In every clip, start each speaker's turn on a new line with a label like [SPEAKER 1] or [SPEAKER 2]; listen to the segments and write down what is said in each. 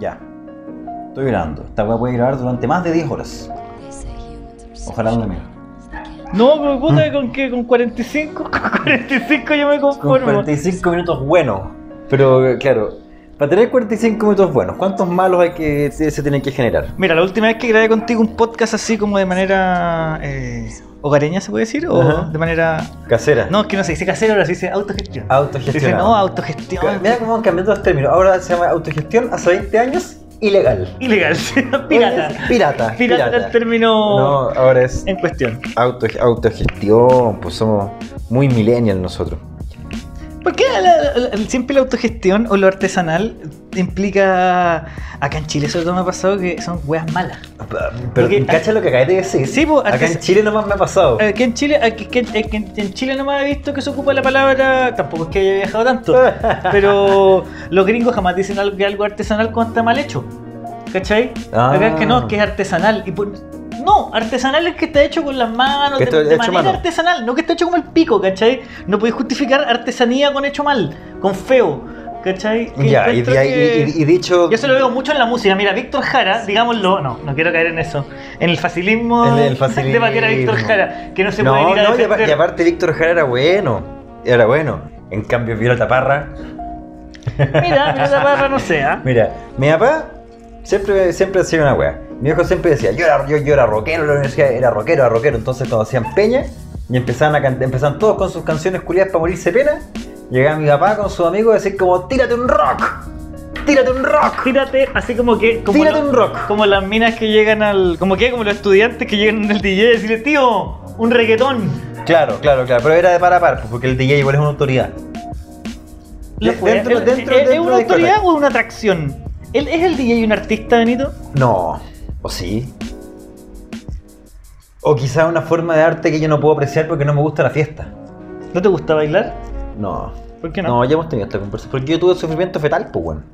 [SPEAKER 1] Ya. Estoy grabando. Esta weá puede grabar durante más de 10 horas. Ojalá no me mire.
[SPEAKER 2] No, pero puta, ¿con qué? ¿Con 45? Con 45 yo me
[SPEAKER 1] Con
[SPEAKER 2] conformo.
[SPEAKER 1] 45 minutos buenos. Pero claro, para tener 45 minutos buenos, ¿cuántos malos hay que se tienen que generar?
[SPEAKER 2] Mira, la última vez que grabé contigo un podcast así como de manera eh, hogareña, ¿se puede decir? ¿O
[SPEAKER 1] Ajá.
[SPEAKER 2] de manera...?
[SPEAKER 1] Casera.
[SPEAKER 2] No, es que no se dice casero, ahora se dice autogestión. Se dice,
[SPEAKER 1] Autogestión.
[SPEAKER 2] no, autogestión.
[SPEAKER 1] Mira cómo han cambiado los términos. Ahora se llama autogestión hace 20 años ilegal.
[SPEAKER 2] Ilegal, sí, pirata.
[SPEAKER 1] Ahora es Pirata.
[SPEAKER 2] Pirata era el término
[SPEAKER 1] No, ahora es
[SPEAKER 2] en cuestión.
[SPEAKER 1] auto, autogestión. Pues somos muy millennial nosotros.
[SPEAKER 2] ¿Por qué la- la- la- siempre la autogestión o lo artesanal implica, acá en Chile sobre todo me ha pasado, que son weas malas?
[SPEAKER 1] Pero
[SPEAKER 2] Porque-
[SPEAKER 1] cacha lo que acabas de decir.
[SPEAKER 2] Sí, pues, Eh,
[SPEAKER 1] Acá
[SPEAKER 2] artes-
[SPEAKER 1] en Chile nomás me ha pasado.
[SPEAKER 2] Aquí en Chile, aquí- que- eh, que- que en Chile no me ha visto que se ocupa la palabra, tampoco es que haya viajado tanto, pero los gringos jamás dicen algo, que algo artesanal cuando está mal hecho. ¿Cachai?
[SPEAKER 1] Ah.
[SPEAKER 2] Acá es que no, que es artesanal. Y por- no, artesanal es que está hecho con las manos,
[SPEAKER 1] Que
[SPEAKER 2] de,
[SPEAKER 1] está
[SPEAKER 2] de
[SPEAKER 1] hecho
[SPEAKER 2] manera
[SPEAKER 1] mano.
[SPEAKER 2] artesanal, no que está hecho como el pico, ¿cachai? No podéis justificar artesanía con hecho mal, con feo, ¿cachai? Que
[SPEAKER 1] ya, y,
[SPEAKER 2] encuentro
[SPEAKER 1] de ahí-
[SPEAKER 2] que-
[SPEAKER 1] y- y- y dicho.
[SPEAKER 2] yo se lo veo mucho en la música. Mira, Víctor Jara, digámoslo, no, no quiero caer en eso. En el facilismo,
[SPEAKER 1] En el facilismo.
[SPEAKER 2] de batear a Víctor Jara, que no se
[SPEAKER 1] no,
[SPEAKER 2] puede ir a
[SPEAKER 1] no, y apar-
[SPEAKER 2] defender.
[SPEAKER 1] y aparte Víctor Jara era bueno. Era bueno. En cambio, Violeta Parra.
[SPEAKER 2] Mira, mira la barra, no sé, ¿ah?
[SPEAKER 1] Mira, mi papá siempre, siempre hacía una wea. Mi viejo siempre decía, yo era, yo, yo era rockero, en la universidad era rockero, era rockero. Entonces cuando hacían peña y empezaban, a can- empezaban todos con sus canciones culiadas para morirse pena, llegaba mi papá con sus amigos a decir como, tírate un rock, tírate un rock.
[SPEAKER 2] Tírate, así como que. Como
[SPEAKER 1] Tírate
[SPEAKER 2] la-
[SPEAKER 1] un rock.
[SPEAKER 2] Como las minas que llegan al. Como que, como los estudiantes que llegan al DJ y decirle, tío, un reggaetón.
[SPEAKER 1] Claro, claro, claro, pero era de par a par, pues, porque el DJ igual es una autoridad.
[SPEAKER 2] La
[SPEAKER 1] De-
[SPEAKER 2] wea-
[SPEAKER 1] dentro-
[SPEAKER 2] el-
[SPEAKER 1] dentro-
[SPEAKER 2] ¿Es, es
[SPEAKER 1] dentro
[SPEAKER 2] una
[SPEAKER 1] de discoteca.
[SPEAKER 2] autoridad o una atracción? ¿El- ¿Es el DJ un artista, Benito?
[SPEAKER 1] No, o sí. O quizá una forma de arte que yo no puedo apreciar porque no me gusta la fiesta.
[SPEAKER 2] ¿No te gusta bailar?
[SPEAKER 1] No.
[SPEAKER 2] ¿Por qué
[SPEAKER 1] No,
[SPEAKER 2] no?
[SPEAKER 1] ya hemos tenido esta conversación. Porque yo tuve sufrimiento fetal, pues, weón.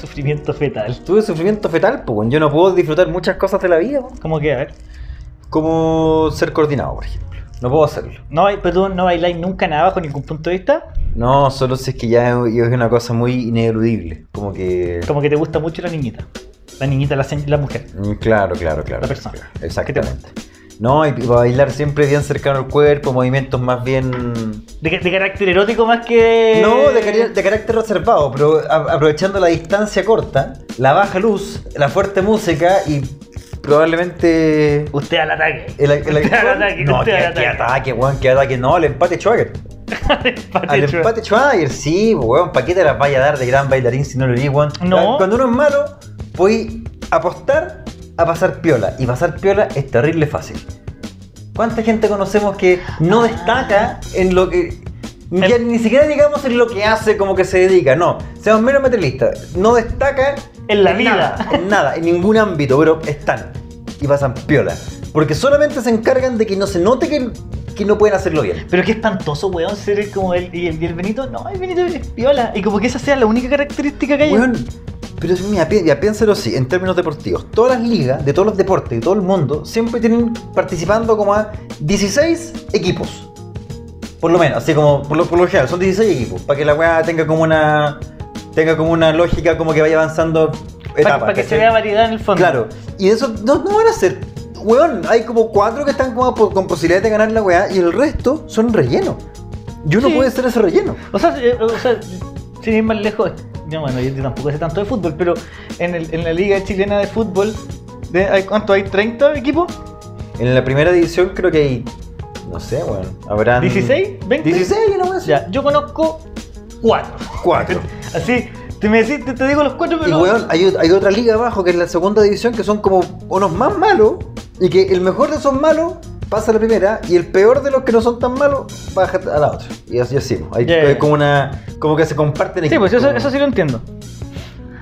[SPEAKER 2] Sufrimiento fetal.
[SPEAKER 1] Tuve sufrimiento fetal, pues, weón. Yo no puedo disfrutar muchas cosas de la vida, weón.
[SPEAKER 2] ¿Cómo que? A ver.
[SPEAKER 1] Como ser coordinado, por ejemplo. No puedo hacerlo.
[SPEAKER 2] No, ba- pero tú no bailáis nunca nada bajo ningún punto de vista.
[SPEAKER 1] No, solo si es que ya es es una cosa muy ineludible. Como que.
[SPEAKER 2] Como que te gusta mucho la niñita. La niñita, la, se- la mujer.
[SPEAKER 1] Mm, Claro, claro, claro.
[SPEAKER 2] La persona.
[SPEAKER 1] Exactamente. No, y y para bailar siempre bien cercano al cuerpo, movimientos más bien
[SPEAKER 2] De, ca- de carácter erótico más que.
[SPEAKER 1] No, de, cari- de carácter reservado, pero a- aprovechando la distancia corta, la baja luz, la fuerte música y probablemente
[SPEAKER 2] Usted al ataque.
[SPEAKER 1] el, el
[SPEAKER 2] Usted
[SPEAKER 1] actual-
[SPEAKER 2] al ataque.
[SPEAKER 1] no,
[SPEAKER 2] usted
[SPEAKER 1] qué,
[SPEAKER 2] al
[SPEAKER 1] qué
[SPEAKER 2] ataque.
[SPEAKER 1] ataque, weón, qué ataque. No, el empate Schwager.
[SPEAKER 2] Empate,
[SPEAKER 1] Al
[SPEAKER 2] chua.
[SPEAKER 1] empate Schwager, sí, pues, weón. ¿Para qué te las vaya a dar de gran bailarín si no lo vi, weón?
[SPEAKER 2] No.
[SPEAKER 1] La- Cuando uno es malo, voy a apostar a pasar piola. Y pasar piola es terrible fácil. ¿Cuánta gente conocemos que no destaca en lo que. ya ni siquiera digamos en lo que hace, como que se dedica, no. Seamos menos materialistas. No destaca.
[SPEAKER 2] En la vida.
[SPEAKER 1] nada, en nada, en ningún ámbito, pero están. Y pasan piola. Porque solamente se encargan de que no se note que, que no pueden hacerlo bien.
[SPEAKER 2] Pero qué espantoso, weón, ser el- como el, y el, y el Benito. No, el Benito es piola. Y como que esa sea la única característica que hay.
[SPEAKER 1] Weón, pero mira, pi- ya piénsalo así, en términos deportivos. Todas las ligas, de todos los deportes, de todo el mundo, siempre tienen participando como a 16 equipos. Por lo menos, así como, por lo, por lo general, son 16 equipos. Para que la weá tenga como una. Tenga como una lógica, como que vaya avanzando
[SPEAKER 2] para
[SPEAKER 1] etapas.
[SPEAKER 2] que se
[SPEAKER 1] ¿cachai?
[SPEAKER 2] vea variedad en el fondo.
[SPEAKER 1] Claro. Y eso no, no van a ser. Weón, hay como cuatro que están como po- con posibilidades de ganar la weá y el resto son relleno. Y uno
[SPEAKER 2] Sí.
[SPEAKER 1] puede ser ese relleno.
[SPEAKER 2] O sea, eh, o sea, sin ir más lejos, yo, bueno, yo tampoco sé tanto de fútbol, pero en, el- en la Liga Chilena de Fútbol, de, ¿hay- ¿cuánto hay? ¿30 equipos?
[SPEAKER 1] En la primera división creo que hay. No sé, weón. Habrán.
[SPEAKER 2] ¿16? ¿20?
[SPEAKER 1] 16, no weón.
[SPEAKER 2] Ya, yo conozco cuatro.
[SPEAKER 1] Cuatro.
[SPEAKER 2] Así, te, me decís, te, te digo los cuatro,
[SPEAKER 1] Y
[SPEAKER 2] pero.
[SPEAKER 1] weón, hay, hay otra liga abajo que es la segunda división que son como unos más malos y que el mejor de esos malos pasa a la primera y el peor de los que no son tan malos baja a la otra. Y así así. po. Hay,
[SPEAKER 2] Ya, ya,
[SPEAKER 1] hay
[SPEAKER 2] ya.
[SPEAKER 1] como una. como que se comparten
[SPEAKER 2] sí,
[SPEAKER 1] equipos,
[SPEAKER 2] pues eso,
[SPEAKER 1] como-
[SPEAKER 2] eso sí lo entiendo.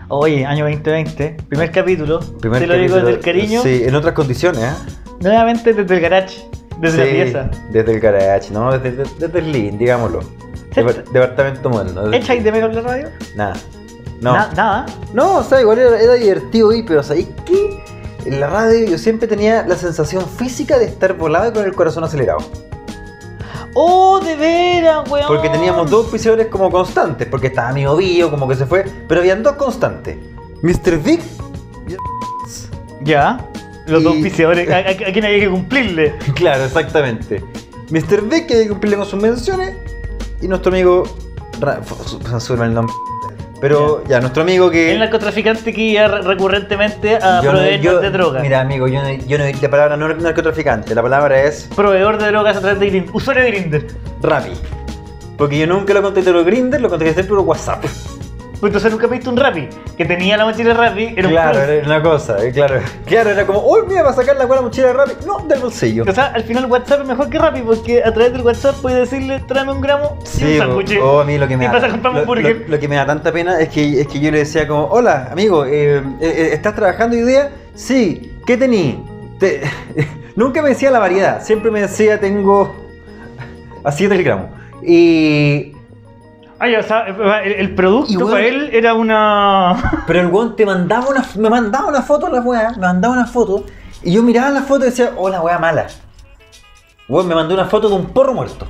[SPEAKER 2] Oye, año 2020, primer capítulo.
[SPEAKER 1] Primer
[SPEAKER 2] te lo digo
[SPEAKER 1] capítulo-
[SPEAKER 2] desde el cariño.
[SPEAKER 1] Sí, en otras condiciones, ¿eh?
[SPEAKER 2] Nuevamente desde el garage, desde la
[SPEAKER 1] Sí,
[SPEAKER 2] pieza.
[SPEAKER 1] Desde el garage, ¿no? Desde, desde, desde el living, digámoslo. Depar- departamento moderno. desde-
[SPEAKER 2] ¿Echáis de menos la radio?
[SPEAKER 1] Nada. No.
[SPEAKER 2] Na- nada.
[SPEAKER 1] No, o sea, igual era, era divertido ir, pero ¿sabéis qué? En la radio yo siempre tenía la sensación física de estar volado y con el corazón acelerado.
[SPEAKER 2] ¡Oh, de veras, weón!
[SPEAKER 1] Porque teníamos dos auspiciadores como constantes, porque estaba mi ovillo, como que se fue, pero habían dos constantes. Mr. Big
[SPEAKER 2] Ya. Los
[SPEAKER 1] Y-
[SPEAKER 2] dos viciadores. ¿A, a, a quién hay que cumplirle?
[SPEAKER 1] Claro, exactamente. Mr. Big que hay que cumplirle con sus menciones. Y nuestro amigo. Ra- fu- su- Censúrame el nombre. Pero ya, nuestro amigo que.
[SPEAKER 2] El narcotraficante que iba re- recurrentemente a
[SPEAKER 1] yo no-
[SPEAKER 2] proveernos
[SPEAKER 1] yo-
[SPEAKER 2] de droga.
[SPEAKER 1] Mira, amigo, yo no, yo no- la palabra no es narcotraficante, la palabra es
[SPEAKER 2] Proveedor de drogas a través de Grindr. Usuario de Grindr.
[SPEAKER 1] Rappi. Porque yo nunca lo contesté por Grindr, lo contesté por WhatsApp.
[SPEAKER 2] Pues entonces nunca pediste un Rappi. Que tenía la mochila de Rappi. Era un
[SPEAKER 1] claro,
[SPEAKER 2] plus.
[SPEAKER 1] era una cosa, eh, claro. Claro, era como, uy, mira, va a sacar la buena mochila de Rappi. No, del bolsillo.
[SPEAKER 2] O sea, al final WhatsApp es mejor que Rappi porque a través del WhatsApp puedes decirle tráeme un gramo y un sándwich.
[SPEAKER 1] o- o Oh, a mí lo que me
[SPEAKER 2] Y
[SPEAKER 1] da,
[SPEAKER 2] vas a comprar un
[SPEAKER 1] lo-
[SPEAKER 2] burger.
[SPEAKER 1] lo- lo que me da tanta pena es que, es que yo le decía como, hola, amigo, eh, eh, ¿estás trabajando hoy día? Sí, ¿qué tení? Te- Nunca me decía la variedad, siempre me decía tengo a 7 el gramo. Y...
[SPEAKER 2] Ay, o sea, eh, el, el producto
[SPEAKER 1] Y bueno-
[SPEAKER 2] para él era una.
[SPEAKER 1] Pero el weón te mandaba una, me mandaba una foto a la weá, me mandaba una foto, y yo miraba la foto y decía, oh, la weá mala. Weón, me mandó una foto de un porro muerto.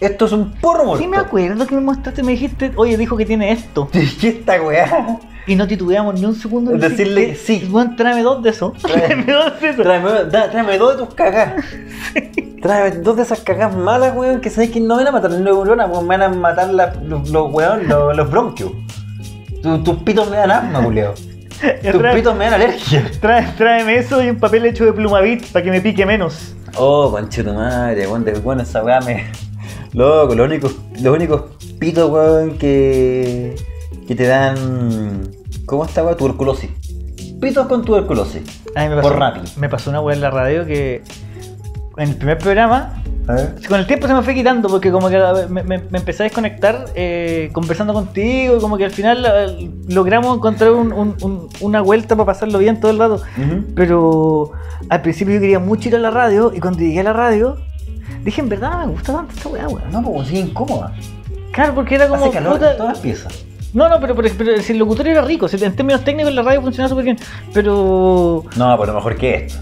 [SPEAKER 1] Esto es un porro muerto.
[SPEAKER 2] Sí, me acuerdo que me mostraste, me dijiste, oye, dijo que tiene esto.
[SPEAKER 1] Yo dije, esta weá?
[SPEAKER 2] Y no titubeamos ni un segundo. en
[SPEAKER 1] Decirle que sí.
[SPEAKER 2] Bueno, tráeme dos de eso.
[SPEAKER 1] Tráeme.
[SPEAKER 2] Tráeme dos de eso.
[SPEAKER 1] Tráeme, da- tráeme dos de tus cagás. Tráeme dos de esas cagás malas, weón, que sabes que no van a matar neuronas, weón, me van a matar la- los, los weón, los, los bronquios. Tu- tus pitos me dan asma, culeo. Tus
[SPEAKER 2] Tráeme-
[SPEAKER 1] pitos me dan alergia.
[SPEAKER 2] Trae- tráeme eso y un papel hecho de plumavit para que me pique menos.
[SPEAKER 1] Oh, conche tu madre, weón, de weón esa weá me. Loco, los únicos, los únicos pitos, weón, que. que te dan. ¿Cómo está, weón? Tuberculosis. Pitos con tuberculosis.
[SPEAKER 2] A mí me
[SPEAKER 1] Por Rappi.
[SPEAKER 2] Me pasó una weá en la radio que en el primer programa,
[SPEAKER 1] A ver.
[SPEAKER 2] con el tiempo se me fue quitando porque como que me, me- me empecé a desconectar eh, conversando contigo y como que al final eh, logramos encontrar un- un- un- una vuelta para pasarlo bien todo el rato. Pero al principio yo quería mucho ir a la radio y cuando llegué a la radio dije, en verdad no me gusta tanto esta weá, weón.
[SPEAKER 1] No, pues sí, incómoda.
[SPEAKER 2] Claro, porque era como...
[SPEAKER 1] Hace calor
[SPEAKER 2] puta-
[SPEAKER 1] en todas las piezas.
[SPEAKER 2] No, no, pero, pero, pero si el locutor era rico, si en términos técnicos la radio funcionaba súper bien, pero...
[SPEAKER 1] No, pero mejor que esto.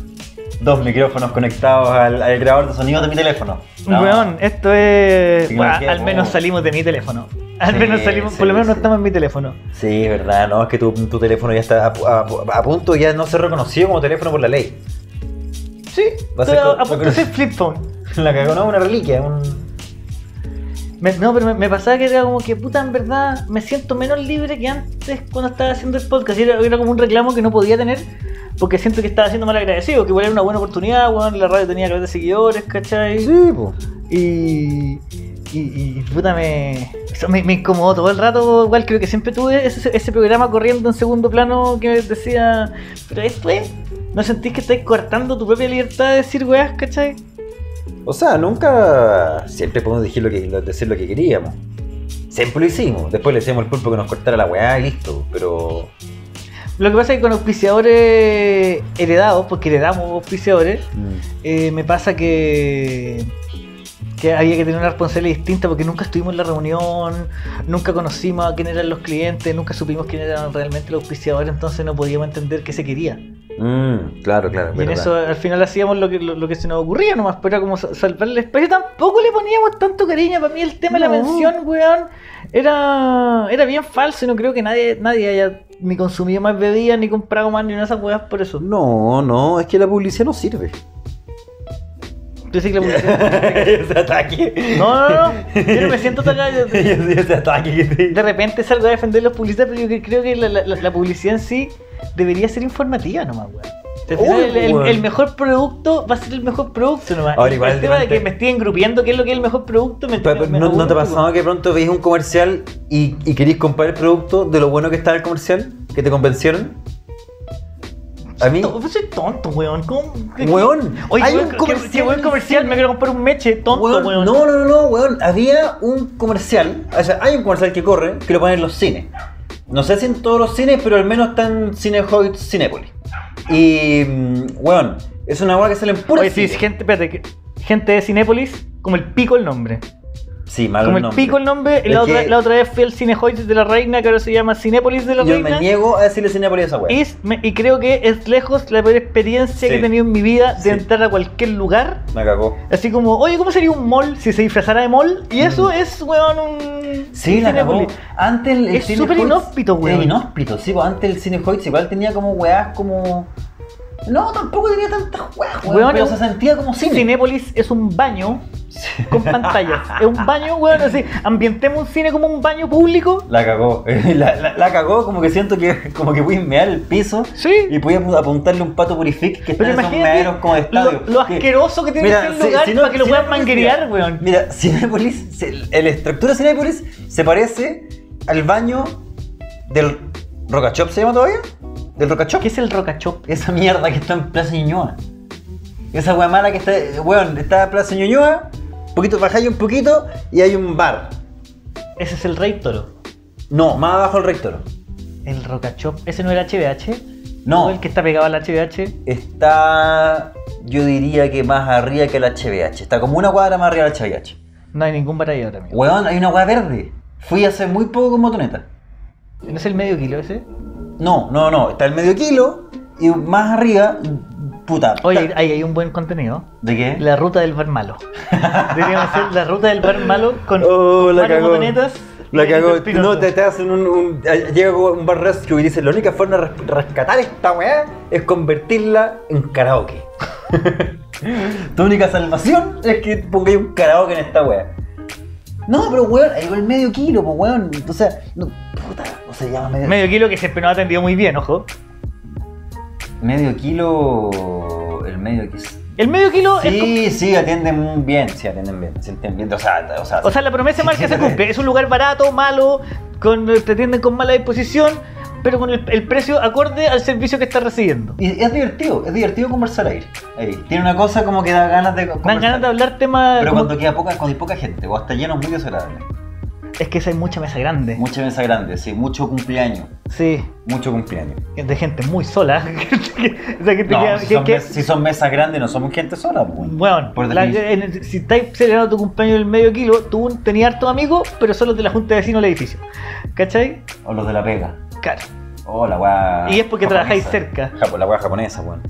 [SPEAKER 1] Dos micrófonos conectados al, al grabador de sonido de mi teléfono. No.
[SPEAKER 2] Weón, esto es...
[SPEAKER 1] Sí,
[SPEAKER 2] Buah,
[SPEAKER 1] me queda
[SPEAKER 2] al menos
[SPEAKER 1] como-
[SPEAKER 2] salimos de mi teléfono. Al
[SPEAKER 1] Sí,
[SPEAKER 2] menos salimos,
[SPEAKER 1] sí,
[SPEAKER 2] por lo menos no
[SPEAKER 1] sí.
[SPEAKER 2] estamos en mi teléfono.
[SPEAKER 1] Sí, es verdad, no, es que tu, tu teléfono ya está a, pu- a pu- a punto, ya no ser reconocido como teléfono por la ley.
[SPEAKER 2] Sí,
[SPEAKER 1] Va a
[SPEAKER 2] estoy
[SPEAKER 1] ser
[SPEAKER 2] a,
[SPEAKER 1] co-
[SPEAKER 2] a punto de ser flip phone.
[SPEAKER 1] La cagó, no, una reliquia, un...
[SPEAKER 2] Me- no, pero me, me pasaba que era como que, puta, en verdad me siento menos libre que antes cuando estaba haciendo el podcast. Y Era, era como un reclamo que no podía tener porque siento que estaba siendo mal agradecido, que igual era una buena oportunidad, weón, la radio tenía caleta de seguidores, ¿cachai?
[SPEAKER 1] Sí, pues. po.
[SPEAKER 2] Y, y, y, puta, me, eso me, me incomodó todo el rato. Igual creo que siempre tuve ese, ese programa corriendo en segundo plano que decía, pero esto es, ¿no sentís que estáis cortando tu propia libertad de decir weas, cachai?
[SPEAKER 1] O sea, nunca... Siempre podemos decir lo, que, lo- decir lo que queríamos. Siempre lo hicimos. Después le decíamos al pulpo que nos cortara la weá y listo. Pero...
[SPEAKER 2] Lo que pasa es que con auspiciadores heredados, porque heredamos auspiciadores, eh, me pasa que, que había que tener una responsabilidad distinta porque nunca estuvimos en la reunión, nunca conocimos a quién eran los clientes, nunca supimos quién eran realmente los auspiciadores, entonces no podíamos entender qué se quería.
[SPEAKER 1] Mm, claro, claro.
[SPEAKER 2] Y en
[SPEAKER 1] verdad.
[SPEAKER 2] eso al final hacíamos lo que, lo, lo que se nos ocurría nomás, pero era como sa- salvar el espacio. Tampoco le poníamos tanto cariño. Para mí el tema de la
[SPEAKER 1] No.
[SPEAKER 2] mención, weón, era, era bien falso y no creo que nadie, nadie haya ni consumido más bebidas, ni comprado más, ni una de esas weas por eso.
[SPEAKER 1] No, no, es que la publicidad no sirve.
[SPEAKER 2] Yo sé que la publicidad-
[SPEAKER 1] Ese ataque.
[SPEAKER 2] No, no, no. Yo no me siento tan... De
[SPEAKER 1] Ese ataque que te...
[SPEAKER 2] repente salgo a defender la publicidad, pero yo que- creo que la, la- la publicidad en sí debería ser informativa nomás, weón. O sea, al final
[SPEAKER 1] Uy,
[SPEAKER 2] el, el-
[SPEAKER 1] weón.
[SPEAKER 2] el mejor producto va a ser el mejor producto nomás.
[SPEAKER 1] Ahora igual
[SPEAKER 2] el tema de
[SPEAKER 1] durante-
[SPEAKER 2] que me estén grupiendo qué es lo que es el mejor producto me,
[SPEAKER 1] Pa- pa-
[SPEAKER 2] me-
[SPEAKER 1] ¿No,
[SPEAKER 2] me
[SPEAKER 1] no te ha
[SPEAKER 2] aburre, weón.
[SPEAKER 1] pasado que de pronto veis un comercial y, y queréis comprar el producto de lo bueno que está el comercial? ¿Que te convencieron? A mí,
[SPEAKER 2] Yo soy tonto, weón. ¿Cómo?
[SPEAKER 1] Weón,
[SPEAKER 2] Oye,
[SPEAKER 1] hay
[SPEAKER 2] weón,
[SPEAKER 1] un
[SPEAKER 2] qué-
[SPEAKER 1] comercial
[SPEAKER 2] qué buen
[SPEAKER 1] en
[SPEAKER 2] comercial.
[SPEAKER 1] cine.
[SPEAKER 2] Me quiero comprar un meche, tonto,
[SPEAKER 1] weón,
[SPEAKER 2] weón.
[SPEAKER 1] no, no, no, no, weón, había un comercial, o sea, hay un comercial que corre que lo ponen en los cines. No sé si en todos los cines, pero al menos está en Cine Hobbit, Cinépolis. Y, mm, weón, es una weá que sale en puro
[SPEAKER 2] Oye, sí, gente, espérate. que- Gente de Cinépolis, como el pico el nombre.
[SPEAKER 1] Sí, malo
[SPEAKER 2] Como
[SPEAKER 1] el
[SPEAKER 2] el
[SPEAKER 1] nombre.
[SPEAKER 2] pico el nombre,
[SPEAKER 1] Es
[SPEAKER 2] la otra,
[SPEAKER 1] que-
[SPEAKER 2] la otra vez fui al Cinehoid de la Reina, que ahora se llama Cinépolis de la
[SPEAKER 1] Yo me
[SPEAKER 2] Reina.
[SPEAKER 1] niego a decirle Cinépolis a esa weá.
[SPEAKER 2] Es- me- y creo que es lejos la peor experiencia
[SPEAKER 1] Sí.
[SPEAKER 2] que he tenido en mi vida de
[SPEAKER 1] Sí.
[SPEAKER 2] entrar a cualquier lugar.
[SPEAKER 1] Me cagó.
[SPEAKER 2] Así como, oye, ¿cómo sería un mall si se disfrazara de mall? Y eso
[SPEAKER 1] Mm.
[SPEAKER 2] es, weón, un.
[SPEAKER 1] Sí,
[SPEAKER 2] un
[SPEAKER 1] la cagó.
[SPEAKER 2] Cinépolis.
[SPEAKER 1] Antes el, el
[SPEAKER 2] Es súper
[SPEAKER 1] Cinehoid-
[SPEAKER 2] inhóspito, weón.
[SPEAKER 1] Es inhóspito, sí, pues, antes el Cinehoid igual tenía como weás como... No, tampoco tenía tantas weás, weón,
[SPEAKER 2] Weón,
[SPEAKER 1] pero
[SPEAKER 2] es-
[SPEAKER 1] se sentía como cine.
[SPEAKER 2] Cinépolis es un baño con pantallas. es un baño, weón, así. Ambientemos un cine como un baño público.
[SPEAKER 1] La cagó, la, la- la cagó, como que siento que como que voy a mear el piso
[SPEAKER 2] Sí.
[SPEAKER 1] y voy a apuntarle un pato purific que está
[SPEAKER 2] Pero
[SPEAKER 1] en esos
[SPEAKER 2] imagínate
[SPEAKER 1] meaderos como de
[SPEAKER 2] Lo,
[SPEAKER 1] estadio.
[SPEAKER 2] lo
[SPEAKER 1] que-
[SPEAKER 2] asqueroso que tiene que
[SPEAKER 1] Mira,
[SPEAKER 2] ser el
[SPEAKER 1] si-
[SPEAKER 2] lugar
[SPEAKER 1] si no-
[SPEAKER 2] para que lo
[SPEAKER 1] si
[SPEAKER 2] puedan
[SPEAKER 1] no-
[SPEAKER 2] manguerear, weón.
[SPEAKER 1] Mira, Cinépolis, se- el- la estructura de Cinépolis se parece al baño del Rocachop, ¿se llama todavía? ¿Del Rocachop?
[SPEAKER 2] ¿Qué es el rocachop?
[SPEAKER 1] Esa mierda que está en Plaza Ñuñoa. Esa weá mala que está, weón, está en Plaza Ñuñoa, poquito, bajáis un poquito y hay un bar.
[SPEAKER 2] Ese es el Rey Toro.
[SPEAKER 1] No, más abajo el rector.
[SPEAKER 2] El Rocachop, ¿ese no era HBH?
[SPEAKER 1] No.
[SPEAKER 2] ¿O el que está pegado al HBH?
[SPEAKER 1] Está, yo diría que más arriba que la HBH. Está como una cuadra más arriba de la HBH.
[SPEAKER 2] No hay ningún bar ahí ahora, amigo.
[SPEAKER 1] Weón, hay una weá verde. Fui hace muy poco con motoneta.
[SPEAKER 2] ¿No es el medio kilo ese?
[SPEAKER 1] No, no, no. Está el medio kilo y más arriba, puta.
[SPEAKER 2] Oye,
[SPEAKER 1] está-
[SPEAKER 2] ahí hay un buen contenido.
[SPEAKER 1] ¿De qué?
[SPEAKER 2] La ruta del bar malo. Deberíamos hacer la ruta del bar malo con
[SPEAKER 1] Oh, la
[SPEAKER 2] Mario
[SPEAKER 1] cagó.
[SPEAKER 2] Motonetas
[SPEAKER 1] La
[SPEAKER 2] y
[SPEAKER 1] cagó.
[SPEAKER 2] Benito Espinosa.
[SPEAKER 1] No, te, te hacen un, un- Llega como un bar rescue y dice: La única forma de res- rescatar esta weá es convertirla en karaoke. tu única salvación es que pongáis un karaoke en esta weá. No, pero weón, ahí va el medio kilo, pues weón. O sea, no, puta, no se llama medio.
[SPEAKER 2] Medio kilo que siempre nos ha atendido muy bien, ojo.
[SPEAKER 1] medio kilo. El medio kilo.
[SPEAKER 2] El medio kilo es... como-
[SPEAKER 1] Sí, sí, atienden bien, sí, atienden bien, se atienden bien, o sea, o sea,
[SPEAKER 2] O sea, la promesa
[SPEAKER 1] sí,
[SPEAKER 2] marca
[SPEAKER 1] sí,
[SPEAKER 2] se
[SPEAKER 1] sí.
[SPEAKER 2] cumple. Es un lugar barato, malo, con, te atienden con mala disposición, pero con el, el precio acorde al servicio que estás recibiendo.
[SPEAKER 1] Y es divertido, es divertido conversar ahí. ahí. Tiene una cosa como que da ganas de conversar.
[SPEAKER 2] Dan ganas de hablar temas...
[SPEAKER 1] Pero
[SPEAKER 2] como-
[SPEAKER 1] cuando queda poca, cuando hay poca gente, o hasta lleno es muy desagradable.
[SPEAKER 2] Es que esa hay mucha mesa grande.
[SPEAKER 1] Mucha mesa grande, sí, mucho cumpleaños.
[SPEAKER 2] Sí.
[SPEAKER 1] Mucho cumpleaños.
[SPEAKER 2] de gente muy sola. o sea, que te
[SPEAKER 1] No,
[SPEAKER 2] queda-
[SPEAKER 1] si,
[SPEAKER 2] que-
[SPEAKER 1] son
[SPEAKER 2] que-
[SPEAKER 1] mes- si son mesas grandes, no somos gente sola, pues.
[SPEAKER 2] Bueno,
[SPEAKER 1] por
[SPEAKER 2] la-
[SPEAKER 1] definición.
[SPEAKER 2] en el- si estáis celebrando tu cumpleaños del medio kilo, tú un- tenías hartos amigos, pero solo de la junta de vecinos del edificio. ¿Cachai?
[SPEAKER 1] O los de la pega.
[SPEAKER 2] Claro.
[SPEAKER 1] Oh, la weá.
[SPEAKER 2] Y es porque trabajáis cerca.
[SPEAKER 1] Japo- la weá japonesa, weón.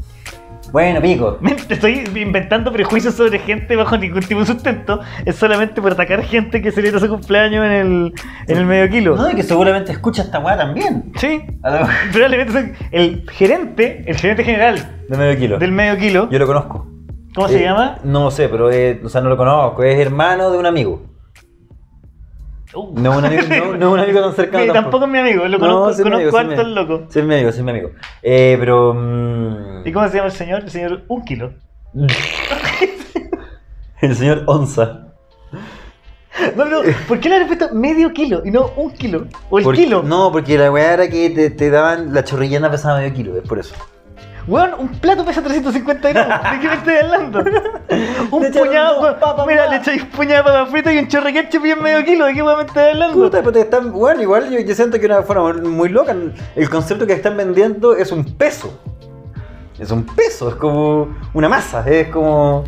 [SPEAKER 1] Bueno, pico.
[SPEAKER 2] Men, te estoy inventando prejuicios sobre gente bajo ningún tipo de sustento. Es solamente por atacar gente que celebra su cumpleaños en el, en el medio kilo.
[SPEAKER 1] No, y que seguramente escucha esta weá también.
[SPEAKER 2] Sí.
[SPEAKER 1] A la weá
[SPEAKER 2] Probablemente soy el gerente, el gerente general
[SPEAKER 1] De medio kilo.
[SPEAKER 2] del medio kilo.
[SPEAKER 1] Yo lo conozco.
[SPEAKER 2] ¿Cómo se
[SPEAKER 1] Eh,
[SPEAKER 2] llama?
[SPEAKER 1] No sé, pero eh, o sea, no lo conozco. Es hermano de un amigo.
[SPEAKER 2] Uh.
[SPEAKER 1] No, un amigo, no, no un amigo tan cercano.
[SPEAKER 2] Sí, tampoco es mi amigo, lo conozco, conozco harto al loco.
[SPEAKER 1] Sí, es mi amigo, sí, es mi amigo. Eh, pero. mm,
[SPEAKER 2] ¿Y cómo se llama el señor? El señor Un Kilo.
[SPEAKER 1] El señor Onza.
[SPEAKER 2] No, pero ¿por qué le han puesto medio kilo y no un kilo? O el
[SPEAKER 1] Porque-
[SPEAKER 2] kilo.
[SPEAKER 1] No, porque la weá era que te, te daban. La chorrillana pesaba medio kilo, es por eso.
[SPEAKER 2] Weón, un plato pesa 350 gramos. ¿De qué me estoy hablando?
[SPEAKER 1] Le
[SPEAKER 2] Un
[SPEAKER 1] echaron
[SPEAKER 2] puñado.
[SPEAKER 1] dos
[SPEAKER 2] weón.
[SPEAKER 1] papas
[SPEAKER 2] mira,
[SPEAKER 1] más.
[SPEAKER 2] le echáis un puñado de papas fritas y un chorro de ketchup y es medio kilo. ¿De qué weón me estoy hablando?
[SPEAKER 1] Puta, pero te están. Bueno, igual yo, yo siento que una forma muy loca. El concepto que están vendiendo es un peso. Es un peso, es como una masa. Es como.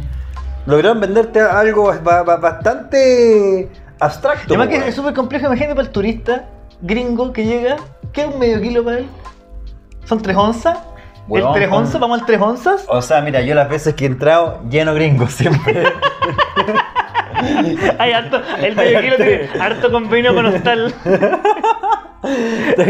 [SPEAKER 1] Lograron venderte algo ba- ba- bastante abstracto.
[SPEAKER 2] Además
[SPEAKER 1] weón.
[SPEAKER 2] que es súper complejo, imagínate para el turista gringo que llega. ¿Qué es un medio kilo para él? ¿Son tres onzas?
[SPEAKER 1] Weón, Oh.
[SPEAKER 2] ¿El tres
[SPEAKER 1] con-
[SPEAKER 2] onzas? ¿Vamos al tres onzas?
[SPEAKER 1] O sea, mira, yo las veces que he entrado, lleno gringo siempre.
[SPEAKER 2] Hay harto. El
[SPEAKER 1] Hay
[SPEAKER 2] medio kilo
[SPEAKER 1] harto.
[SPEAKER 2] tiene harto convenio con hostal.
[SPEAKER 1] Está-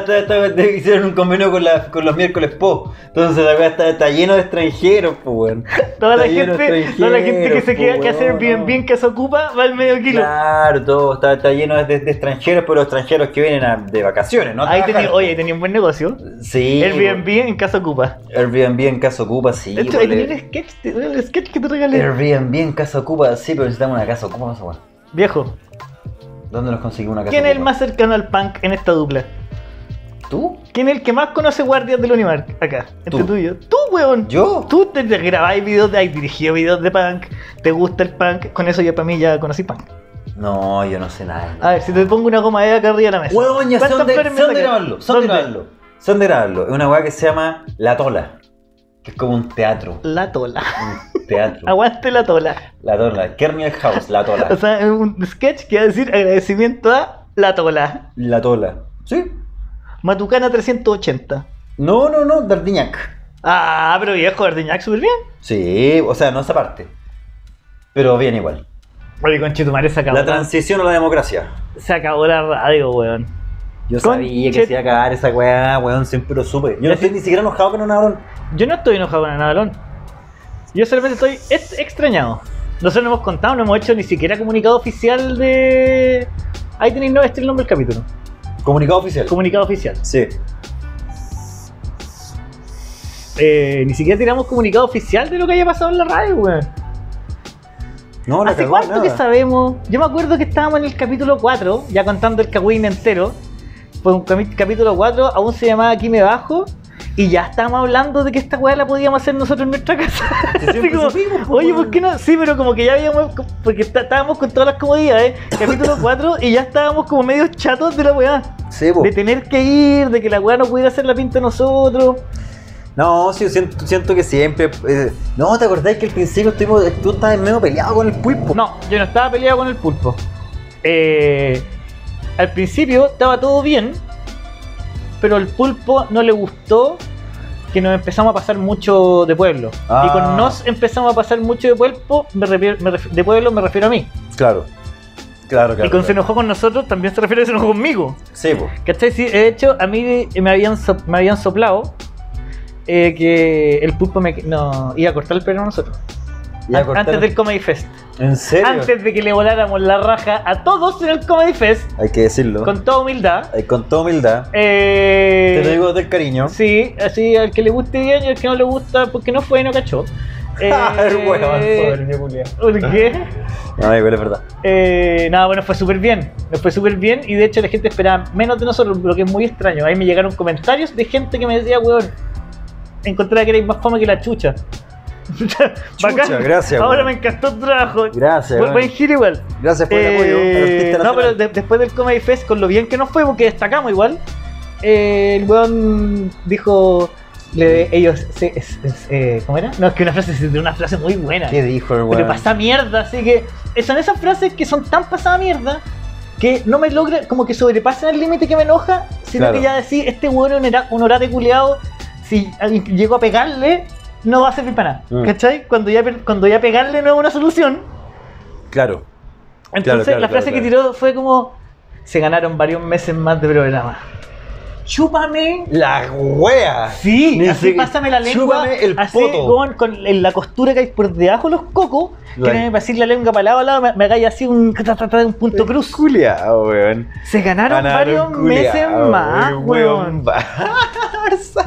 [SPEAKER 1] está- está- está- hicieron un convenio con, la- con los miércoles po. Entonces la weá está, está lleno de extranjeros, po, weón.
[SPEAKER 2] Toda la,
[SPEAKER 1] Está lleno de
[SPEAKER 2] gente, toda la gente que se
[SPEAKER 1] extranjeros,
[SPEAKER 2] queda,
[SPEAKER 1] po,
[SPEAKER 2] que hace
[SPEAKER 1] weón,
[SPEAKER 2] bien,
[SPEAKER 1] no.
[SPEAKER 2] bien que se ocupa, va al medio kilo.
[SPEAKER 1] Claro, todo está, está lleno de, de extranjeros, pero extranjeros que vienen a- de vacaciones, ¿no?
[SPEAKER 2] Ahí tenía,
[SPEAKER 1] Trabajar.
[SPEAKER 2] oye, ahí tenía un buen negocio.
[SPEAKER 1] Sí.
[SPEAKER 2] Airbnb en casa ocupa.
[SPEAKER 1] Airbnb en casa ocupa, sí.
[SPEAKER 2] De hecho, ahí
[SPEAKER 1] vale.
[SPEAKER 2] tenía un sketch, te- un sketch que te regalé.
[SPEAKER 1] Airbnb en casa ocupa, sí, pero necesitamos una casa ocupa, no sé, weón.
[SPEAKER 2] Viejo,
[SPEAKER 1] ¿Dónde nos conseguimos una casa
[SPEAKER 2] ¿quién es el
[SPEAKER 1] ocupa?
[SPEAKER 2] más cercano al punk en esta dupla?
[SPEAKER 1] ¿Tú?
[SPEAKER 2] ¿Quién es el que más conoce guardias del Unimark acá? Entre
[SPEAKER 1] Tú.
[SPEAKER 2] tú, y yo. ¡Tú, weón!
[SPEAKER 1] ¿Yo?
[SPEAKER 2] Tú te te grabáis videos de. Hay dirigido videos de punk, te gusta el punk. Con eso yo para mí ya conocí punk.
[SPEAKER 1] No, yo no sé nada.
[SPEAKER 2] A ver, si te pongo una goma de acá arriba de la mesa.
[SPEAKER 1] Huevón, ya sé
[SPEAKER 2] ¿Cuántas
[SPEAKER 1] dónde, sé
[SPEAKER 2] flores me
[SPEAKER 1] dónde
[SPEAKER 2] sacas?
[SPEAKER 1] grabarlo. Son de
[SPEAKER 2] ¿Dónde?
[SPEAKER 1] grabarlo. Son de grabarlo. Es una weá que se llama La Tola. Que es como un teatro.
[SPEAKER 2] La tola.
[SPEAKER 1] Un Teatro.
[SPEAKER 2] Aguante la tola.
[SPEAKER 1] La Tola. Kerniak House, La
[SPEAKER 2] O
[SPEAKER 1] Tola.
[SPEAKER 2] sea, un sketch que va a decir agradecimiento a la tola.
[SPEAKER 1] La Tola. ¿Sí?
[SPEAKER 2] Matucana 380.
[SPEAKER 1] No, no, no, Dardiñac.
[SPEAKER 2] Ah, pero viejo, Ardiñac súper bien.
[SPEAKER 1] Sí, o sea, no esa parte. Pero bien igual.
[SPEAKER 2] Oye, conchetumare, se acabó.
[SPEAKER 1] La transición a la democracia.
[SPEAKER 2] Se acabó la radio, weón.
[SPEAKER 1] Yo
[SPEAKER 2] Con-
[SPEAKER 1] sabía que
[SPEAKER 2] che-
[SPEAKER 1] se iba a cagar esa weá, weón, siempre lo supe. Yo
[SPEAKER 2] Ya
[SPEAKER 1] no estoy
[SPEAKER 2] sí.
[SPEAKER 1] ni siquiera enojado con un abrón.
[SPEAKER 2] Yo no estoy enojado con Anadolón. Yo solamente estoy ex- extrañado. Nosotros no hemos contado, no hemos hecho ni siquiera comunicado oficial de. Ahí tenéis no, este es el nombre del capítulo.
[SPEAKER 1] Comunicado oficial.
[SPEAKER 2] Comunicado oficial.
[SPEAKER 1] sí.
[SPEAKER 2] Eh, ni siquiera tiramos comunicado oficial de lo que haya pasado en la radio, weón.
[SPEAKER 1] No, la
[SPEAKER 2] ¿Hace
[SPEAKER 1] cagó,
[SPEAKER 2] cuánto
[SPEAKER 1] nada.
[SPEAKER 2] que sabemos? Yo me acuerdo que estábamos en el capítulo 4, ya contando el cagüín entero. Pues un cami- capítulo 4 aún se llamaba Aquí me bajo. Y ya estábamos hablando de que esta weá la podíamos hacer nosotros en nuestra casa.
[SPEAKER 1] Que
[SPEAKER 2] Así
[SPEAKER 1] siempre
[SPEAKER 2] como,
[SPEAKER 1] supimos, po,
[SPEAKER 2] Oye,
[SPEAKER 1] weón.
[SPEAKER 2] ¿por qué no? Sí, pero como que ya habíamos. Porque está- estábamos con todas las comodidades. Capítulo 4 y ya estábamos como medio chatos de la weá.
[SPEAKER 1] Sí, po.
[SPEAKER 2] De tener que ir, de que la weá no pudiera hacer la pinta a nosotros.
[SPEAKER 1] No, sí, siento, siento que siempre. eh, no, ¿te acordás que al principio estuvimos, tú estabas medio peleado con el pulpo?
[SPEAKER 2] No, yo no estaba peleado con el pulpo. Eh, al principio estaba todo bien, pero el pulpo no le gustó que nos empezamos a pasar mucho de pueblo.
[SPEAKER 1] Ah.
[SPEAKER 2] Y con nos empezamos a pasar mucho de pueblo, me refiero, me ref- de pueblo me refiero a mí.
[SPEAKER 1] Claro. Claro, claro.
[SPEAKER 2] y con
[SPEAKER 1] claro.
[SPEAKER 2] se enojó con nosotros también se refiere a se enojó conmigo.
[SPEAKER 1] Sí, po.
[SPEAKER 2] ¿Cachai? Sí, de hecho, a mí me habían, so- me habían soplado eh, que el pulpo me no, iba a cortar el pelo a nosotros.
[SPEAKER 1] Y a
[SPEAKER 2] An-
[SPEAKER 1] cortar-
[SPEAKER 2] Antes del Comedy Fest.
[SPEAKER 1] ¿En serio?
[SPEAKER 2] Antes de que le voláramos la raja a todos en el Comedy Fest,
[SPEAKER 1] Hay que decirlo. Con,
[SPEAKER 2] con toda humildad.
[SPEAKER 1] con toda humildad.
[SPEAKER 2] eh,
[SPEAKER 1] Te lo digo del cariño.
[SPEAKER 2] Sí, así al que le guste bien y al que no le gusta, porque no fue y no cachó. Eh,
[SPEAKER 1] el huevón, soberbio culiao.
[SPEAKER 2] ¿Por qué?
[SPEAKER 1] No, igual es verdad.
[SPEAKER 2] Eh, nada, bueno, fue súper bien. Nos fue súper bien y de hecho la gente esperaba menos de nosotros, lo que es muy extraño. Ahí me llegaron comentarios de gente que me decía, weón, encontré que erais más fama que la chucha. Bacán.
[SPEAKER 1] gracias,
[SPEAKER 2] Ahora
[SPEAKER 1] weón.
[SPEAKER 2] me encantó tu trabajo.
[SPEAKER 1] Gracias.
[SPEAKER 2] Buen, buen
[SPEAKER 1] weón.
[SPEAKER 2] giro igual.
[SPEAKER 1] Gracias por el apoyo. al
[SPEAKER 2] Eh,
[SPEAKER 1] artista
[SPEAKER 2] no, pero
[SPEAKER 1] nacional.
[SPEAKER 2] de- después del Comedy Fest, con lo bien que nos fue, porque destacamos igual, eh, el weón dijo. le- ellos. Se, es- es- eh, ¿Cómo era? No, es que una frase, es una frase muy buena.
[SPEAKER 1] ¿Qué dijo el
[SPEAKER 2] Pero
[SPEAKER 1] weón?
[SPEAKER 2] pasa mierda, así que. eh, Son esas frases que son tan pasada mierda que no me logra, como que sobrepasan el límite que me enoja, sino
[SPEAKER 1] Claro.
[SPEAKER 2] que ya decir, este weón es un era- un orate culeado, si alguien llego a pegarle, no va a servir para nada.
[SPEAKER 1] Mm.
[SPEAKER 2] ¿Cachai? Cuando ya, per- cuando ya pegarle no es una solución.
[SPEAKER 1] Claro.
[SPEAKER 2] Entonces
[SPEAKER 1] Claro, claro,
[SPEAKER 2] la frase
[SPEAKER 1] claro,
[SPEAKER 2] que
[SPEAKER 1] claro.
[SPEAKER 2] tiró fue como se ganaron varios meses más de programa. Chúpame.
[SPEAKER 1] La wea.
[SPEAKER 2] Sí,
[SPEAKER 1] Ni
[SPEAKER 2] así
[SPEAKER 1] se-
[SPEAKER 2] pásame la lengua.
[SPEAKER 1] chúpame el
[SPEAKER 2] así
[SPEAKER 1] poto.
[SPEAKER 2] con, con el- la costura que hay por debajo de los cocos. Que
[SPEAKER 1] Right.
[SPEAKER 2] me pasé la lengua para lado a lado, me, me hagáis así un, ta, ta, ta, un punto cruz.
[SPEAKER 1] Culeado, weón.
[SPEAKER 2] Se ganaron varios
[SPEAKER 1] Ganaron
[SPEAKER 2] meses
[SPEAKER 1] culiao,
[SPEAKER 2] más,
[SPEAKER 1] weón,
[SPEAKER 2] weón.
[SPEAKER 1] Barça.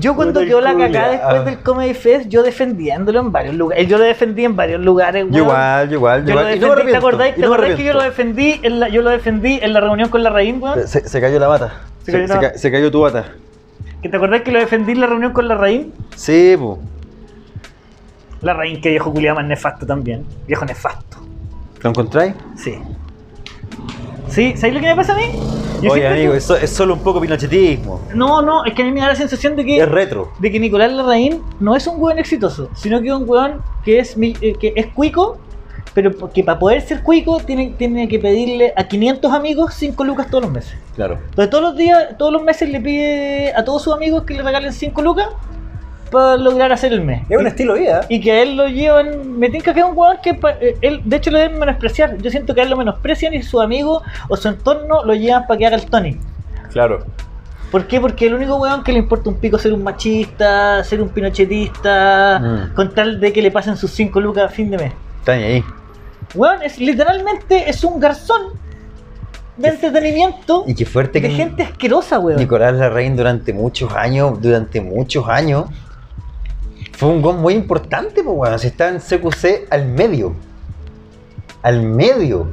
[SPEAKER 2] Yo cuando
[SPEAKER 1] Puta el
[SPEAKER 2] quedó la cagada
[SPEAKER 1] culiao.
[SPEAKER 2] después del Comedy Fest, yo defendiéndolo en varios lugares. Yo lo defendí en varios lugares, weón.
[SPEAKER 1] Yo igual, yo igual, yo
[SPEAKER 2] Yo
[SPEAKER 1] igual.
[SPEAKER 2] lo
[SPEAKER 1] Y
[SPEAKER 2] defendí,
[SPEAKER 1] no me
[SPEAKER 2] ¿te
[SPEAKER 1] arrepiento,
[SPEAKER 2] acordáis?
[SPEAKER 1] y
[SPEAKER 2] ¿Te
[SPEAKER 1] no me
[SPEAKER 2] acordáis que yo lo
[SPEAKER 1] arrepiento.
[SPEAKER 2] defendí en la, yo lo defendí en la reunión con la Raín, weón?
[SPEAKER 1] Se, se cayó la bata.
[SPEAKER 2] Se cayó la bata.
[SPEAKER 1] se cayó tu bata.
[SPEAKER 2] ¿Que te acordás que lo defendí en la reunión con la Raín?
[SPEAKER 1] Sí, po.
[SPEAKER 2] La Raín, que viejo culiado más nefasto también. Viejo nefasto.
[SPEAKER 1] ¿Lo encontráis?
[SPEAKER 2] Sí. Sí, ¿sabéis lo que me pasa a mí? Yo
[SPEAKER 1] Oye,
[SPEAKER 2] siento
[SPEAKER 1] amigo,
[SPEAKER 2] que-
[SPEAKER 1] es, so- es solo un poco pinochetismo.
[SPEAKER 2] No, no, es que a mí me da la sensación de
[SPEAKER 1] Es
[SPEAKER 2] que,
[SPEAKER 1] retro.
[SPEAKER 2] de que Nicolás Larraín no es un weón exitoso, sino que es un weón que es, mi- eh, que es cuico, pero que para poder ser cuico tiene, tiene que pedirle a 500 amigos 5 lucas todos los meses.
[SPEAKER 1] Claro.
[SPEAKER 2] Entonces todos los días, todos los meses le pide a todos sus amigos que le regalen 5 lucas para lograr hacer el mes.
[SPEAKER 1] Es un estilo de vida.
[SPEAKER 2] Y que a él lo llevan, me tinca que es un huevón que pa- eh, él, de hecho lo deben menospreciar. Yo siento que a él lo menosprecian y su amigo o su entorno lo llevan para que haga el Tony.
[SPEAKER 1] Claro.
[SPEAKER 2] ¿Por qué? Porque el único huevón que le importa un pico es ser un machista, ser un pinochetista,
[SPEAKER 1] Mm.
[SPEAKER 2] con tal de que le pasen sus 5 lucas a fin de mes.
[SPEAKER 1] Está ahí.
[SPEAKER 2] Huevón, es literalmente es un garzón de entretenimiento
[SPEAKER 1] Y qué fuerte
[SPEAKER 2] de
[SPEAKER 1] que
[SPEAKER 2] gente asquerosa, huevón.
[SPEAKER 1] Nicolás Larraín durante muchos años, durante muchos años, fue un gol muy importante, pues bueno, si está en CQC al medio. Al medio.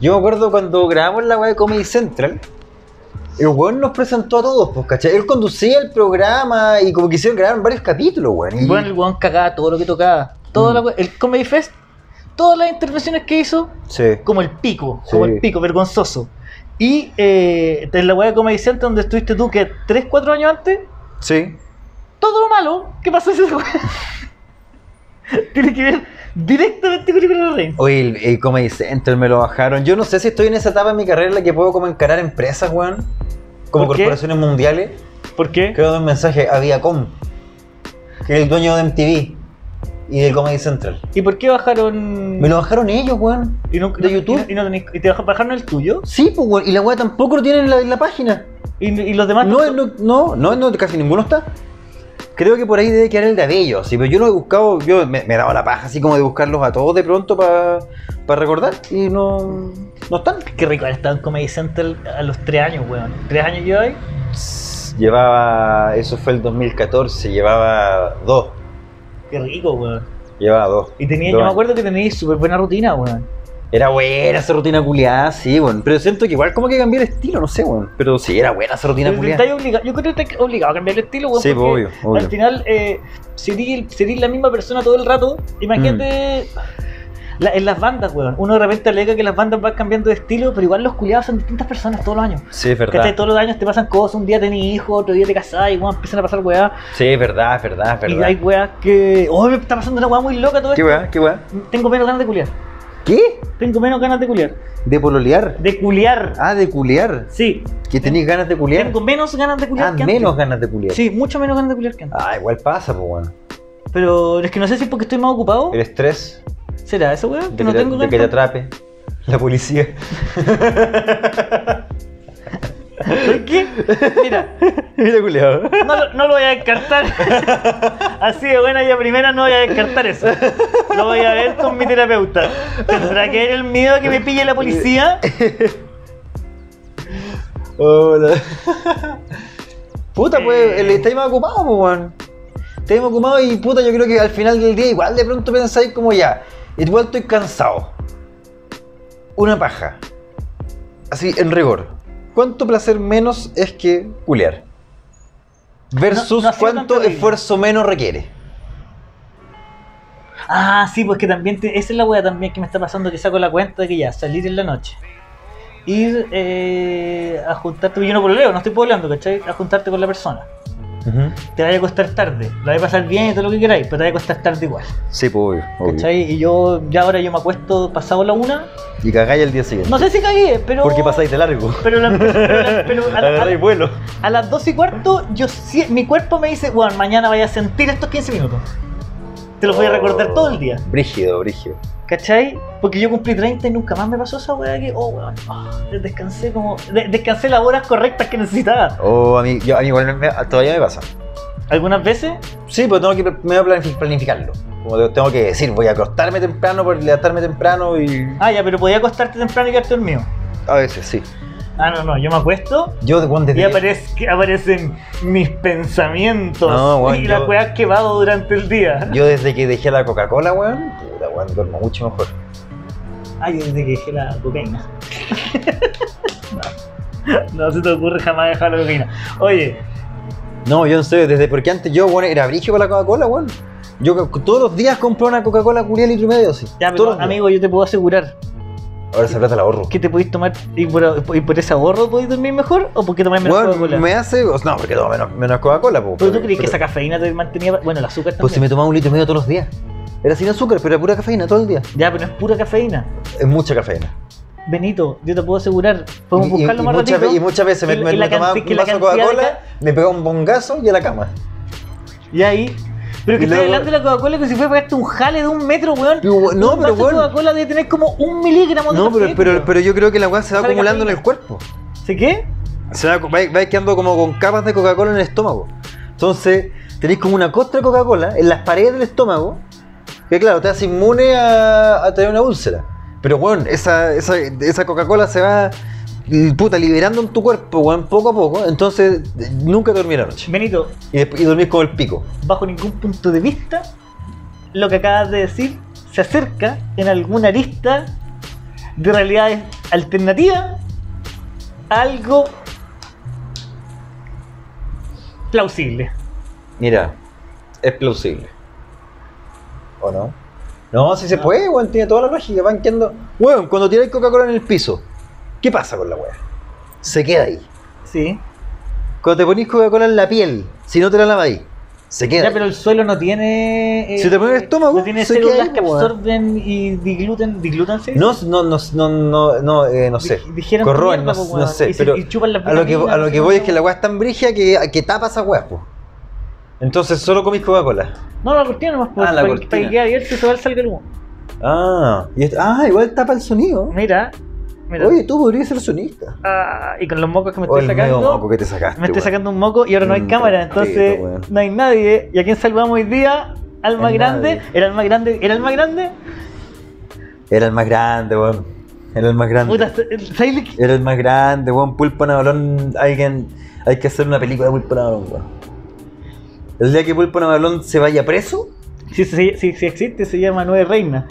[SPEAKER 1] Yo me acuerdo cuando grabamos la web de Comedy Central, el weón nos presentó a todos, pues, ¿cachai? Él conducía el programa y como que hicieron grabar varios capítulos, weón. y-
[SPEAKER 2] Bueno, el weón cagaba todo lo que tocaba. Toda
[SPEAKER 1] Mm.
[SPEAKER 2] la we- el Comedy Fest, todas las intervenciones que hizo,
[SPEAKER 1] Sí.
[SPEAKER 2] como el pico,
[SPEAKER 1] Sí.
[SPEAKER 2] como el pico, vergonzoso. Y eh, en la weá de Comedy Central, donde estuviste tú, que 3, 4 años antes,
[SPEAKER 1] Sí.
[SPEAKER 2] todo lo malo que pasó ese weá. Tiene que ver directamente con Nicolás Rein.
[SPEAKER 1] Oye, el, el Comedy Center me lo bajaron. Yo no sé si estoy en esa etapa de mi carrera en la que puedo como encarar empresas, weón. Como
[SPEAKER 2] ¿Por qué?
[SPEAKER 1] corporaciones mundiales.
[SPEAKER 2] ¿Por qué?
[SPEAKER 1] Creo que un mensaje a Viacom, que es el dueño de MTV y del Comedy Central.
[SPEAKER 2] ¿Y por qué bajaron
[SPEAKER 1] Me lo bajaron ellos, weón.
[SPEAKER 2] y no-
[SPEAKER 1] de
[SPEAKER 2] y no-
[SPEAKER 1] YouTube?
[SPEAKER 2] Y, no tenés- y te bajaron el tuyo?
[SPEAKER 1] Sí, pues, weón. Y la weá tampoco lo tienen en la, en la página.
[SPEAKER 2] ¿Y, y los demás?
[SPEAKER 1] No, no, no, no, no, casi ninguno está. Creo que por ahí debe quedar el de Abello, sí, pero yo no he buscado, yo me, me he dado la paja así como de buscarlos a todos de pronto para recordar y no, no están.
[SPEAKER 2] Qué rico haber estado en Comedy Central a los tres años, weón. ¿Tres años yo ahí?
[SPEAKER 1] Llevaba, eso fue el 2014, llevaba dos,
[SPEAKER 2] Qué rico, weón.
[SPEAKER 1] llevaba dos.
[SPEAKER 2] Y tenía,
[SPEAKER 1] Dos
[SPEAKER 2] yo me
[SPEAKER 1] años.
[SPEAKER 2] acuerdo que tenía súper buena rutina, weón.
[SPEAKER 1] Era buena esa rutina culiada, sí, bueno. Pero siento que igual como que cambié el estilo, no sé, bueno. Pero sí, era buena esa rutina
[SPEAKER 2] Pero te
[SPEAKER 1] culiada.
[SPEAKER 2] estáis obliga- Yo creo que estás obligado a cambiar el estilo, weón.
[SPEAKER 1] Sí, pues,
[SPEAKER 2] porque
[SPEAKER 1] obvio, obvio.
[SPEAKER 2] Al final, eh, sería, sería la misma persona todo el rato. Imagínate
[SPEAKER 1] Mm.
[SPEAKER 2] la- en las bandas, weón. Uno de repente alega que las bandas van cambiando de estilo, pero igual los culiados son distintas personas todos los años.
[SPEAKER 1] Sí, es
[SPEAKER 2] ¿Cachai?
[SPEAKER 1] verdad.
[SPEAKER 2] Todos los años te pasan cosas, un día tenés hijos, otro día te casás y weón, empiezan a pasar weá.
[SPEAKER 1] Sí, es verdad, es verdad, es
[SPEAKER 2] Y
[SPEAKER 1] verdad.
[SPEAKER 2] hay weas que. ¡Oh, me está pasando una weá muy loca todo
[SPEAKER 1] ¿Qué
[SPEAKER 2] esto!
[SPEAKER 1] weá? ¿Qué weá?
[SPEAKER 2] Tengo menos ganas de culiar.
[SPEAKER 1] ¿Qué?
[SPEAKER 2] Tengo menos ganas de culiar.
[SPEAKER 1] ¿De pololear?
[SPEAKER 2] De culiar.
[SPEAKER 1] Ah, de culear.
[SPEAKER 2] Sí.
[SPEAKER 1] ¿Que tenéis ganas de culear?
[SPEAKER 2] Tengo menos ganas de culiar
[SPEAKER 1] Ah,
[SPEAKER 2] que antes.
[SPEAKER 1] menos ganas de culear.
[SPEAKER 2] Sí, mucho menos ganas de culiar que antes.
[SPEAKER 1] Ah, igual pasa, pues bueno.
[SPEAKER 2] Pero es que no sé si es porque estoy más ocupado.
[SPEAKER 1] El estrés
[SPEAKER 2] ¿Será eso, weón?
[SPEAKER 1] de,
[SPEAKER 2] Que
[SPEAKER 1] que,
[SPEAKER 2] no
[SPEAKER 1] te,
[SPEAKER 2] tengo
[SPEAKER 1] de que te
[SPEAKER 2] ganas.
[SPEAKER 1] atrape la policía.
[SPEAKER 2] ¿Sabes qué? Mira,
[SPEAKER 1] Mira, culeado.
[SPEAKER 2] no, lo- no lo voy a descartar. Así de buena y a primera no voy a descartar eso. Lo voy a ver con mi terapeuta. ¿Tendrá que ver el miedo a que me pille la policía?
[SPEAKER 1] Hola. puta,
[SPEAKER 2] Eh.
[SPEAKER 1] pues, el- estáis más ocupado, pues, weón. Estáis más ocupado y puta, yo creo que al final del día igual de pronto pensáis como ya. Igual estoy cansado. Una paja. Así, en rigor. ¿Cuánto placer menos es que culear? Versus
[SPEAKER 2] No- no ha sido tan
[SPEAKER 1] cuánto
[SPEAKER 2] terrible.
[SPEAKER 1] esfuerzo menos requiere.
[SPEAKER 2] Ah, sí, pues que también te- esa es la wea también que me está pasando que saco la cuenta de que ya, salir en la noche. Ir eh, a juntarte, yo no pololeo, no estoy pololeando, ¿cachai? A juntarte con la persona. Te vaya a costar tarde, la vaya a pasar bien y todo lo que queráis, pero te vaya a costar tarde igual.
[SPEAKER 1] Sí, pues, obvio.
[SPEAKER 2] ¿Cachai? Y yo ya ahora yo me acuesto pasado la una.
[SPEAKER 1] Y cagáis el día siguiente.
[SPEAKER 2] No sé si cagué, pero.
[SPEAKER 1] Porque pasáis de largo.
[SPEAKER 2] Pero, la- pero la- pero a, la- a-
[SPEAKER 1] Agarráis vuelo.
[SPEAKER 2] a las 12 y cuarto, yo, sí- mi cuerpo me dice, bueno, mañana vaya a sentir estos 15 minutos. Te los voy a recordar todo el día.
[SPEAKER 1] Brígido, brígido.
[SPEAKER 2] ¿Cachai? Porque yo cumplí 30 y nunca más me pasó esa weá que, oh weón, ah, descansé como. de- descansé las horas correctas que necesitaba.
[SPEAKER 1] Oh, a mí, yo, a mí igual me- todavía me pasa.
[SPEAKER 2] Algunas veces,
[SPEAKER 1] Sí, pero tengo que me voy a planifi- planificarlo. Como te- tengo que decir, voy a acostarme temprano por levantarme temprano y.
[SPEAKER 2] ah, ya, pero podía acostarte temprano y quedarte dormido.
[SPEAKER 1] A veces, sí.
[SPEAKER 2] Ah, no, no, yo me acuesto
[SPEAKER 1] Yo de Juan
[SPEAKER 2] y
[SPEAKER 1] desde.
[SPEAKER 2] aparezca- aparecen mis pensamientos
[SPEAKER 1] No, weón,
[SPEAKER 2] y
[SPEAKER 1] yo-
[SPEAKER 2] las weas que vago durante el día.
[SPEAKER 1] Yo desde que dejé la Coca-Cola, weón. Puta, weón, duermo mucho mejor.
[SPEAKER 2] Ay, desde que dejé la cocaína. no. no se te ocurre jamás dejar la cocaína. Oye,
[SPEAKER 1] No, yo no sé, desde porque antes yo, weón, era brillo con la Coca-Cola, weón. Yo co- todos los días compro una Coca-Cola curia litro y medio, sí.
[SPEAKER 2] ya, pero
[SPEAKER 1] Todos los días.
[SPEAKER 2] amigo, yo te puedo asegurar
[SPEAKER 1] Ahora esa plata la ahorro.
[SPEAKER 2] que te podéis tomar y por, y por ese ahorro podéis dormir mejor o porque tomáis menos
[SPEAKER 1] Weón,
[SPEAKER 2] Coca-Cola?
[SPEAKER 1] me hace. No, porque tomo menos, menos Coca-Cola, po,
[SPEAKER 2] Pero tú crees que
[SPEAKER 1] pero-
[SPEAKER 2] esa cafeína te mantenía. Bueno, el azúcar también.
[SPEAKER 1] Pues si me tomaba un litro y medio todos los días. Era sin azúcar, pero era pura cafeína todo el día.
[SPEAKER 2] Ya, pero es pura cafeína.
[SPEAKER 1] Es mucha cafeína.
[SPEAKER 2] Benito, yo te puedo asegurar.
[SPEAKER 1] Y-
[SPEAKER 2] Podemos
[SPEAKER 1] y-
[SPEAKER 2] buscarlo
[SPEAKER 1] y
[SPEAKER 2] más
[SPEAKER 1] muchas
[SPEAKER 2] ratito.
[SPEAKER 1] ve- Y muchas veces me,
[SPEAKER 2] Y-
[SPEAKER 1] me-
[SPEAKER 2] y la
[SPEAKER 1] me tomaba
[SPEAKER 2] canti- y
[SPEAKER 1] un
[SPEAKER 2] la
[SPEAKER 1] vaso de
[SPEAKER 2] cantidad de
[SPEAKER 1] Coca-Cola, me pegaba un bongazo y a la cama.
[SPEAKER 2] ca- Y ahí. Pero que
[SPEAKER 1] Y
[SPEAKER 2] estoy
[SPEAKER 1] luego-
[SPEAKER 2] hablando de la Coca-Cola que si fuera pegarte un jale de un metro, weón.
[SPEAKER 1] Pero, weón, no,
[SPEAKER 2] un
[SPEAKER 1] pero,
[SPEAKER 2] vaso de
[SPEAKER 1] weón.
[SPEAKER 2] Coca-Cola debe tener como un miligramo de
[SPEAKER 1] No, pero,
[SPEAKER 2] cafeína.
[SPEAKER 1] pero, pero yo creo que la weá se va
[SPEAKER 2] Sale
[SPEAKER 1] acumulando en
[SPEAKER 2] cafeína.
[SPEAKER 1] el cuerpo.
[SPEAKER 2] ¿Sí qué?
[SPEAKER 1] Se va, va- va quedando como con capas de Coca-Cola en el estómago. Entonces, tenéis como una costra de Coca-Cola en las paredes del estómago, que claro, te hace inmune a, a tener una úlcera. Pero bueno, esa, esa, esa Coca-Cola se va l- puta, liberando en tu cuerpo, weón, poco a poco. Entonces, nunca dormí la noche.
[SPEAKER 2] Benito,
[SPEAKER 1] Y, desp- y dormís como el pico.
[SPEAKER 2] bajo ningún punto de vista, lo que acabas de decir se acerca en alguna arista de realidades alternativas a algo plausible.
[SPEAKER 1] Mira, es plausible. ¿O no? No, si se
[SPEAKER 2] No.
[SPEAKER 1] puede, weón, tiene toda la lógica. Van quedando. Weón, cuando tiráis Coca-Cola en el piso, ¿qué pasa con la weá? Se queda ahí.
[SPEAKER 2] Sí.
[SPEAKER 1] Cuando te ponís Coca-Cola en la piel, si no te la laváis, Se queda.
[SPEAKER 2] Ya, pero el suelo no tiene. eh,
[SPEAKER 1] Si te mueve el estómago,
[SPEAKER 2] No tiene
[SPEAKER 1] se
[SPEAKER 2] células
[SPEAKER 1] queda
[SPEAKER 2] que
[SPEAKER 1] ahí, weón.
[SPEAKER 2] absorben y digluten. ¿Digluten? ¿sí?
[SPEAKER 1] No, no, no, no, no, no, eh, no sé.
[SPEAKER 2] Dij- dijeron tu
[SPEAKER 1] Corroen, no,
[SPEAKER 2] mierda, po,
[SPEAKER 1] no
[SPEAKER 2] weón.
[SPEAKER 1] sé.
[SPEAKER 2] Y se-
[SPEAKER 1] Pero
[SPEAKER 2] y chupan las
[SPEAKER 1] a lo que,
[SPEAKER 2] vitaminas,
[SPEAKER 1] a lo
[SPEAKER 2] no
[SPEAKER 1] que
[SPEAKER 2] sé
[SPEAKER 1] voy es
[SPEAKER 2] qué,
[SPEAKER 1] que la weá es tan brigia que, que tapa esa weá, po. Entonces solo comís Coca-Cola.
[SPEAKER 2] No, la cortina nomás. pues,
[SPEAKER 1] Ah, la
[SPEAKER 2] para-
[SPEAKER 1] cortina.
[SPEAKER 2] Para que quede abierto y se va el salga el humo.
[SPEAKER 1] Ah, y es- ah, igual tapa el sonido.
[SPEAKER 2] Mira, mira.
[SPEAKER 1] Oye, tú podrías ser sonista.
[SPEAKER 2] Ah, y con los mocos que me
[SPEAKER 1] O
[SPEAKER 2] estoy
[SPEAKER 1] Oh, el medio
[SPEAKER 2] sacando.
[SPEAKER 1] moco que te sacaste.
[SPEAKER 2] Me estoy
[SPEAKER 1] weón.
[SPEAKER 2] sacando un moco y ahora no hay
[SPEAKER 1] Mm,
[SPEAKER 2] cámara,
[SPEAKER 1] tranquilo,
[SPEAKER 2] entonces
[SPEAKER 1] weón.
[SPEAKER 2] no hay nadie. ¿Y a quién salvamos hoy día? Al más
[SPEAKER 1] A
[SPEAKER 2] grande,
[SPEAKER 1] nadie.
[SPEAKER 2] era el más grande, era el más grande.
[SPEAKER 1] Era el más grande, weón. Era el más grande.
[SPEAKER 2] Puta, este- ¿sabes lo que-
[SPEAKER 1] Era el más grande, weón. Pulpo Navalón, hay que, hay que hacer una película de Pulpo Navalón, weón. El día que Pulpo Navalón se vaya preso,
[SPEAKER 2] Si, si- si- si existe, se llama Nueve Reina.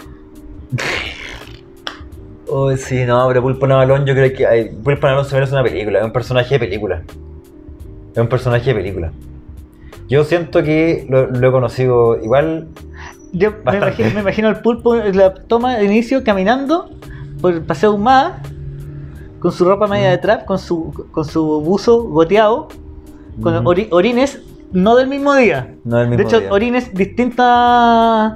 [SPEAKER 1] Oh, sí, no, pero Pulpo Navalón yo creo que... ay, Pulpo Navalón se merece una película, es un personaje de película. Es un personaje de película. Yo siento que lo, lo he conocido igual...
[SPEAKER 2] Yo me
[SPEAKER 1] Bastante.
[SPEAKER 2] imagino, me imagino al pulpo en la toma de inicio caminando por el paseo Humada con su ropa
[SPEAKER 1] Mm.
[SPEAKER 2] media de trap, con su, con su buzo goteado, con
[SPEAKER 1] Ujú.
[SPEAKER 2] ori- orines no del mismo día.
[SPEAKER 1] No Mm. del mismo
[SPEAKER 2] de hecho,
[SPEAKER 1] día.
[SPEAKER 2] orines distintas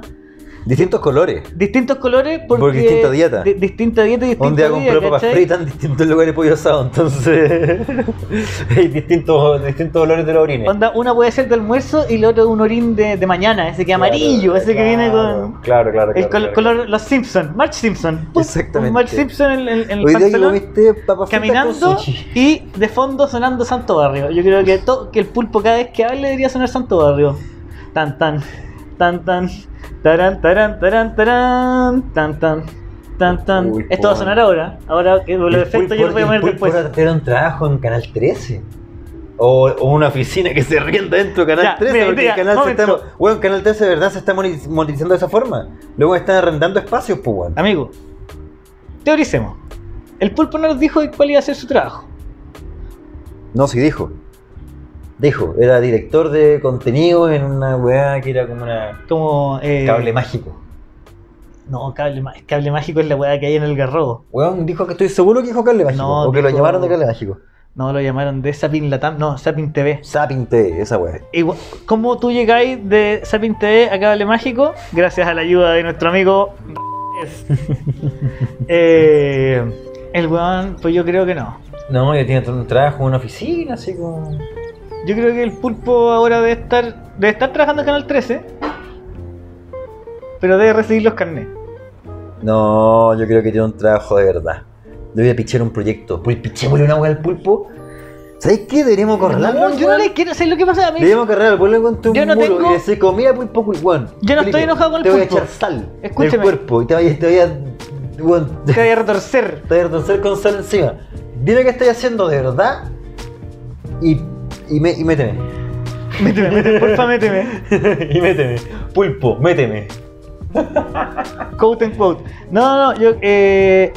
[SPEAKER 1] Distintos colores.
[SPEAKER 2] distintos colores porque,
[SPEAKER 1] Por distinta dieta.
[SPEAKER 2] di- distinta dieta y distinta
[SPEAKER 1] Un día compró papas
[SPEAKER 2] ¿cachai?
[SPEAKER 1] fritas en distintos lugares de pollo asado, entonces... hay distintos, distintos olores de los orines.
[SPEAKER 2] Onda, una puede ser de almuerzo y la otra un orín de, de mañana, ese que
[SPEAKER 1] Claro,
[SPEAKER 2] amarillo, ese que viene
[SPEAKER 1] claro,
[SPEAKER 2] con
[SPEAKER 1] Claro, claro,
[SPEAKER 2] el
[SPEAKER 1] claro,
[SPEAKER 2] col-
[SPEAKER 1] claro.
[SPEAKER 2] color Los Simpson, March Simpson. Pum,
[SPEAKER 1] Exactamente.
[SPEAKER 2] March Simpson en, en- en el
[SPEAKER 1] Hoy día que
[SPEAKER 2] pantalón,
[SPEAKER 1] comiste papas fritas con
[SPEAKER 2] caminando
[SPEAKER 1] sushi.
[SPEAKER 2] y de fondo sonando Santo Barrio. Yo creo que, to- que el pulpo cada vez que hable debería sonar Santo Barrio. Tan tan, tan tan, tarán, tarán, tarán, tarán, tan tan, tan tan.
[SPEAKER 1] Uy,
[SPEAKER 2] Esto va a sonar ahora. Ahora que los
[SPEAKER 1] El
[SPEAKER 2] efectos
[SPEAKER 1] pulpo-
[SPEAKER 2] yo los voy a
[SPEAKER 1] el
[SPEAKER 2] poner
[SPEAKER 1] pulpo
[SPEAKER 2] después.
[SPEAKER 1] era- Era un trabajo en Canal 13. O, o una oficina que se rienda dentro de Canal
[SPEAKER 2] Ya,
[SPEAKER 1] 13.
[SPEAKER 2] mira,
[SPEAKER 1] porque
[SPEAKER 2] mira,
[SPEAKER 1] el canal, se está,
[SPEAKER 2] momento.
[SPEAKER 1] weón, canal 13 de verdad se está moni- monetizando de esa forma. Luego están arrendando espacios, pues, weón.
[SPEAKER 2] Amigo, teoricemos. El pulpo no nos dijo de cuál iba a ser su trabajo.
[SPEAKER 1] No, sí, dijo. Dijo, era director de contenido en una weá que era como una
[SPEAKER 2] Como. eh,
[SPEAKER 1] cable mágico.
[SPEAKER 2] No, cable, ma- cable mágico es la weá que hay en el garrobo.
[SPEAKER 1] Weón dijo que estoy seguro que dijo cable mágico.
[SPEAKER 2] No,
[SPEAKER 1] o que lo
[SPEAKER 2] dijo-
[SPEAKER 1] llamaron de cable mágico.
[SPEAKER 2] No, lo llamaron de Sapin Latam. No, Sapin TV.
[SPEAKER 1] Zapping TV, esa weá.
[SPEAKER 2] Igual- ¿Cómo tú llegáis de Sapin TV a cable mágico? Gracias a la ayuda de nuestro amigo. Eh, el weón, pues yo creo que no.
[SPEAKER 1] No, ya tiene todo un trabajo en una oficina, así como.
[SPEAKER 2] Yo creo que el pulpo ahora debe estar, debe estar trabajando en Canal 13, pero debe recibir los carnets.
[SPEAKER 1] No, yo creo que tiene un trabajo de verdad. Le voy a pichar un proyecto. Pues pichémosle una hueá al pulpo. ¿Sabéis qué? Deberíamos correrlo.
[SPEAKER 2] No, yo no le quiero hacer lo que pasa a mí.
[SPEAKER 1] Deberíamos correr al pulpo con tu
[SPEAKER 2] Yo no
[SPEAKER 1] muro
[SPEAKER 2] tengo-
[SPEAKER 1] y decir, como, mira pulpo culpón.
[SPEAKER 2] Yo no estoy enojado con el
[SPEAKER 1] Te voy a
[SPEAKER 2] pulpo.
[SPEAKER 1] echar sal del
[SPEAKER 2] Escúchame.
[SPEAKER 1] cuerpo y te voy a... Te voy a, weón,
[SPEAKER 2] Te voy a retorcer.
[SPEAKER 1] te voy a torcer con sal encima. Dime qué estoy haciendo de verdad y, y, me, y méteme.
[SPEAKER 2] Méteme, méteme, porfa, méteme.
[SPEAKER 1] y méteme. Pulpo, méteme.
[SPEAKER 2] Quote and quote. No, no, no, yo, eh,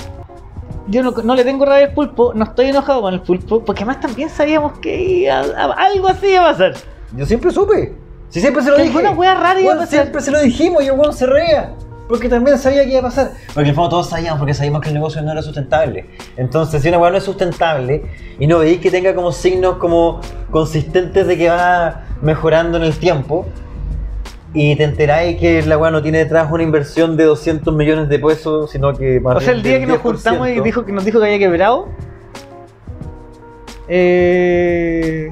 [SPEAKER 2] yo no, no le tengo rabia al pulpo, no estoy enojado con el pulpo, porque además también sabíamos que iba- a- algo así iba a pasar.
[SPEAKER 1] Yo siempre supe. Si siempre se lo
[SPEAKER 2] Que
[SPEAKER 1] dije.
[SPEAKER 2] alguna wea rara iba a
[SPEAKER 1] Weón,
[SPEAKER 2] pasar.
[SPEAKER 1] siempre se lo dijimos y el weón se reía. Porque también sabía que iba a pasar. Porque en fondo todos sabíamos, porque sabíamos que el negocio no era sustentable. Entonces, si una weá no es sustentable y no veis que tenga como signos como consistentes de que va mejorando en el tiempo y te enteráis que la weá no tiene detrás una inversión de 200 millones de pesos, sino que más
[SPEAKER 2] O sea, el
[SPEAKER 1] bien del
[SPEAKER 2] día que nos
[SPEAKER 1] 10%.
[SPEAKER 2] juntamos y dijo que nos dijo que había quebrado. Eh,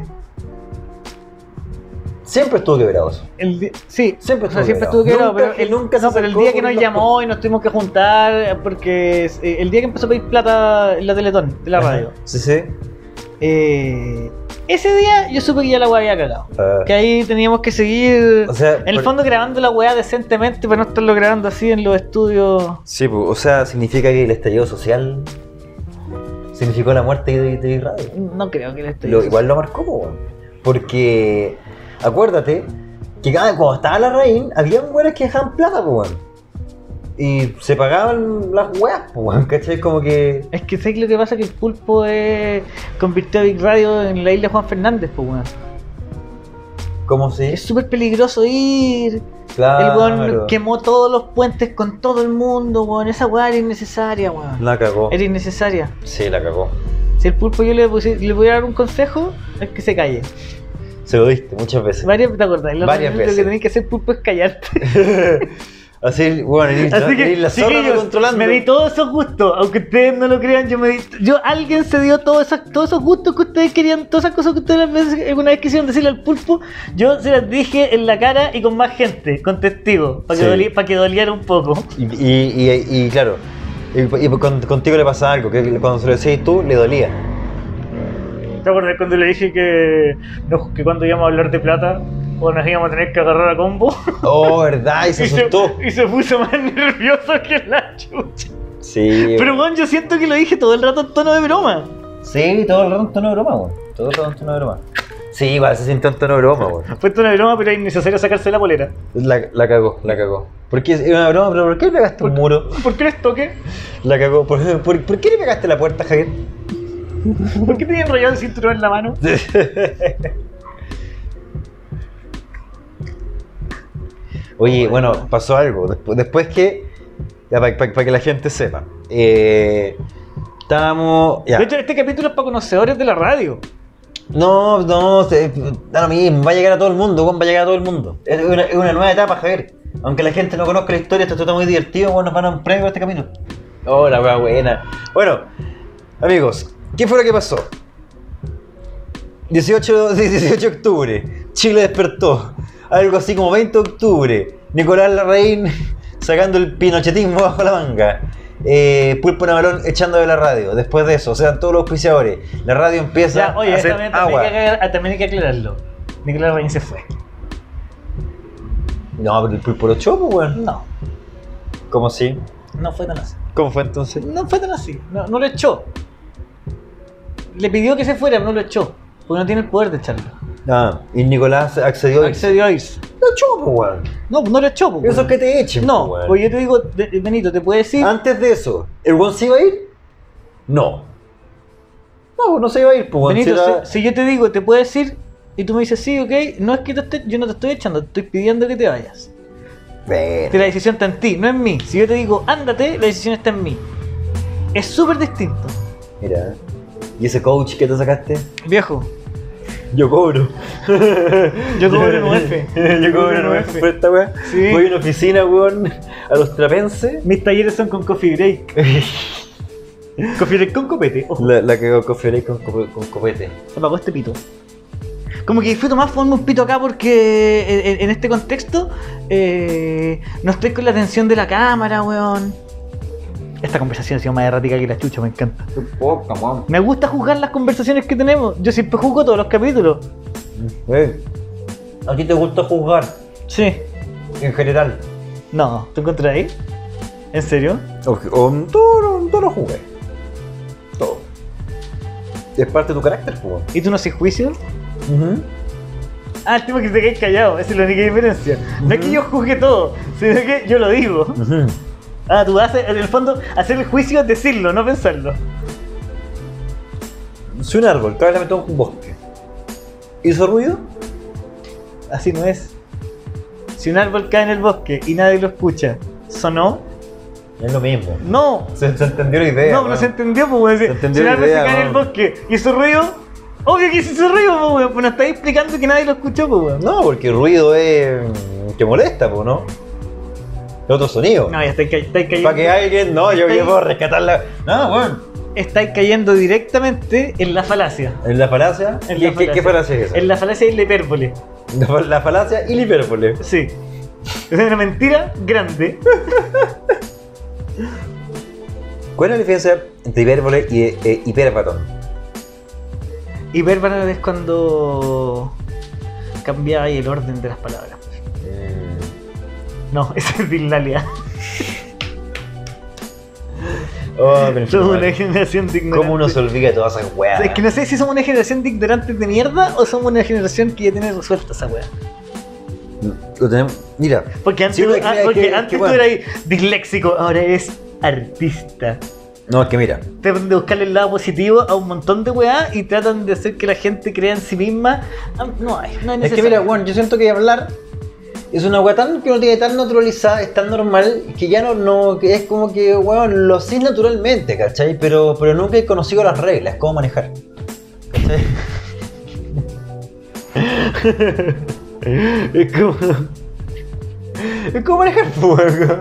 [SPEAKER 1] Siempre estuvo quebrado eso.
[SPEAKER 2] el di- sí,
[SPEAKER 1] Siempre
[SPEAKER 2] o sea,
[SPEAKER 1] estuvo
[SPEAKER 2] siempre
[SPEAKER 1] quebrado.
[SPEAKER 2] estuvo quebrado,
[SPEAKER 1] Nunca-
[SPEAKER 2] pero el,
[SPEAKER 1] nunca se
[SPEAKER 2] no, pero el
[SPEAKER 1] acercó
[SPEAKER 2] día que
[SPEAKER 1] por
[SPEAKER 2] nos
[SPEAKER 1] los
[SPEAKER 2] llamó y nos tuvimos que juntar, porque eh, el día que empezó a pedir plata en la Teletón, de la radio,
[SPEAKER 1] Sí, sí.
[SPEAKER 2] eh, ese día yo supe que ya la weá había cagado.
[SPEAKER 1] Ah,
[SPEAKER 2] Que ahí teníamos que seguir,
[SPEAKER 1] o sea,
[SPEAKER 2] en el
[SPEAKER 1] por-
[SPEAKER 2] fondo grabando la weá decentemente, para no estarlo grabando así en los estudios.
[SPEAKER 1] Sí, pues, o sea, significa que el estallido social significó la muerte de, de Radio.
[SPEAKER 2] No creo que le esté
[SPEAKER 1] Lo- igual lo marcó, po, weón. porque acuérdate que cada, cuando estaba la raíz, había mujeres que dejaban plata, po, weón. Y se pagaban las weas, po, weón, ¿cachai? Como que.
[SPEAKER 2] Es que sé que lo que pasa es que el pulpo eh, convirtió a Big Radio en la isla Juan Fernández, pues weón.
[SPEAKER 1] Como si.
[SPEAKER 2] Es súper peligroso ir. el
[SPEAKER 1] Claro.
[SPEAKER 2] weón quemó todos los puentes con todo el mundo, weón. Esa weá era innecesaria, weón.
[SPEAKER 1] La cagó.
[SPEAKER 2] Era innecesaria.
[SPEAKER 1] Sí, la cagó.
[SPEAKER 2] Si el pulpo yo le, pusi- le pudiera dar un consejo, es que se calle.
[SPEAKER 1] Se lo diste muchas veces.
[SPEAKER 2] Varias, ¿te acordás? Lo
[SPEAKER 1] Varias
[SPEAKER 2] primero
[SPEAKER 1] veces.
[SPEAKER 2] que tenés que hacer pulpo es callarte.
[SPEAKER 1] Así, bueno, y
[SPEAKER 2] Así que,
[SPEAKER 1] y la zorra
[SPEAKER 2] chiquillos,
[SPEAKER 1] controlando.
[SPEAKER 2] me di todos esos gustos, aunque ustedes no lo crean, yo me di, yo alguien se dio todos esos, todos esos gustos que ustedes querían, todas esas cosas que ustedes las veces- alguna vez quisieron decirle al pulpo, yo se las dije en la cara y con más gente, con testigos, para que,
[SPEAKER 1] Sí.
[SPEAKER 2] doli- para que doliera un poco.
[SPEAKER 1] Y, y, y- y claro, y, y con- contigo le pasaba algo, que cuando se lo decías tú, le dolía.
[SPEAKER 2] ¿Te acuerdas cuando le dije que, no, que cuando íbamos a hablar de plata o nos íbamos a tener que agarrar a combo?
[SPEAKER 1] Oh, ¿verdad? Y se
[SPEAKER 2] Y se,
[SPEAKER 1] asustó.
[SPEAKER 2] y se puso más nervioso que la chucha.
[SPEAKER 1] Sí.
[SPEAKER 2] Pero bueno, yo siento que lo dije todo el rato en tono de broma.
[SPEAKER 1] Sí, todo el rato en tono de broma, weón. Todo el rato en tono de broma. Sí, igual se siente en tono de broma, weón.
[SPEAKER 2] Fue en tono de broma, pero es innecesario sacarse la polera.
[SPEAKER 1] La, la cagó, la cagó. Porque es una broma, pero ¿por qué le pegaste un muro?
[SPEAKER 2] ¿Por qué les toque?
[SPEAKER 1] La cagó. ¿Por, por, por qué le pegaste la puerta, Javier?
[SPEAKER 2] ¿Por qué tenía enrollado el cinturón en la mano?
[SPEAKER 1] Oye, bueno, pasó algo. Despu- después que. para que la gente sepa. Eh, estábamos. ya.
[SPEAKER 2] De hecho, este capítulo es para conocedores de la radio.
[SPEAKER 1] No, no, se- da lo mismo. Va a llegar a todo el mundo, Juan, va a llegar a todo el mundo. Es una, es una nueva etapa, Javier. Aunque la gente no conozca la historia, esto está muy divertido, Juan, nos van a un premio por este camino. Oh, la wea buena. Bueno, amigos, ¿qué fue lo que pasó? 18, de- 18 de octubre, Chile despertó. Algo así como 20 de octubre, Nicolás Larraín sacando el pinochetismo bajo la manga. Eh, Pulpo Navalón echando de la radio. Después de eso, o sea, todos los auspiciadores. La radio empieza
[SPEAKER 2] Ya, oye,
[SPEAKER 1] a
[SPEAKER 2] eso
[SPEAKER 1] hacer
[SPEAKER 2] también, también
[SPEAKER 1] agua.
[SPEAKER 2] hay que, aclarar- también hay que aclararlo. Nicolás Rein se fue.
[SPEAKER 1] No, pero el Pulpo lo echó, pues, weón.
[SPEAKER 2] No,
[SPEAKER 1] ¿Cómo así?
[SPEAKER 2] no fue tan así.
[SPEAKER 1] ¿Cómo fue entonces?
[SPEAKER 2] No fue tan así. No, no lo echó. Le pidió que se fuera, pero no lo echó. Porque no tiene el poder de echarlo.
[SPEAKER 1] Ah, y Nicolás accedió. y-
[SPEAKER 2] Accedió a irse.
[SPEAKER 1] Lo echó, pues, weón.
[SPEAKER 2] No, no lo echó. po,
[SPEAKER 1] Eso
[SPEAKER 2] weón.
[SPEAKER 1] es que te echen,
[SPEAKER 2] No,
[SPEAKER 1] pues, weón.
[SPEAKER 2] pues yo te digo, de- Benito, te puedo decir.
[SPEAKER 1] Antes de eso, ¿el weón se iba a ir? No. No, no se iba a ir, pues, weón.
[SPEAKER 2] Benito,
[SPEAKER 1] Si era-
[SPEAKER 2] si, si yo te digo, te puedo decir, y tú me dices, sí, ok, no es que te esté- yo no te estoy echando, te estoy pidiendo que te vayas.
[SPEAKER 1] Ver.
[SPEAKER 2] Que la decisión está en ti, no en mí. Si yo te digo, ándate, la decisión está en mí. Es súper distinto.
[SPEAKER 1] Mira. ¿Y ese coach que te sacaste?
[SPEAKER 2] Viejo,
[SPEAKER 1] Yo cobro.
[SPEAKER 2] Yo cobro en UF.
[SPEAKER 1] Yo cobro en UF por esta weá.
[SPEAKER 2] Sí.
[SPEAKER 1] Voy a una oficina, weón, a los trapenses.
[SPEAKER 2] mis talleres son con coffee break. Coffee break con copete. Ojo,
[SPEAKER 1] La, la que cofiolé con, con, con copete.
[SPEAKER 2] apagó este pito. Como que disfruto más ponerme un pito acá porque en, en- en este contexto eh, no estoy con la atención de la cámara, weón. Esta conversación ha sido más errática que la chucha, me encanta.
[SPEAKER 1] Qué
[SPEAKER 2] Oh,
[SPEAKER 1] poca, weón.
[SPEAKER 2] Me gusta juzgar las conversaciones que tenemos. Yo siempre juzgo todos los capítulos.
[SPEAKER 1] Eh, ¿A ti te gusta juzgar
[SPEAKER 2] Sí.
[SPEAKER 1] en general?
[SPEAKER 2] No, ¿tú encontrás ahí? ¿En serio?
[SPEAKER 1] O, o- todo, lo- todo lo jugué. Todo. Es parte de tu carácter, pues, weón.
[SPEAKER 2] ¿Y tú no haces juicio? Ah, el tema que te quedas callado, esa es la única diferencia. No es que yo juzgue todo, sino que yo lo digo.
[SPEAKER 1] Ujú.
[SPEAKER 2] Ah, tú haces, en el fondo, hacer el juicio es decirlo, no pensarlo.
[SPEAKER 1] Si un árbol cae la mitad de un bosque, ¿hizo ruido?
[SPEAKER 2] Así no es. Si un árbol cae en el bosque y nadie lo escucha, ¿sonó?
[SPEAKER 1] Es lo mismo.
[SPEAKER 2] No.
[SPEAKER 1] Se, se entendió la idea.
[SPEAKER 2] no, no
[SPEAKER 1] weón.
[SPEAKER 2] se entendió, pues, weón. Si-
[SPEAKER 1] Se entendió
[SPEAKER 2] si un
[SPEAKER 1] la
[SPEAKER 2] árbol
[SPEAKER 1] idea,
[SPEAKER 2] se cae en el
[SPEAKER 1] weón.
[SPEAKER 2] bosque y hizo ruido, obvio que se hizo ruido, pues, weón. Pues no estáis explicando que nadie lo escuchó, pues, weón.
[SPEAKER 1] No, porque el ruido es. mm, que molesta, pues, ¿no? Es otro sonido.
[SPEAKER 2] No, ya estáis, ca- estáis
[SPEAKER 1] Para que
[SPEAKER 2] cayendo,
[SPEAKER 1] alguien. No, yo
[SPEAKER 2] Está ahí.
[SPEAKER 1] quiero rescatar la. No, weón.
[SPEAKER 2] estáis cayendo directamente en la falacia.
[SPEAKER 1] ¿En la falacia?
[SPEAKER 2] En
[SPEAKER 1] ¿Qué,
[SPEAKER 2] la
[SPEAKER 1] qué- qué falacia es esa?
[SPEAKER 2] En la falacia y la hipérbole.
[SPEAKER 1] La, fa- la falacia y la hipérbole.
[SPEAKER 2] Sí. Es una mentira grande.
[SPEAKER 1] ¿Cuál es la diferencia entre hipérbole y eh, hiperbatón?
[SPEAKER 2] Hipérbole es cuando cambiaba ahí el orden de las palabras.
[SPEAKER 1] Eh,
[SPEAKER 2] No, esa es dignalia.
[SPEAKER 1] Oh, pero
[SPEAKER 2] Somos una
[SPEAKER 1] madre.
[SPEAKER 2] generación de ignorantes.
[SPEAKER 1] ¿Cómo uno se olvida de todas esas
[SPEAKER 2] O
[SPEAKER 1] weas?
[SPEAKER 2] sea, Es que no sé si somos una generación de ignorantes de mierda o somos una generación que ya tiene resuelta esa weá.
[SPEAKER 1] Lo tenemos- Mira,
[SPEAKER 2] Porque antes,
[SPEAKER 1] Sí, no, es que-
[SPEAKER 2] ah,
[SPEAKER 1] es que-
[SPEAKER 2] porque
[SPEAKER 1] es que,
[SPEAKER 2] antes
[SPEAKER 1] bueno.
[SPEAKER 2] tú eras disléxico, ahora eres artista.
[SPEAKER 1] no, es que mira.
[SPEAKER 2] Tratan de buscarle el lado positivo a un montón de weá y tratan de hacer que la gente crea en sí misma. Ah, No hay, no hay
[SPEAKER 1] Es que
[SPEAKER 2] necesario.
[SPEAKER 1] mira, weón, yo siento que hablar es una wea tan que uno tiene tan naturalizada, es tan normal, que ya no, no que es como que, weón, lo haces naturalmente, ¿cachai? Pero, pero nunca he conocido las reglas, cómo manejar. ¿Cachai?
[SPEAKER 2] es como.
[SPEAKER 1] Es como manejar fuego.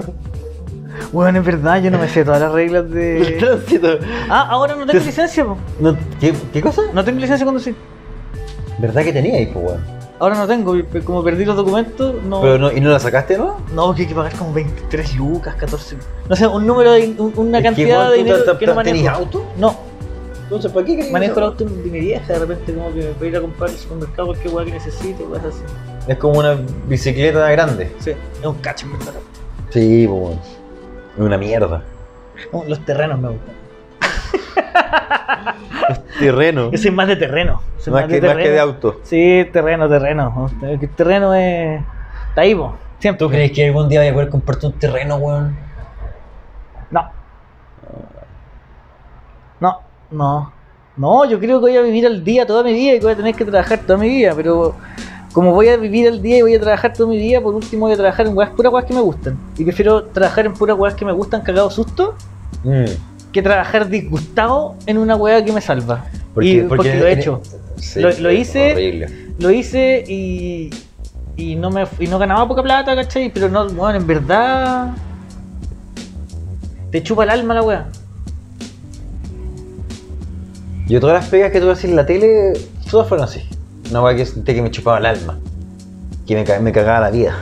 [SPEAKER 2] Bueno, es verdad, yo no me sé todas las reglas
[SPEAKER 1] El
[SPEAKER 2] de.
[SPEAKER 1] tránsito.
[SPEAKER 2] Ah, ahora no tengo
[SPEAKER 1] Te-
[SPEAKER 2] licencia, po.
[SPEAKER 1] No, ¿qué, ¿Qué cosa?
[SPEAKER 2] No tengo licencia de conducir.
[SPEAKER 1] ¿Verdad que tenía ahí, pues, weón?
[SPEAKER 2] Ahora no tengo, y como perdí los documentos, no.
[SPEAKER 1] Pero no, ¿Y no la sacaste, no?
[SPEAKER 2] No, porque hay que pagar como 23 lucas, 14. No sé, un número, de, un- una
[SPEAKER 1] Es que,
[SPEAKER 2] cantidad
[SPEAKER 1] weón,
[SPEAKER 2] de
[SPEAKER 1] tú
[SPEAKER 2] dinero
[SPEAKER 1] ta-
[SPEAKER 2] que no
[SPEAKER 1] ta- ¿Tenís
[SPEAKER 2] manejo.
[SPEAKER 1] auto?
[SPEAKER 2] No,
[SPEAKER 1] Entonces, ¿para qué querés
[SPEAKER 2] manejo el
[SPEAKER 1] eso?
[SPEAKER 2] auto en mi vieja, de repente como que me voy a ir a comprar al supermercado cualquier hueá que necesite, weas así.
[SPEAKER 1] Es como una bicicleta grande.
[SPEAKER 2] Sí, es un cacho, en verdad.
[SPEAKER 1] Sí, pues, weón. Es una mierda.
[SPEAKER 2] No, los terrenos me gustan.
[SPEAKER 1] Terreno.
[SPEAKER 2] Yo soy más de terreno. Soy
[SPEAKER 1] Más que,
[SPEAKER 2] de
[SPEAKER 1] más que de
[SPEAKER 2] terreno.
[SPEAKER 1] auto.
[SPEAKER 2] Sí, terreno, terreno. El terreno es. Está ahí, po, Siempre.
[SPEAKER 1] crees que algún día voy a poder comprarte un terreno, weón?
[SPEAKER 2] No. No, no. No, yo creo que voy a vivir al día toda mi vida y que voy a tener que trabajar toda mi vida, pero como voy a vivir al día y voy a trabajar toda mi vida, por último voy a trabajar en weas, puras weas que me gustan. Y prefiero trabajar en puras weas que me gustan cagado susto
[SPEAKER 1] Mm.
[SPEAKER 2] que trabajar disgustado en una wea que me salva. Y-
[SPEAKER 1] Porque,
[SPEAKER 2] porque lo he hecho.
[SPEAKER 1] Sí,
[SPEAKER 2] Lo- lo
[SPEAKER 1] es
[SPEAKER 2] hice.
[SPEAKER 1] horrible.
[SPEAKER 2] Lo hice y, y no me y no ganaba poca plata, ¿cachai? Pero no, bueno, en verdad te chupa el alma la wea.
[SPEAKER 1] Yo todas las pegas que tuve así en la tele, todas fueron así. Una weá que sentí que me chupaba el alma. Que me, ca- me cagaba la vida.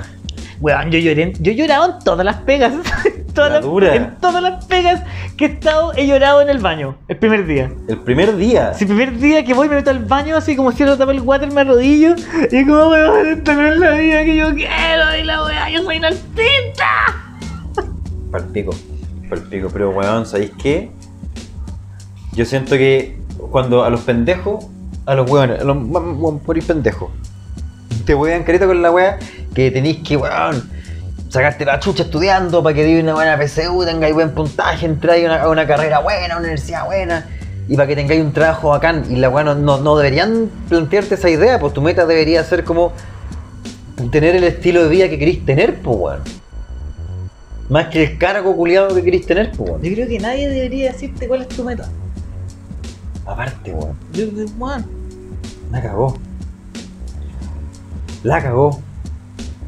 [SPEAKER 2] Weón, yo lloré, yo he llorado en todas las pegas. En todas
[SPEAKER 1] La
[SPEAKER 2] las-
[SPEAKER 1] dura.
[SPEAKER 2] en todas las pegas que he estado, he llorado en el baño, el primer día.
[SPEAKER 1] El primer día.
[SPEAKER 2] Si el primer día que voy me meto al baño, así como cierro tapa el water, me arrodillo, y como weón, esta no es la vida que yo quiero, y la weá, yo soy una artista.
[SPEAKER 1] Palpico, palpico. Pero, weón, ¿sabéis qué? Yo siento que cuando a los pendejos, a los weones, a los ma- ma- por ir pendejo, te wean careta con la wea que tenéis que, weón, sacarte la chucha estudiando para que digas una buena PCU, tengáis buen puntaje, entráis a una, a una carrera buena, a una universidad buena. Y para que tengáis un trabajo bacán, y la weá no, no- no deberían plantearte esa idea, pues tu meta debería ser como tener el estilo de vida que queréis tener, pues weón. Más que el cargo culiado que queréis tener, pues, weón.
[SPEAKER 2] Yo creo que nadie debería decirte cuál es tu meta.
[SPEAKER 1] Aparte, weón.
[SPEAKER 2] Yo, weón,
[SPEAKER 1] La cagó. La cagó.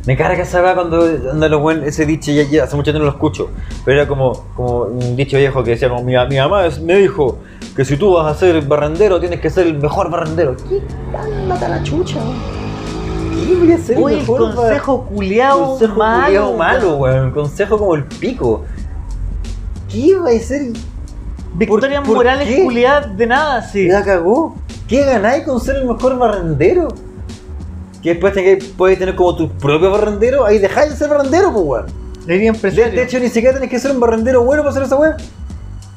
[SPEAKER 1] Me carga esa weá cuando anda los weón, ese dicho, ya, ya, hace mucho tiempo no lo escucho. Pero era como, como un dicho viejo que decía, como, mi, mi mamá es- me dijo que si tú vas a ser barrendero, tienes que ser el mejor barrendero. ¿Qué? Ándate a la chucha, weón. ¿Qué voy a ser el
[SPEAKER 2] Uy, el
[SPEAKER 1] mejor bar-
[SPEAKER 2] consejo culiao
[SPEAKER 1] consejo
[SPEAKER 2] malo.
[SPEAKER 1] culiao malo, weón. Consejo como el pico. ¿Qué va a ser
[SPEAKER 2] Victoria
[SPEAKER 1] ¿Por- por
[SPEAKER 2] Morales
[SPEAKER 1] qué?
[SPEAKER 2] culiada de nada, sí.
[SPEAKER 1] La cagó. ¿Qué ganáis con ser el mejor barrendero? Que después tengáis, podéis tener como tu propio barrendero, ahí dejáis de ser barrendero, pues weón.
[SPEAKER 2] Debería
[SPEAKER 1] De,
[SPEAKER 2] empresario.
[SPEAKER 1] de hecho, ni siquiera tenés que ser un barrendero bueno para hacer esa weón.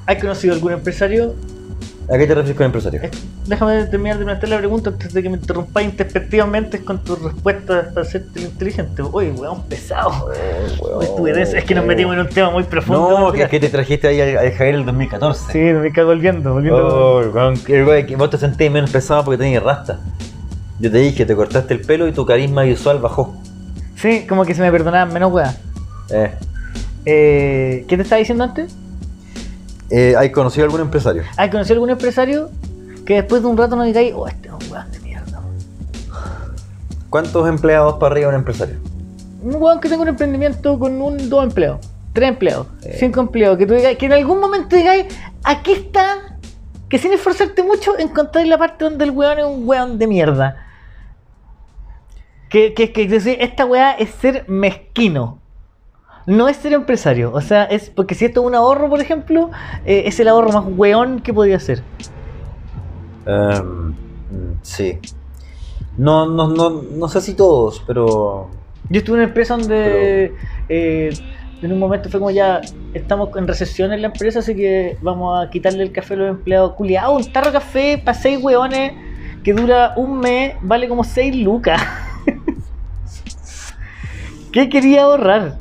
[SPEAKER 2] ¿Has conocido algún empresario?
[SPEAKER 1] ¿A qué te refieres con empresario?
[SPEAKER 2] Eh, Déjame terminar de plantear la pregunta antes de que me interrumpáis intempestivamente con tus respuestas para hacerte el inteligente. Oye, weón, pesado. Uy, tú eres- es que nos metimos en un tema muy profundo.
[SPEAKER 1] Oh, No,
[SPEAKER 2] weón,
[SPEAKER 1] que es que te trajiste ahí al, al Javier el 2014.
[SPEAKER 2] Sí, me cago volviendo, volviendo.
[SPEAKER 1] Oh, weón, que el weón que vos te sentís menos pesado porque tenías rasta. Yo te dije, te cortaste el pelo y tu carisma visual bajó.
[SPEAKER 2] Sí, como que se me perdonaban menos, weón.
[SPEAKER 1] Eh,
[SPEAKER 2] Eh, ¿Qué te estaba diciendo antes?
[SPEAKER 1] eh, ¿Has conocido algún empresario?
[SPEAKER 2] ¿Has conocido algún empresario que después de un rato nos digáis, oh, este es un weón de mierda?
[SPEAKER 1] ¿Cuántos empleados para arriba un empresario?
[SPEAKER 2] un weón que tenga un emprendimiento con un, dos empleos, tres empleos,
[SPEAKER 1] Eh.
[SPEAKER 2] cinco empleos, que tú digas, que en algún momento digáis, aquí está, que sin esforzarte mucho encontráis la parte donde el weón es un weón de mierda. Que, que, que decir, esta weá es ser mezquino. No es ser empresario. O sea, es porque si esto es un ahorro, por ejemplo, eh, es el ahorro más weón que podía ser.
[SPEAKER 1] Em, mm, sí. No, no, no, no sé si todos, pero.
[SPEAKER 2] Yo estuve en una empresa donde eh, en un momento fue como ya estamos en recesión en la empresa, así que vamos a quitarle el café a los empleados. Culeado, un tarro de café para seis hueones que dura un mes, vale como seis lucas. ¿Qué quería ahorrar?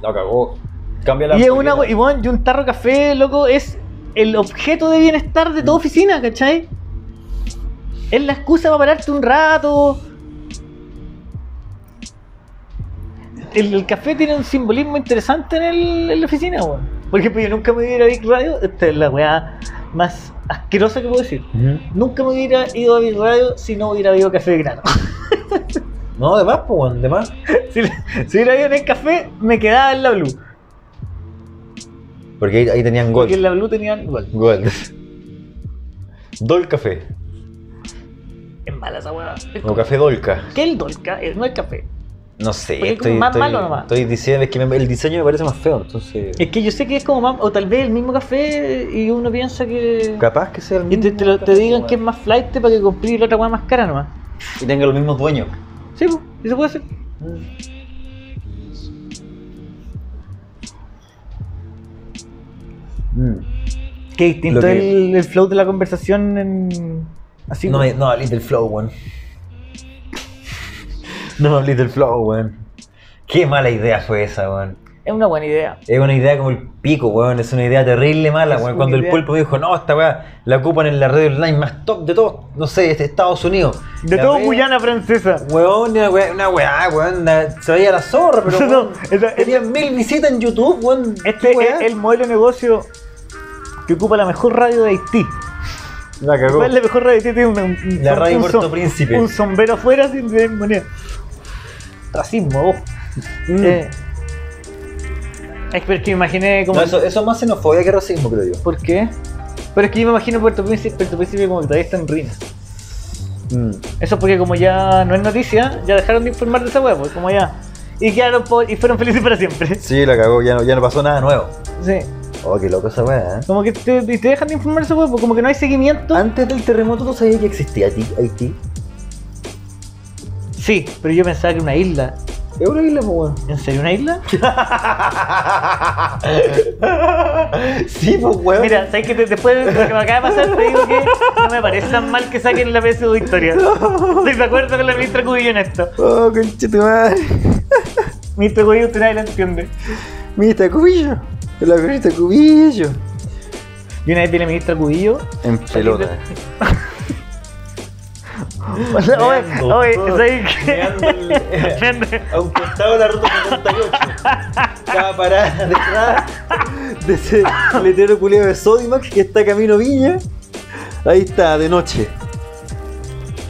[SPEAKER 1] La cagó. Cambia la.
[SPEAKER 2] Y, es una, hue- y, bueno, y un tarro de café, loco, es el objeto de bienestar de toda oficina, ¿cachai? Es la excusa para pararte un rato. El, el café tiene un simbolismo interesante en, el- en la oficina, weón. Por ejemplo, yo nunca me hubiera ido a Big Radio, esta es la weá más asquerosa que puedo decir. Nunca me hubiera ido a Big Radio si no hubiera habido café de grano.
[SPEAKER 1] No, de más, pues, weón, de más.
[SPEAKER 2] si, si hubiera ido en el café, me quedaba en la Blue.
[SPEAKER 1] Porque ahí, ahí tenían
[SPEAKER 2] Porque en
[SPEAKER 1] Gold.
[SPEAKER 2] la Blue tenían igual.
[SPEAKER 1] Gold. Dol Café.
[SPEAKER 2] Es mala esa weá. Es
[SPEAKER 1] O
[SPEAKER 2] como-
[SPEAKER 1] Café Dolca.
[SPEAKER 2] ¿Qué es el Dolca? Es- No es café.
[SPEAKER 1] No sé.
[SPEAKER 2] Porque es como
[SPEAKER 1] Estoy,
[SPEAKER 2] más
[SPEAKER 1] estoy-
[SPEAKER 2] malo nomás.
[SPEAKER 1] estoy diciendo, es que me- el diseño me parece más feo, entonces.
[SPEAKER 2] Es que yo sé que es como más. O tal vez el mismo café y uno piensa que.
[SPEAKER 1] Capaz que sea el
[SPEAKER 2] Y
[SPEAKER 1] mismo.
[SPEAKER 2] te, te lo- te
[SPEAKER 1] café,
[SPEAKER 2] digan
[SPEAKER 1] weón.
[SPEAKER 2] que es más flight para que compres la otra weá más cara nomás.
[SPEAKER 1] Y tenga los mismos dueños.
[SPEAKER 2] Sí, pues, eso puede ser.
[SPEAKER 1] Mm.
[SPEAKER 2] Qué distinto
[SPEAKER 1] Lo que-
[SPEAKER 2] el, el flow de la conversación en. Así.
[SPEAKER 1] No,
[SPEAKER 2] pues.
[SPEAKER 1] me- no hables del flow, weón. No hables del flow, weón. Qué mala idea fue esa, weón.
[SPEAKER 2] Es una buena idea.
[SPEAKER 1] Es una idea como el pico, weón. Es una idea terrible mala,
[SPEAKER 2] Es
[SPEAKER 1] weón.
[SPEAKER 2] una
[SPEAKER 1] Cuando el
[SPEAKER 2] idea.
[SPEAKER 1] pulpo dijo, no, esta weá la ocupan en la red online más top de todos, no sé, de Estados Unidos.
[SPEAKER 2] De
[SPEAKER 1] La
[SPEAKER 2] todo
[SPEAKER 1] red-
[SPEAKER 2] Guyana francesa.
[SPEAKER 1] Weón, una weá, una weá, weón. la- se veía la zorra, pero.
[SPEAKER 2] No,
[SPEAKER 1] Weón,
[SPEAKER 2] esa-
[SPEAKER 1] tenía mil visitas en YouTube, weón.
[SPEAKER 2] Este es el modelo de negocio que ocupa la mejor radio de Haití.
[SPEAKER 1] La cagó.
[SPEAKER 2] ¿Cuál es la mejor radio de Haití? Tiene un, un-
[SPEAKER 1] La
[SPEAKER 2] un-
[SPEAKER 1] radio
[SPEAKER 2] un
[SPEAKER 1] Puerto
[SPEAKER 2] som-
[SPEAKER 1] Príncipe.
[SPEAKER 2] Un sombrero afuera sin tener moneda. Racismo, vos.
[SPEAKER 1] Mm.
[SPEAKER 2] Eh, es que es que me imaginé como.
[SPEAKER 1] No, eso, eso es más xenofobia que racismo, creo yo.
[SPEAKER 2] ¿Por qué? Pero es que yo me imagino Puerto Príncipe, Puerto Príncipe como que todavía está en ruinas.
[SPEAKER 1] Mm.
[SPEAKER 2] Eso porque como ya no es noticia, ya dejaron de informar de esa hueá, pues, como ya. Y quedaron po- y fueron felices para siempre.
[SPEAKER 1] Sí, la cagó, ya no, ya no pasó nada nuevo.
[SPEAKER 2] Sí.
[SPEAKER 1] Oh, qué loco esa weá, ¿eh?
[SPEAKER 2] Como que te, y te dejan de informar de esa hueá, pues, como que no hay seguimiento.
[SPEAKER 1] Antes del terremoto, ¿tú sabías que existía Haití- Haití?
[SPEAKER 2] Sí, pero yo pensaba que era una isla.
[SPEAKER 1] Es una isla, pues, weón.
[SPEAKER 2] ¿En serio una isla?
[SPEAKER 1] sí, pues, weón.
[SPEAKER 2] Mira, sabes que te- después de lo que me acaba de pasar te digo que no me parece tan mal que saquen la PSU de Victoria. Estoy de acuerdo con la ministra Cubillo en esto.
[SPEAKER 1] Oh, conchetumadre.
[SPEAKER 2] Ministra Cubillo usted nadie la entiende.
[SPEAKER 1] Mira, está cubillo. La está cubillo.
[SPEAKER 2] Y una vez vi a la ministra Cubillo
[SPEAKER 1] En pelota.
[SPEAKER 2] Oye,
[SPEAKER 1] Meando,
[SPEAKER 2] oye,
[SPEAKER 1] todo.
[SPEAKER 2] ¿sabes qué?
[SPEAKER 1] Meando el-
[SPEAKER 2] Meando.
[SPEAKER 1] A un costado de la ruta 78. Cada parada detrás de ese letrero culiado de Sodimax que está camino Viña. Ahí está, de noche.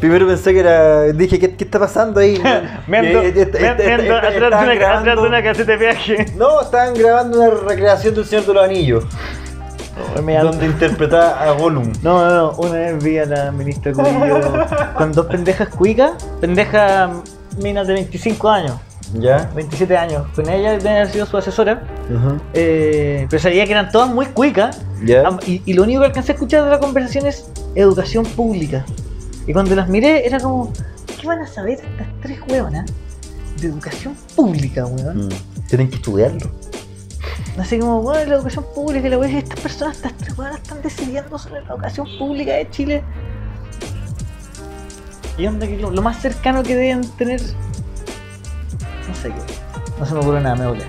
[SPEAKER 1] Primero pensé que era. Dije, ¿qué, qué está pasando ahí?
[SPEAKER 2] Meando,
[SPEAKER 1] Y ahí está- está- está-
[SPEAKER 2] meando
[SPEAKER 1] está-
[SPEAKER 2] atrás,
[SPEAKER 1] estaban
[SPEAKER 2] de una, atrás de
[SPEAKER 1] grabando-
[SPEAKER 2] una caseta de peaje.
[SPEAKER 1] No, estaban grabando una recreación del Señor de los Anillos, donde interpretaba a Gollum.
[SPEAKER 2] No, no, no, una vez vi a la ministra Cubillo con dos pendejas cuicas, pendejas minas de 25 años,
[SPEAKER 1] ¿Ya?
[SPEAKER 2] 27 años, con ella debe haber sido su asesora, eh, pero sabía que eran todas muy cuicas,
[SPEAKER 1] ¿Ya?
[SPEAKER 2] Am- Ah, y, y lo único que alcancé a escuchar de la conversación es educación pública. Y cuando las miré era como, ¿qué van a saber estas tres hueonas de educación pública, hueón?
[SPEAKER 1] Mm. Tienen que estudiarlo.
[SPEAKER 2] Así como, bueno, la educación pública, la hueá, estas personas, estas tres hueonas están decidiendo sobre la educación pública de Chile. Y onda que lo, lo más cercano que deben tener... No sé qué. No se me ocurre nada, me volé.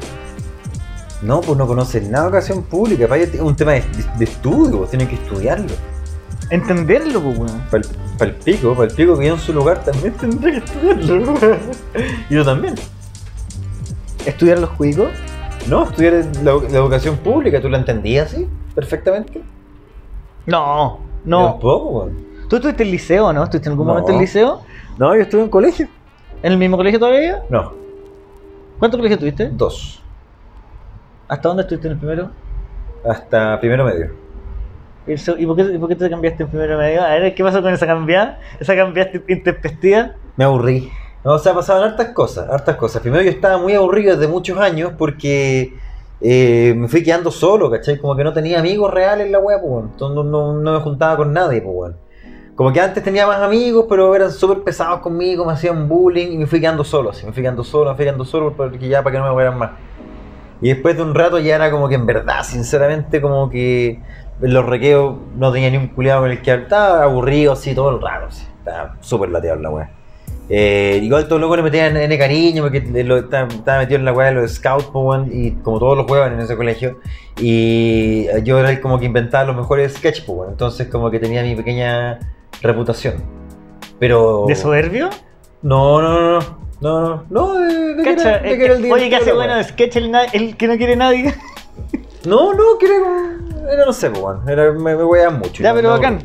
[SPEAKER 1] No, pues no conocen nada de educación pública. Para ellos es un tema de, de- de estudio, pues, tienen que estudiarlo.
[SPEAKER 2] Entenderlo, pues, hueón.
[SPEAKER 1] Para el pico, para el pico que yo en su lugar también tendría que estudiarlo. y yo también.
[SPEAKER 2] Estudiar los juegos.
[SPEAKER 1] No, estudiar la, la educación pública, ¿tú la entendías así? Perfectamente.
[SPEAKER 2] No, no.
[SPEAKER 1] Tampoco, weón.
[SPEAKER 2] ¿Tú estuviste en el liceo, no? ¿Estuviste en algún
[SPEAKER 1] No.
[SPEAKER 2] momento en el liceo?
[SPEAKER 1] No, yo estuve en colegio.
[SPEAKER 2] ¿En el mismo colegio todavía?
[SPEAKER 1] No,
[SPEAKER 2] ¿Cuántos colegios tuviste?
[SPEAKER 1] dos.
[SPEAKER 2] ¿Hasta dónde estuviste en el primero?
[SPEAKER 1] Hasta primero medio.
[SPEAKER 2] El seg- ¿Y por qué, y por qué te cambiaste en primero medio? A ver, ¿qué pasó con esa cambiada? ¿Esa cambiada intempestiva?
[SPEAKER 1] Me aburrí. No, o sea, pasaban hartas cosas, hartas cosas. Primero yo estaba muy aburrido desde muchos años porque eh, me fui quedando solo, ¿cachai? Como que no tenía amigos reales en la wea, pues, weón. Entonces no, no- no me juntaba con nadie, pues, weón. Como que antes tenía más amigos, pero eran súper pesados conmigo, me hacían bullying y me fui quedando solo, así. Me fui quedando solo, me fui quedando solo porque ya para que no me fueran más. Y después de un rato ya era como que en verdad, sinceramente, como que en los requeos no tenía ni un culiado con el que hablar. Estaba aburrido así todo el rato, así. Estaba súper lateado en la wea. Eh, igual todos los locos le metían en el cariño porque lo- estaba, estaba metido en la weá de los scouts, po, weón, y como todos los juegan en ese colegio. Y eh, yo era el como que inventaba los mejores sketches, po, weón, entonces como que tenía mi pequeña reputación. Pero.
[SPEAKER 2] ¿De soberbio?
[SPEAKER 1] No, no, no, no. No, no, no, de, de que era-
[SPEAKER 2] Cacha,
[SPEAKER 1] de
[SPEAKER 2] es
[SPEAKER 1] que era el
[SPEAKER 2] que- oye, que
[SPEAKER 1] director,
[SPEAKER 2] hace
[SPEAKER 1] la
[SPEAKER 2] bueno
[SPEAKER 1] weá.
[SPEAKER 2] de sketch el, na- el que no quiere nadie.
[SPEAKER 1] No, no, que era, un- era, no sé, pues, weón. Era- me, me weaban mucho.
[SPEAKER 2] Ya,
[SPEAKER 1] Yo
[SPEAKER 2] pero
[SPEAKER 1] no-
[SPEAKER 2] bacán.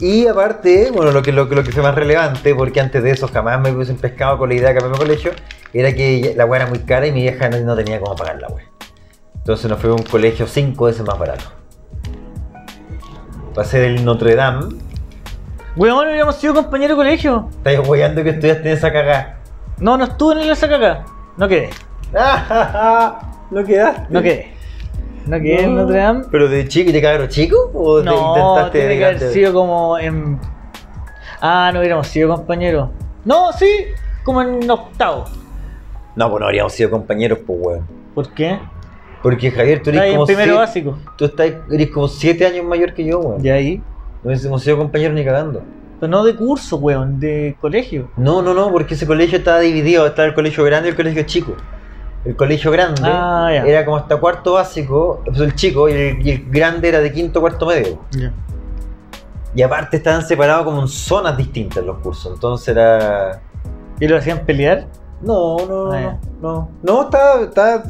[SPEAKER 1] Y aparte, bueno, lo que, lo, que- lo que fue más relevante, porque antes de eso jamás me hubiesen pescado con la idea de cambiarme de colegio, era que la weá era muy cara y mi vieja no, no tenía cómo pagar la weá. Entonces nos fue a un colegio cinco veces más barato. Pasé del Notre Dame.
[SPEAKER 2] Weón, hubiéramos sido compañeros de colegio.
[SPEAKER 1] Estáis weyando que estudiaste esa cagada.
[SPEAKER 2] No, no estuve en la sacaca. No quedé,
[SPEAKER 1] no quedaste.
[SPEAKER 2] no quedé. No quedé en Notre Dame.
[SPEAKER 1] ¿Pero de chico y de cabro chico? ¿O te
[SPEAKER 2] No,
[SPEAKER 1] intentaste
[SPEAKER 2] tiene
[SPEAKER 1] de
[SPEAKER 2] que haber
[SPEAKER 1] grande?
[SPEAKER 2] sido como en. Ah, no hubiéramos sido compañeros. No, sí, como en octavo.
[SPEAKER 1] No, pues no habríamos sido compañeros, pues weón.
[SPEAKER 2] ¿Por qué?
[SPEAKER 1] Porque Javier, tú eres
[SPEAKER 2] Está ahí
[SPEAKER 1] como.
[SPEAKER 2] en primero
[SPEAKER 1] siete-
[SPEAKER 2] básico.
[SPEAKER 1] Tú estás, eres como 7 años mayor que yo, weón.
[SPEAKER 2] De ahí.
[SPEAKER 1] No hemos sido compañeros ni cagando.
[SPEAKER 2] Pero no de curso, weón, de colegio.
[SPEAKER 1] No, no, no, porque ese colegio estaba dividido. Estaba el colegio grande y el colegio chico. El colegio grande
[SPEAKER 2] Ah, ya.
[SPEAKER 1] era como hasta cuarto básico, pues, el chico, y el, y el grande era de quinto cuarto medio. Y aparte estaban separados como en zonas distintas los cursos. Entonces era.
[SPEAKER 2] ¿Y lo hacían pelear?
[SPEAKER 1] No, no,
[SPEAKER 2] Ah,
[SPEAKER 1] no,
[SPEAKER 2] ya.
[SPEAKER 1] no. No, estaba, estaba-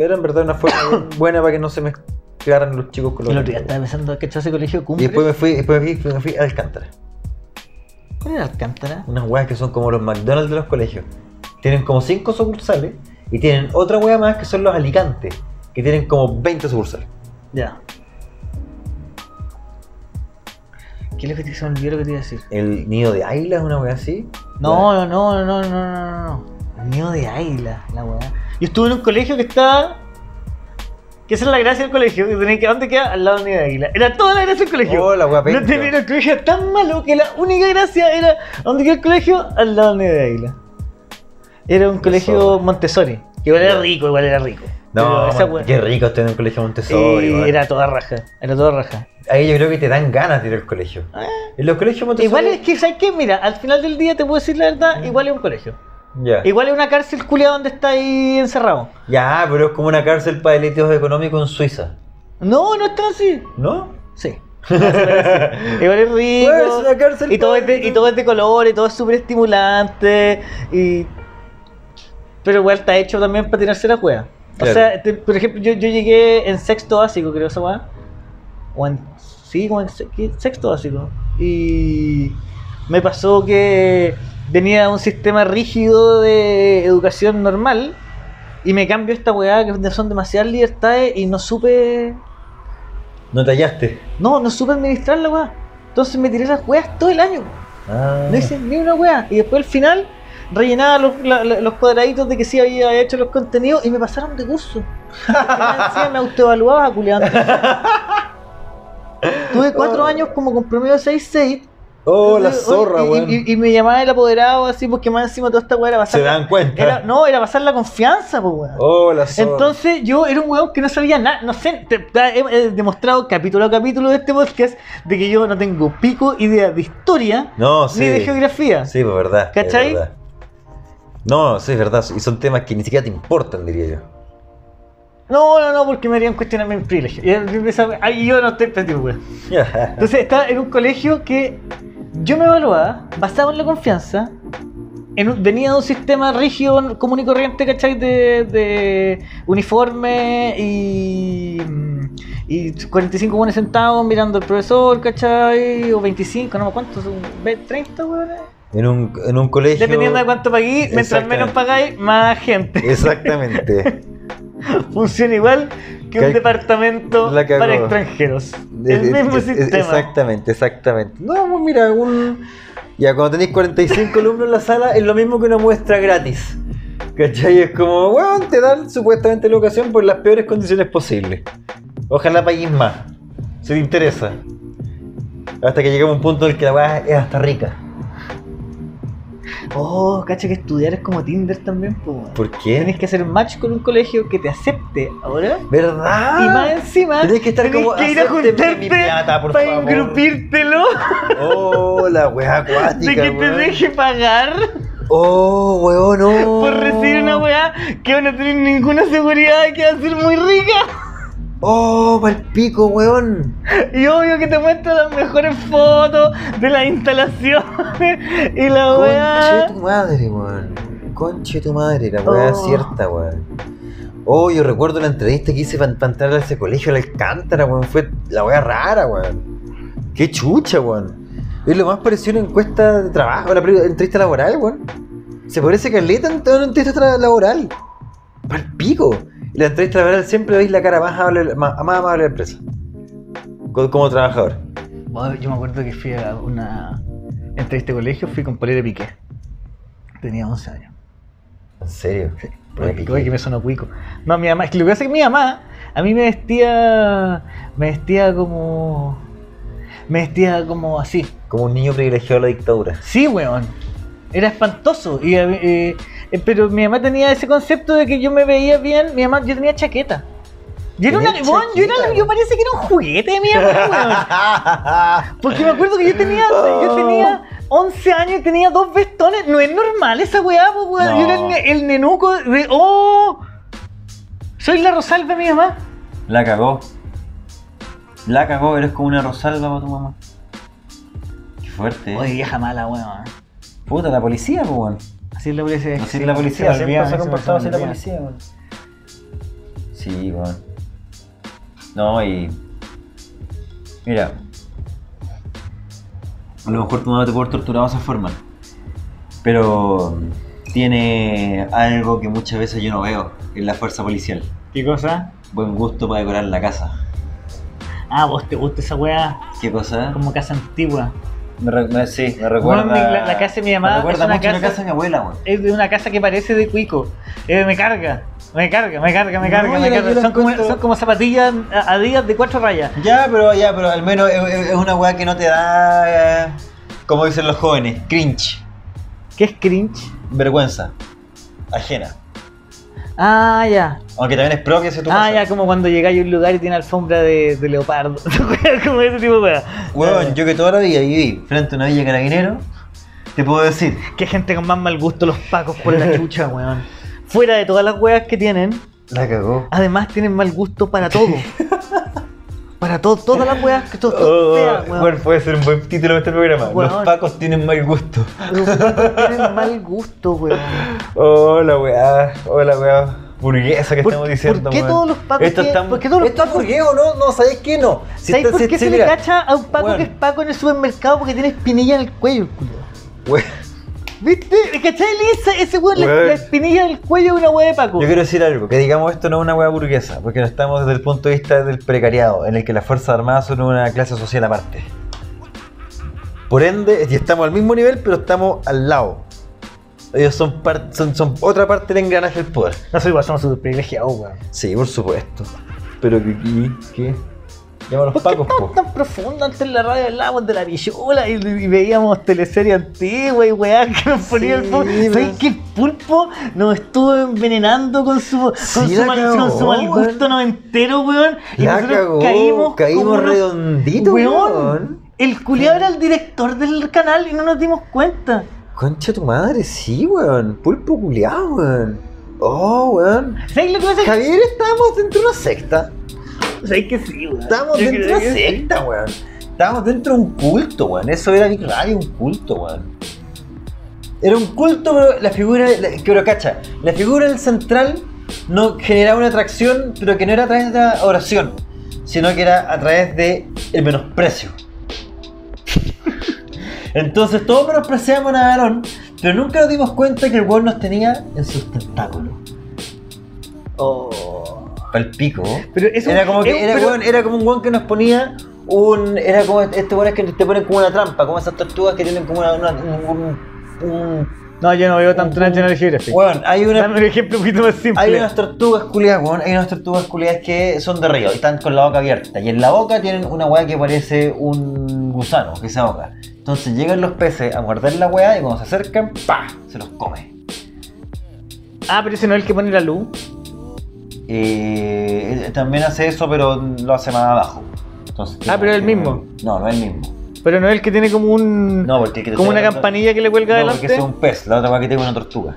[SPEAKER 1] era en verdad una forma bien buena para que no se mezclaran los chicos con los
[SPEAKER 2] El otro día
[SPEAKER 1] grandes.
[SPEAKER 2] estaba pensando que ese colegio
[SPEAKER 1] Y
[SPEAKER 2] cumple.
[SPEAKER 1] después me fui, después me fui, me fui a Alcántara.
[SPEAKER 2] ¿Cuál era Alcántara?
[SPEAKER 1] Unas weas que son como los McDonald's de los colegios. Tienen como 5 sucursales y tienen otra wea más que son los Alicantes, que tienen como 20 sucursales.
[SPEAKER 2] Ya. ¿Qué es lo que te se me olvidó lo que te iba a decir?
[SPEAKER 1] El nido de águila es una wea así.
[SPEAKER 2] No, no, no, no, no, no, no. no. Nido de águila, la weá. Yo estuve en un colegio que estaba. Que esa es la gracia del colegio, que tenía que. ¿Dónde queda? Al lado del nido de águila. Era toda la gracia del colegio.
[SPEAKER 1] Oh, la wea penca.
[SPEAKER 2] no tenía el colegio era tan malo que la única gracia era. ¿Dónde queda el colegio? Al lado del nido de águila. Era un colegio Montessori. Que igual era
[SPEAKER 1] Ya.
[SPEAKER 2] rico, igual era rico.
[SPEAKER 1] No,
[SPEAKER 2] Pero esa
[SPEAKER 1] man,
[SPEAKER 2] weá-
[SPEAKER 1] qué rico estar en un colegio Montessori.
[SPEAKER 2] Sí,
[SPEAKER 1] weón.
[SPEAKER 2] era toda raja, era toda raja.
[SPEAKER 1] Ahí yo creo que te dan ganas de ir al colegio. En los colegios Ah, Montessori. Mm.
[SPEAKER 2] Igual es que, ¿sabes qué? Mira, al final del día te puedo decir la verdad, igual es un colegio.
[SPEAKER 1] Ya.
[SPEAKER 2] Igual es una cárcel culia donde está ahí encerrado.
[SPEAKER 1] Ya, pero es como una cárcel para delitos económicos en Suiza.
[SPEAKER 2] No, no está así.
[SPEAKER 1] ¿No?
[SPEAKER 2] Sí. Igual es rico.
[SPEAKER 1] Bueno, es una cárcel
[SPEAKER 2] y, todo es de,
[SPEAKER 1] para-
[SPEAKER 2] y todo es de color y todo es súper estimulante. Y... Pero igual está hecho también para tirarse la cueva.
[SPEAKER 1] Claro.
[SPEAKER 2] O sea, te- por ejemplo, yo, yo llegué en sexto básico, creo esa weá. O en. Sí, como en se- ¿qué? sexto básico. Y. Me pasó que venía de un sistema rígido de educación normal. Y me cambio a esta weá que son demasiadas libertades y no supe
[SPEAKER 1] No tallaste.
[SPEAKER 2] no, no supe administrar la weá. Entonces me tiré las weas todo el año.
[SPEAKER 1] Ah.
[SPEAKER 2] No hice ni una weá. Y después al final rellenaba los, la- la- los cuadraditos de que sí había hecho los contenidos y me pasaron de curso. Sí, me autoevaluaba, culiando. Tuve cuatro años como con promedio 6-6.
[SPEAKER 1] Oh, la
[SPEAKER 2] Oye,
[SPEAKER 1] zorra,
[SPEAKER 2] y-
[SPEAKER 1] weón.
[SPEAKER 2] y, y me llamaba el apoderado así porque más encima toda esta weá era pasar.
[SPEAKER 1] Se dan cuenta.
[SPEAKER 2] era- no, era pasar la confianza, pues weón.
[SPEAKER 1] Oh, la zorra.
[SPEAKER 2] Entonces yo era un weón que no sabía nada, no sé, te- te- he, he demostrado capítulo a capítulo de este podcast de que yo no tengo pico idea de historia
[SPEAKER 1] No, sí.
[SPEAKER 2] ni de geografía.
[SPEAKER 1] Sí, pues verdad. es
[SPEAKER 2] ¿Cachai?
[SPEAKER 1] verdad. No, sí, es verdad. Y son temas que ni siquiera te importan, diría yo.
[SPEAKER 2] No, no, no, porque me harían cuestionar mi privilegio. Y él pensaba, "Ay, yo no estoy perdido, weón. Entonces estaba en un colegio que yo me evaluaba, basado en la confianza, en un- venía de un sistema rígido, común y corriente, ¿cachai? De, de uniforme y, y 45 buenos centavos mirando al profesor, ¿cachai? O 25, no me cuántos, son ve- 30 hueones.
[SPEAKER 1] en, un, en un colegio.
[SPEAKER 2] Dependiendo de cuánto paguéis, mientras
[SPEAKER 1] Exactamente.
[SPEAKER 2] menos pagáis, más gente.
[SPEAKER 1] Exactamente.
[SPEAKER 2] Funciona igual que un
[SPEAKER 1] Ca-
[SPEAKER 2] departamento
[SPEAKER 1] la cagó.
[SPEAKER 2] para extranjeros.
[SPEAKER 1] Es- es-
[SPEAKER 2] El mismo
[SPEAKER 1] es- es-
[SPEAKER 2] sistema.
[SPEAKER 1] Exactamente, exactamente. No, pues mira, un. Ya cuando tenéis 45 alumnos en la sala, es lo mismo que una muestra gratis. ¿Cachai? Es como, weón, te dan supuestamente la ocasión por las peores condiciones posibles. Ojalá paguéis más. Si te interesa. Hasta que llegamos a un punto en el que la weá es hasta rica.
[SPEAKER 2] Oh, cacha que estudiar es como Tinder también, po. weón.
[SPEAKER 1] ¿Por qué?
[SPEAKER 2] Tenés que hacer match con un colegio que te acepte ahora.
[SPEAKER 1] ¿Verdad?
[SPEAKER 2] y más encima,
[SPEAKER 1] Ah, tenés que estar como,
[SPEAKER 2] que ir a
[SPEAKER 1] "Acépteme
[SPEAKER 2] juntarte
[SPEAKER 1] mi plata, por
[SPEAKER 2] para
[SPEAKER 1] favor".
[SPEAKER 2] engrupírtelo,
[SPEAKER 1] Oh, la weá acuática.
[SPEAKER 2] de que te
[SPEAKER 1] weón.
[SPEAKER 2] deje pagar
[SPEAKER 1] Oh, weón, no.
[SPEAKER 2] por recibir una weá que van a tener ninguna seguridad y que va a ser muy rica.
[SPEAKER 1] Oh, pal pico, weón.
[SPEAKER 2] Y obvio que te muestra las mejores fotos de las instalaciones y la
[SPEAKER 1] Conche
[SPEAKER 2] weá.
[SPEAKER 1] tu madre, weón. Conche tu madre, la weá
[SPEAKER 2] Oh.
[SPEAKER 1] cierta, weón. Oh, yo recuerdo la entrevista que hice para entrar a ese colegio, la Alcántara, weón. Fue la wea rara, weón. Qué chucha, weón. Es lo más parecido a una encuesta de trabajo, la pri- entrevista laboral, weón. Se parece caleta a una entrevista tra- laboral. Pal pico. Y la entrevista laboral siempre veis la cara más amable, más, más amable de la empresa. Co- Como trabajador.
[SPEAKER 2] Bueno, Yo me acuerdo que fui a una entrevista de colegio, fui con Polera Piqué. Tenía 11 años.
[SPEAKER 1] En serio.
[SPEAKER 2] Oye, que- oye, que me sonó cuico. No, mi mamá, es que lo que pasa es que mi mamá a mí me vestía. Me vestía como. Me vestía como así.
[SPEAKER 1] Como un niño privilegiado de la dictadura.
[SPEAKER 2] Sí, weón. Era espantoso. Y, a mí, eh, eh, pero mi mamá tenía ese concepto de que yo me veía bien. Mi mamá, yo tenía chaqueta. Yo era una.
[SPEAKER 1] ¿Tenés
[SPEAKER 2] weón, yo, era,
[SPEAKER 1] chaqueta?
[SPEAKER 2] yo parece que era un juguete de mi mamá, weón. Porque me acuerdo que yo tenía,
[SPEAKER 1] Oh.
[SPEAKER 2] yo tenía 11 años y tenía dos vestones. No es normal esa weá, po, weón.
[SPEAKER 1] No.
[SPEAKER 2] Yo era el, ne- el nenuco de. ¡Oh! Soy la Rosalba, mi mamá.
[SPEAKER 1] La cagó. La cagó, eres como una rosalba para tu mamá. Qué fuerte, ¿eh?
[SPEAKER 2] Oye, vieja mala, weón.
[SPEAKER 1] Puta, la policía, po, weón.
[SPEAKER 2] Así es la policía.
[SPEAKER 1] Así
[SPEAKER 2] sí,
[SPEAKER 1] es la
[SPEAKER 2] se me
[SPEAKER 1] policía, siempre
[SPEAKER 2] olvida,
[SPEAKER 1] se ha
[SPEAKER 2] se me
[SPEAKER 1] comportado así la
[SPEAKER 2] olvida.
[SPEAKER 1] policía, weón. Sí, weón. No, y. Mira. A lo mejor tu mamá te puede haber torturado de esa forma. Pero. Tiene algo que muchas veces yo no veo en la fuerza policial.
[SPEAKER 2] ¿Qué cosa?
[SPEAKER 1] Buen gusto para decorar la casa.
[SPEAKER 2] Ah, vos te gusta esa weá
[SPEAKER 1] ¿Qué cosa?
[SPEAKER 2] como casa antigua.
[SPEAKER 1] Me re- me- sí, me
[SPEAKER 2] Bueno,
[SPEAKER 1] recuerda.
[SPEAKER 2] mi- la- la casa de mi
[SPEAKER 1] me
[SPEAKER 2] mamá
[SPEAKER 1] recuerda
[SPEAKER 2] es una
[SPEAKER 1] mucho la
[SPEAKER 2] casa-
[SPEAKER 1] casa de mi abuela, weón.
[SPEAKER 2] Es de una casa que parece de cuico. Eh, me carga, me carga, me carga, me
[SPEAKER 1] No,
[SPEAKER 2] carga, me
[SPEAKER 1] yo la- yo
[SPEAKER 2] carga.
[SPEAKER 1] la
[SPEAKER 2] Son como,
[SPEAKER 1] encuentro-
[SPEAKER 2] son como zapatillas a, a días de cuatro rayas.
[SPEAKER 1] Ya, pero ya, pero al menos es, es- es una weá que no te da, eh, como dicen los jóvenes, cringe,
[SPEAKER 2] ¿Qué es cringe?
[SPEAKER 1] vergüenza, ajena.
[SPEAKER 2] Ah, ya.
[SPEAKER 1] Aunque también es propia si tú
[SPEAKER 2] Ah, ya, como cuando llegáis a un lugar y tiene alfombra de, de leopardo. como ese tipo de weá.
[SPEAKER 1] Weón, yo que toda la vida viví frente a una villa carabinero, te puedo decir,
[SPEAKER 2] Qué gente con más mal gusto los pacos por la chucha, weón. Fuera de todas las weas que tienen,
[SPEAKER 1] la cagó.
[SPEAKER 2] además tienen mal gusto para todo. para todo, todas las weas que todo,
[SPEAKER 1] Oh,
[SPEAKER 2] feas, weón.
[SPEAKER 1] bueno, puede ser un buen título de este programa. Los
[SPEAKER 2] Weón.
[SPEAKER 1] pacos tienen mal gusto.
[SPEAKER 2] Los pacos tienen mal gusto, weón.
[SPEAKER 1] Hola, weá. Hola, weá. Burguesa que
[SPEAKER 2] ¿Por-
[SPEAKER 1] estamos diciendo,
[SPEAKER 2] por qué
[SPEAKER 1] weón.
[SPEAKER 2] todos los pacos
[SPEAKER 1] Esto
[SPEAKER 2] tienen-
[SPEAKER 1] tan-
[SPEAKER 2] por qué todos los
[SPEAKER 1] ¿Esto es burgués o no? No, ¿sabes qué? No. Si
[SPEAKER 2] ¿Sabes
[SPEAKER 1] está-
[SPEAKER 2] por
[SPEAKER 1] si-
[SPEAKER 2] qué
[SPEAKER 1] si
[SPEAKER 2] se le
[SPEAKER 1] mira,
[SPEAKER 2] cacha a un paco
[SPEAKER 1] weón.
[SPEAKER 2] que es paco en el supermercado porque tiene espinilla en el cuello, culiao?
[SPEAKER 1] weón.
[SPEAKER 2] ¿Viste? ¿Cachai? Ese, ese weón, la-
[SPEAKER 1] Weón.
[SPEAKER 2] La, espinilla del cuello de una wea de paco.
[SPEAKER 1] Yo quiero decir algo, que digamos esto no es una hueá burguesa, porque no estamos desde el punto de vista del precariado, en el que las Fuerzas Armadas son una clase social aparte. Por ende, y estamos al mismo nivel, pero estamos al lado. Ellos son, par- son, son otra parte del engranaje del poder.
[SPEAKER 2] No soy guasón, soy privilegiado, weón.
[SPEAKER 1] Sí, por supuesto. Pero que... que- que- Llama a los
[SPEAKER 2] ¿Por qué
[SPEAKER 1] pacos, po.
[SPEAKER 2] tan, tan profundo antes en la radio hablábamos de la villola y, y veíamos teleserie antigua y weá que nos ponía
[SPEAKER 1] Sí,
[SPEAKER 2] el pulpo?
[SPEAKER 1] pero-
[SPEAKER 2] ¿Sabes que el pulpo nos estuvo envenenando con su, con
[SPEAKER 1] Sí,
[SPEAKER 2] su,
[SPEAKER 1] la
[SPEAKER 2] mal,
[SPEAKER 1] cagó,
[SPEAKER 2] con su mal gusto
[SPEAKER 1] weón.
[SPEAKER 2] noventero, weón? Y
[SPEAKER 1] La
[SPEAKER 2] nosotros
[SPEAKER 1] cagó,
[SPEAKER 2] caímos,
[SPEAKER 1] caímos
[SPEAKER 2] como unos-
[SPEAKER 1] redondito, weón.
[SPEAKER 2] El culiado era el director del canal y no nos dimos cuenta.
[SPEAKER 1] Concha tu madre, sí, weón. Pulpo culiao, weón. Oh, weón.
[SPEAKER 2] ¿Sabes lo que pasa?
[SPEAKER 1] Javier, estábamos dentro de una secta.
[SPEAKER 2] ¿Sabes que sí, weón?
[SPEAKER 1] Estábamos
[SPEAKER 2] Yo
[SPEAKER 1] dentro de
[SPEAKER 2] creo
[SPEAKER 1] una
[SPEAKER 2] que sí.
[SPEAKER 1] secta, weón. Estábamos dentro de un culto, weón. Eso era Big Radio, un culto, weón. Era un culto, pero la figura. la- que- pero cacha, la figura del central no generaba una atracción, pero que no era a través de la oración, sino que era a través de el menosprecio. Entonces todos menospreciamos a Aarón, pero nunca nos dimos cuenta que el weón nos tenía en sus tentáculos.
[SPEAKER 2] Oh.
[SPEAKER 1] Pal pico.
[SPEAKER 2] Pero es un-
[SPEAKER 1] era como que
[SPEAKER 2] es un-
[SPEAKER 1] era,
[SPEAKER 2] Eh, pero-
[SPEAKER 1] weón- era como un guan que nos ponía un era como este weón es que te ponen como una trampa, como esas tortugas que tienen como una, una- un, un- un-
[SPEAKER 2] No, yo no veo tanto National Geographic.
[SPEAKER 1] weón, hay
[SPEAKER 2] Dame
[SPEAKER 1] una
[SPEAKER 2] un ejemplo un poquito más simple.
[SPEAKER 1] hay unas tortugas culiadas, weón, hay unas tortugas culiadas que son de río y están con la boca abierta y en la boca tienen una weá que parece un gusano que se ahoga. Entonces llegan los peces a morder la weá y cuando se acercan, pa, se los come.
[SPEAKER 2] Ah, pero ese no es el que pone la luz.
[SPEAKER 1] Eh, también hace eso, pero lo hace más abajo. Entonces,
[SPEAKER 2] Ah, pero es el
[SPEAKER 1] tiene-
[SPEAKER 2] mismo.
[SPEAKER 1] No, no es el mismo.
[SPEAKER 2] Pero no es el que tiene como un.
[SPEAKER 1] No, porque el que te
[SPEAKER 2] como
[SPEAKER 1] estoy
[SPEAKER 2] una
[SPEAKER 1] hablando-
[SPEAKER 2] campanilla que le cuelga
[SPEAKER 1] no, porque
[SPEAKER 2] adelante.
[SPEAKER 1] ese es un pez, la otra va que tiene una tortuga.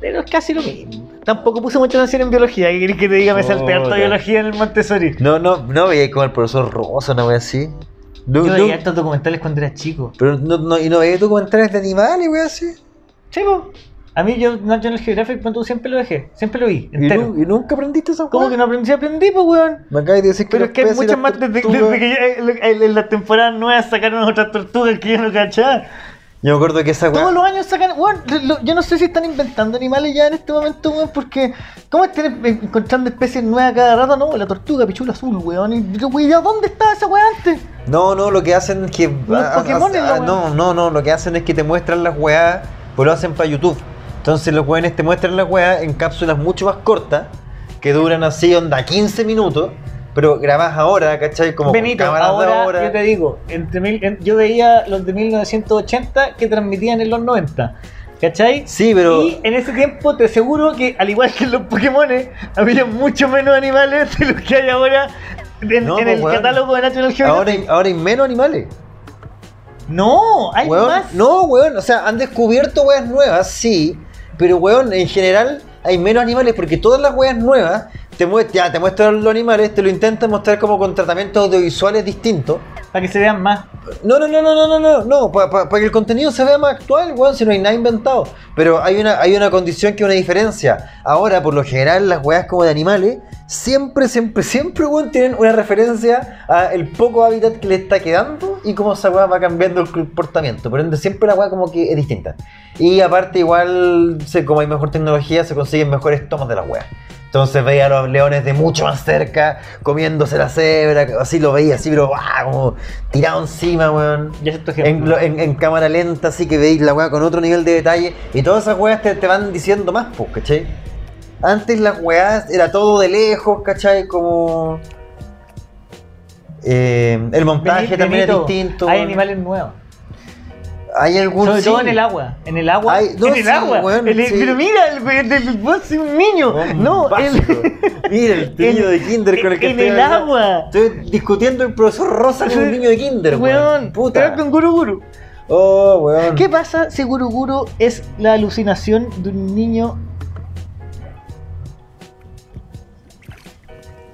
[SPEAKER 2] Pero es casi lo mismo. Tampoco puse mucha atención en biología. ¿Qué querés que te diga? Me salté harta
[SPEAKER 1] Puta.
[SPEAKER 2] biología en el Montessori.
[SPEAKER 1] No, no, no veía como el profesor Rosa, no veía así. No,
[SPEAKER 2] Yo
[SPEAKER 1] no,
[SPEAKER 2] veía hartos documentales cuando era chico.
[SPEAKER 1] pero no, no, y no veía documentales de animales, wey, así.
[SPEAKER 2] Chico. A mí yo National Geographic punto, siempre lo dejé, siempre lo vi,
[SPEAKER 1] ¿Y,
[SPEAKER 2] entero.
[SPEAKER 1] nu- y nunca aprendiste esa
[SPEAKER 2] ¿Cómo
[SPEAKER 1] weá?
[SPEAKER 2] que no aprendí? Sí Aprendí, pues, weón.
[SPEAKER 1] Me acabas de decir que
[SPEAKER 2] Pero
[SPEAKER 1] los
[SPEAKER 2] es que hay
[SPEAKER 1] peces y
[SPEAKER 2] muchas
[SPEAKER 1] las
[SPEAKER 2] más. Desde,
[SPEAKER 1] tortugas-
[SPEAKER 2] desde que yo- eh, en, en las temporadas nuevas sacaron otras tortugas que yo no cachaba.
[SPEAKER 1] Yo me acuerdo que esa
[SPEAKER 2] Todos
[SPEAKER 1] weá.
[SPEAKER 2] los años sacan. Weón, lo- lo- yo no sé si están inventando animales ya en este momento, weón, porque. ¿Cómo están en- encontrando especies nuevas cada rato? No, la tortuga pichula azul, weón. Y, weón, ¿ya ¿Dónde estaba esa weá antes?
[SPEAKER 1] No, no, lo que hacen es que.
[SPEAKER 2] Los Pokémon en la weá.
[SPEAKER 1] no, no, no, lo que hacen es que te muestran las weas, pues lo hacen para YouTube. Entonces los weones te muestran las weas en cápsulas mucho más cortas, que duran así, onda 15 minutos, pero grabás ahora, ¿cachai? Como con
[SPEAKER 2] Benito,
[SPEAKER 1] cámaras de
[SPEAKER 2] ahora,
[SPEAKER 1] ahora.
[SPEAKER 2] yo te digo, entre mil- en- yo veía los de 1980 que transmitían en los 90. ¿Cachai?
[SPEAKER 1] Sí, pero.
[SPEAKER 2] Y en ese tiempo te aseguro que, al igual que en los Pokémon, había mucho menos animales de los que hay ahora en,
[SPEAKER 1] No,
[SPEAKER 2] en
[SPEAKER 1] pues,
[SPEAKER 2] el
[SPEAKER 1] weón.
[SPEAKER 2] catálogo de Natural Geographic.
[SPEAKER 1] Ahora hay, ahora hay menos animales.
[SPEAKER 2] no, hay
[SPEAKER 1] Weón,
[SPEAKER 2] más.
[SPEAKER 1] No, weón, o sea, han descubierto weas nuevas, sí, pero weón, en general hay menos animales porque todas las weas nuevas te, mue- ya, te muestran los animales, te lo intentan mostrar como con tratamientos audiovisuales distintos.
[SPEAKER 2] Para que se vean más.
[SPEAKER 1] No, no, no, no, no, no, no, no, para que el contenido se vea más actual, weón, si no hay nada inventado. Pero hay una, hay una condición que es una diferencia. Ahora, por lo general, las weas como de animales, siempre, siempre, siempre, weón, tienen una referencia a el poco hábitat que le está quedando y cómo esa wea va cambiando el comportamiento. Por ende, siempre la wea como que es distinta. Y aparte, igual, se- como hay mejor tecnología, se consiguen mejores tomas de las weas. Entonces veía a los leones de mucho más cerca, comiéndose la cebra, así lo veía, así, pero ¡guau! como tirado encima, weón.
[SPEAKER 2] Ya es tu
[SPEAKER 1] En,
[SPEAKER 2] ejemplo.
[SPEAKER 1] lo- en- en cámara lenta, así que veis la weá con otro nivel de detalle. Y todas esas weas te, te van diciendo más, pues, ¿cachai? Antes las weas era todo de lejos, ¿cachai? Como. Eh, el montaje
[SPEAKER 2] Beni-
[SPEAKER 1] también es
[SPEAKER 2] Benito,
[SPEAKER 1] distinto.
[SPEAKER 2] Hay
[SPEAKER 1] weón.
[SPEAKER 2] animales nuevos.
[SPEAKER 1] Hay algún.
[SPEAKER 2] Sobre
[SPEAKER 1] sí.
[SPEAKER 2] todo en el agua. En el agua.
[SPEAKER 1] Ay, no,
[SPEAKER 2] en el
[SPEAKER 1] sí,
[SPEAKER 2] agua.
[SPEAKER 1] weón,
[SPEAKER 2] El-
[SPEAKER 1] sí.
[SPEAKER 2] Pero mira, el, el, el, es un niño.
[SPEAKER 1] Weón,
[SPEAKER 2] no,
[SPEAKER 1] básico.
[SPEAKER 2] el-
[SPEAKER 1] Mira el
[SPEAKER 2] en-
[SPEAKER 1] niño de kinder con el que
[SPEAKER 2] en
[SPEAKER 1] estoy
[SPEAKER 2] el
[SPEAKER 1] hablando.
[SPEAKER 2] agua.
[SPEAKER 1] Estoy discutiendo el profesor Rosa con un niño de kinder, weón.
[SPEAKER 2] Weón,
[SPEAKER 1] Puta.
[SPEAKER 2] weón, con Guru Guru.
[SPEAKER 1] Oh, weón.
[SPEAKER 2] ¿Qué pasa si Guru Guru es la alucinación de un niño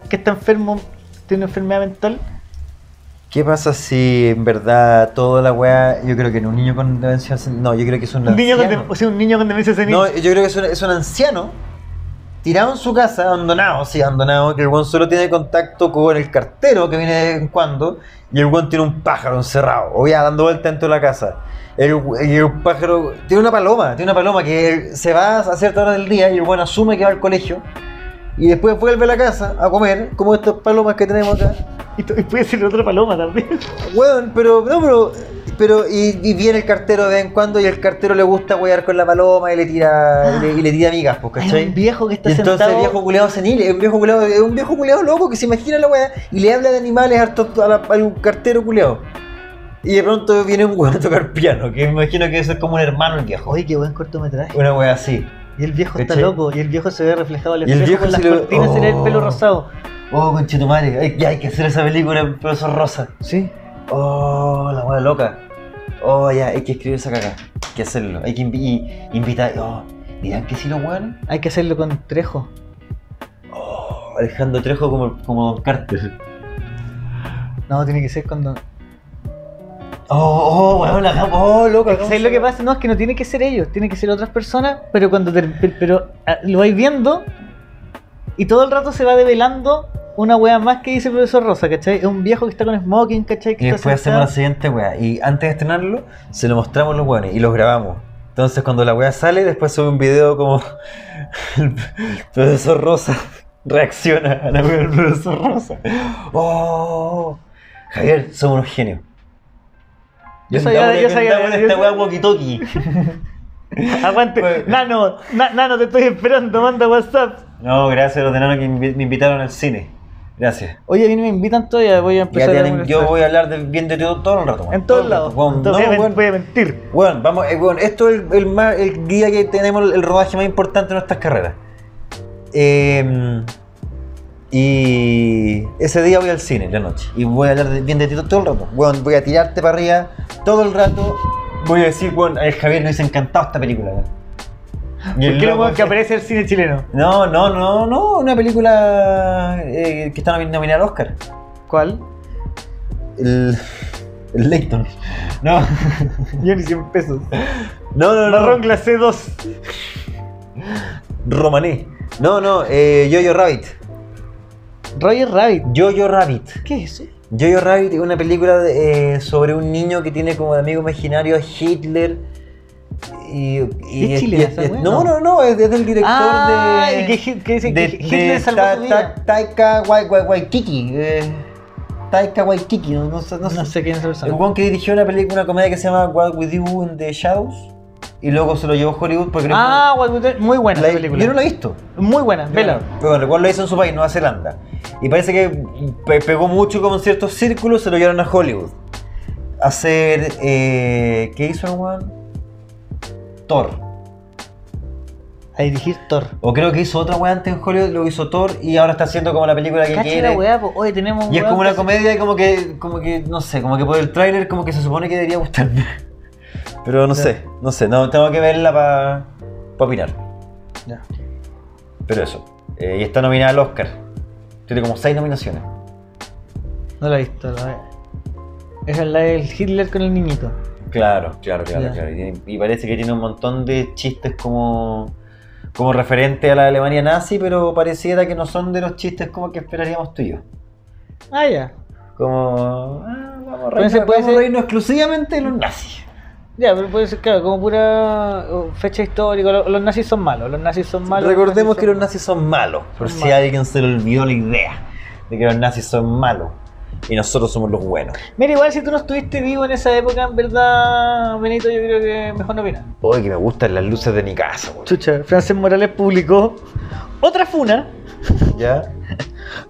[SPEAKER 2] que está enfermo, tiene una enfermedad mental?
[SPEAKER 1] ¿Qué pasa si en verdad toda la weá, yo creo que en un niño con demencia, sen- no, yo creo que es un,
[SPEAKER 2] Un niño, con
[SPEAKER 1] anciano.
[SPEAKER 2] dem- o sea, un niño con demencia senil.
[SPEAKER 1] No, yo creo que es un, es un anciano tirado en su casa, abandonado, sí, abandonado, que el weón solo tiene contacto con el cartero que viene de vez en cuando, y el weón tiene un pájaro encerrado, o ya dando vuelta dentro de la casa. El, we- y el pájaro tiene una paloma, tiene una paloma que se va a cierta hora del día y el weón asume que va al colegio. Y después vuelve a la casa a comer, como estas palomas que tenemos acá.
[SPEAKER 2] Y, to- y puede ser otra paloma también.
[SPEAKER 1] Weón, pero, no, pero, pero, y, y viene el cartero de vez en cuando y el cartero le gusta wear con la paloma y le tira, y le, y le tira migas, pues,
[SPEAKER 2] Hay un
[SPEAKER 1] ¿cachai?
[SPEAKER 2] viejo que está
[SPEAKER 1] Y entonces el
[SPEAKER 2] sentado.
[SPEAKER 1] viejo culeado senil, es un viejo culeado, es un viejo culeado loco que se imagina la weá y le habla de animales harto a la- al cartero culeado. Y de pronto viene un weón a tocar piano, que me imagino que eso es como un hermano el viejo.
[SPEAKER 2] Oye, qué buen cortometraje.
[SPEAKER 1] Una weá así.
[SPEAKER 2] Y el viejo está
[SPEAKER 1] ¿Cachai?
[SPEAKER 2] loco. Y el viejo se ve reflejado al
[SPEAKER 1] Y el
[SPEAKER 2] espejo
[SPEAKER 1] viejo
[SPEAKER 2] con las
[SPEAKER 1] se le-
[SPEAKER 2] cortinas se le ve el pelo
[SPEAKER 1] Oh.
[SPEAKER 2] rosado.
[SPEAKER 1] Oh, conchetumare, hay, ya hay que hacer esa película, profesor Rosa.
[SPEAKER 2] Sí.
[SPEAKER 1] Oh, la weá loca. Oh, ya, hay que escribir esa caca. Hay que hacerlo. Hay que invi- y- invitar. Oh, dirán que sí los weones.
[SPEAKER 2] Hay que hacerlo con Trejo.
[SPEAKER 1] Oh, Alejandro Trejo como, como Don Carter.
[SPEAKER 2] No, tiene que ser cuando.
[SPEAKER 1] Oh, oh, weón, la Oh, loca. ¿cómo
[SPEAKER 2] ¿Sabes
[SPEAKER 1] se
[SPEAKER 2] lo que
[SPEAKER 1] llama?
[SPEAKER 2] pasa? No, es que no tiene que ser ellos, tiene que ser otras personas, pero cuando ter- per- pero ah, lo vais viendo y todo el rato se va develando una wea más que dice el profesor Rosa, ¿cachai? Es un viejo que está con smoking, ¿cachai? Que
[SPEAKER 1] Y
[SPEAKER 2] está
[SPEAKER 1] después hacemos
[SPEAKER 2] sentado.
[SPEAKER 1] la siguiente weá. Y antes de estrenarlo, se lo mostramos a los weones y los grabamos. Entonces, cuando la weá sale, después sube un video como. El profesor Rosa reacciona a la weá del profesor Rosa. Oh, Javier, somos unos genios.
[SPEAKER 2] Yo sabía, yo sabía,
[SPEAKER 1] Inventamos
[SPEAKER 2] yo
[SPEAKER 1] esta weá
[SPEAKER 2] sabía.
[SPEAKER 1] walkie-talkie.
[SPEAKER 2] Aguante,
[SPEAKER 1] Bueno.
[SPEAKER 2] Nano, na- Nano, te estoy esperando, manda WhatsApp.
[SPEAKER 1] No, gracias a los enanos que invi- me invitaron al cine. Gracias.
[SPEAKER 2] Oye, a mí no me invitan todavía, voy a
[SPEAKER 1] Ya
[SPEAKER 2] empezar
[SPEAKER 1] te
[SPEAKER 2] a
[SPEAKER 1] han- yo
[SPEAKER 2] molestar.
[SPEAKER 1] voy a hablar de- bien de todo, todo el rato. weón.
[SPEAKER 2] En
[SPEAKER 1] Todo
[SPEAKER 2] todos
[SPEAKER 1] el
[SPEAKER 2] lados.
[SPEAKER 1] rato, weón.
[SPEAKER 2] Entonces,
[SPEAKER 1] No,
[SPEAKER 2] voy, a,
[SPEAKER 1] weón.
[SPEAKER 2] voy a mentir.
[SPEAKER 1] Bueno, vamos, eh, bueno, esto es el, el más- el día que tenemos el rodaje más importante de nuestras carreras. Eh, y ese día voy al cine en la noche y voy a hablar de- bien de ti todo el rato. Bueno, voy a tirarte para arriba todo el rato. Voy a decir, bueno, el Javier nos hizo encantado esta película. weón. Y el
[SPEAKER 2] Porque
[SPEAKER 1] loco-
[SPEAKER 2] que aparece el cine chileno.
[SPEAKER 1] No, no, no, no, una película eh, que está nomi- nominada al Oscar.
[SPEAKER 2] ¿Cuál?
[SPEAKER 1] El, el Leighton. No,
[SPEAKER 2] Yo ni 100 pesos.
[SPEAKER 1] no, no. no.
[SPEAKER 2] Marrón glacé 2.
[SPEAKER 3] Romané. No, no, eh, Jojo Rabbit.
[SPEAKER 2] Roger Rabbit.
[SPEAKER 3] Jojo Rabbit.
[SPEAKER 2] ¿Qué es eso?
[SPEAKER 3] Jojo Rabbit es una película de- eh, sobre un niño que tiene como de amigo imaginario a Hitler. Y, y-
[SPEAKER 2] ¿Es
[SPEAKER 3] y-
[SPEAKER 2] chilena esa
[SPEAKER 3] y-
[SPEAKER 2] wea?
[SPEAKER 3] no, no, no, es, es del director
[SPEAKER 2] ah,
[SPEAKER 3] de.
[SPEAKER 2] y que, Hit- que dicen
[SPEAKER 3] de-
[SPEAKER 2] que
[SPEAKER 3] de
[SPEAKER 2] Hitler salvó
[SPEAKER 3] Ta-
[SPEAKER 2] su
[SPEAKER 3] Ta-
[SPEAKER 2] vida.
[SPEAKER 3] Taika Wai- Wai- Waititi. eh, Taika Waititi, no, no, sé- no sé.
[SPEAKER 2] No sé quién es esa
[SPEAKER 3] El
[SPEAKER 2] persona.
[SPEAKER 3] weón que dirigió una película, una comedia que se llama What We Do in the Shadows. Y luego se lo llevó a Hollywood porque no-
[SPEAKER 2] Ah, What We Do- muy buena
[SPEAKER 3] la-
[SPEAKER 2] esa película.
[SPEAKER 3] Yo no la he visto.
[SPEAKER 2] Muy buena, vela.
[SPEAKER 3] Pero bueno, el cual lo hizo en su país, Nueva Zelanda. Y parece que pe- pegó mucho como en ciertos círculos, se lo llevaron a Hollywood. A Hacer. Eh, ¿Qué hizo el weón? Thor.
[SPEAKER 2] A dirigir Thor.
[SPEAKER 3] O creo que hizo otra weá antes en Hollywood, luego hizo Thor y ahora está haciendo como la película que
[SPEAKER 2] Cacha
[SPEAKER 3] quiere.
[SPEAKER 2] la weá, po. Oye, tenemos un
[SPEAKER 3] Y es
[SPEAKER 2] weón
[SPEAKER 3] como
[SPEAKER 2] que
[SPEAKER 3] una
[SPEAKER 2] se-
[SPEAKER 3] comedia y como que, como que, no sé, como que por el tráiler como que se supone que debería gustarme. Pero no sé, no sé, no, tengo que verla para opinar.
[SPEAKER 2] Ya.
[SPEAKER 3] Pero eso. Eh, y está nominada al Oscar. Tiene como seis nominaciones.
[SPEAKER 2] No la he visto, la verdad. Esa es la del Hitler con el niñito.
[SPEAKER 3] Claro, claro, claro,
[SPEAKER 2] Ya.
[SPEAKER 3] claro. Y, tiene- y parece que tiene un montón de chistes como, como referente a la Alemania nazi, pero pareciera que no son de los chistes como que esperaríamos tú y yo.
[SPEAKER 2] Ah, ya.
[SPEAKER 3] Como, ah, vamos a
[SPEAKER 2] Pero
[SPEAKER 3] reírnos,
[SPEAKER 2] se puede
[SPEAKER 3] vamos a
[SPEAKER 2] ser-
[SPEAKER 3] reírnos exclusivamente de los nazis.
[SPEAKER 2] Ya, pero puede ser, claro, como pura oh, fecha histórica. Lo- Los, nazis son malos, los nazis son malos.
[SPEAKER 3] Recordemos que
[SPEAKER 2] los
[SPEAKER 3] los nazis son malos, por
[SPEAKER 2] Son
[SPEAKER 3] si
[SPEAKER 2] malos.
[SPEAKER 3] a alguien se le olvidó la idea de que los nazis son malos y nosotros somos los buenos.
[SPEAKER 2] nazis son- Mira, igual si tú no estuviste vivo en esa época, en verdad, Benito, yo creo que mejor no opinas.
[SPEAKER 3] Oye, que me gustan las luces de mi casa, güey.
[SPEAKER 2] Chucha, Frances Morales publicó otra funa
[SPEAKER 3] ¿Ya?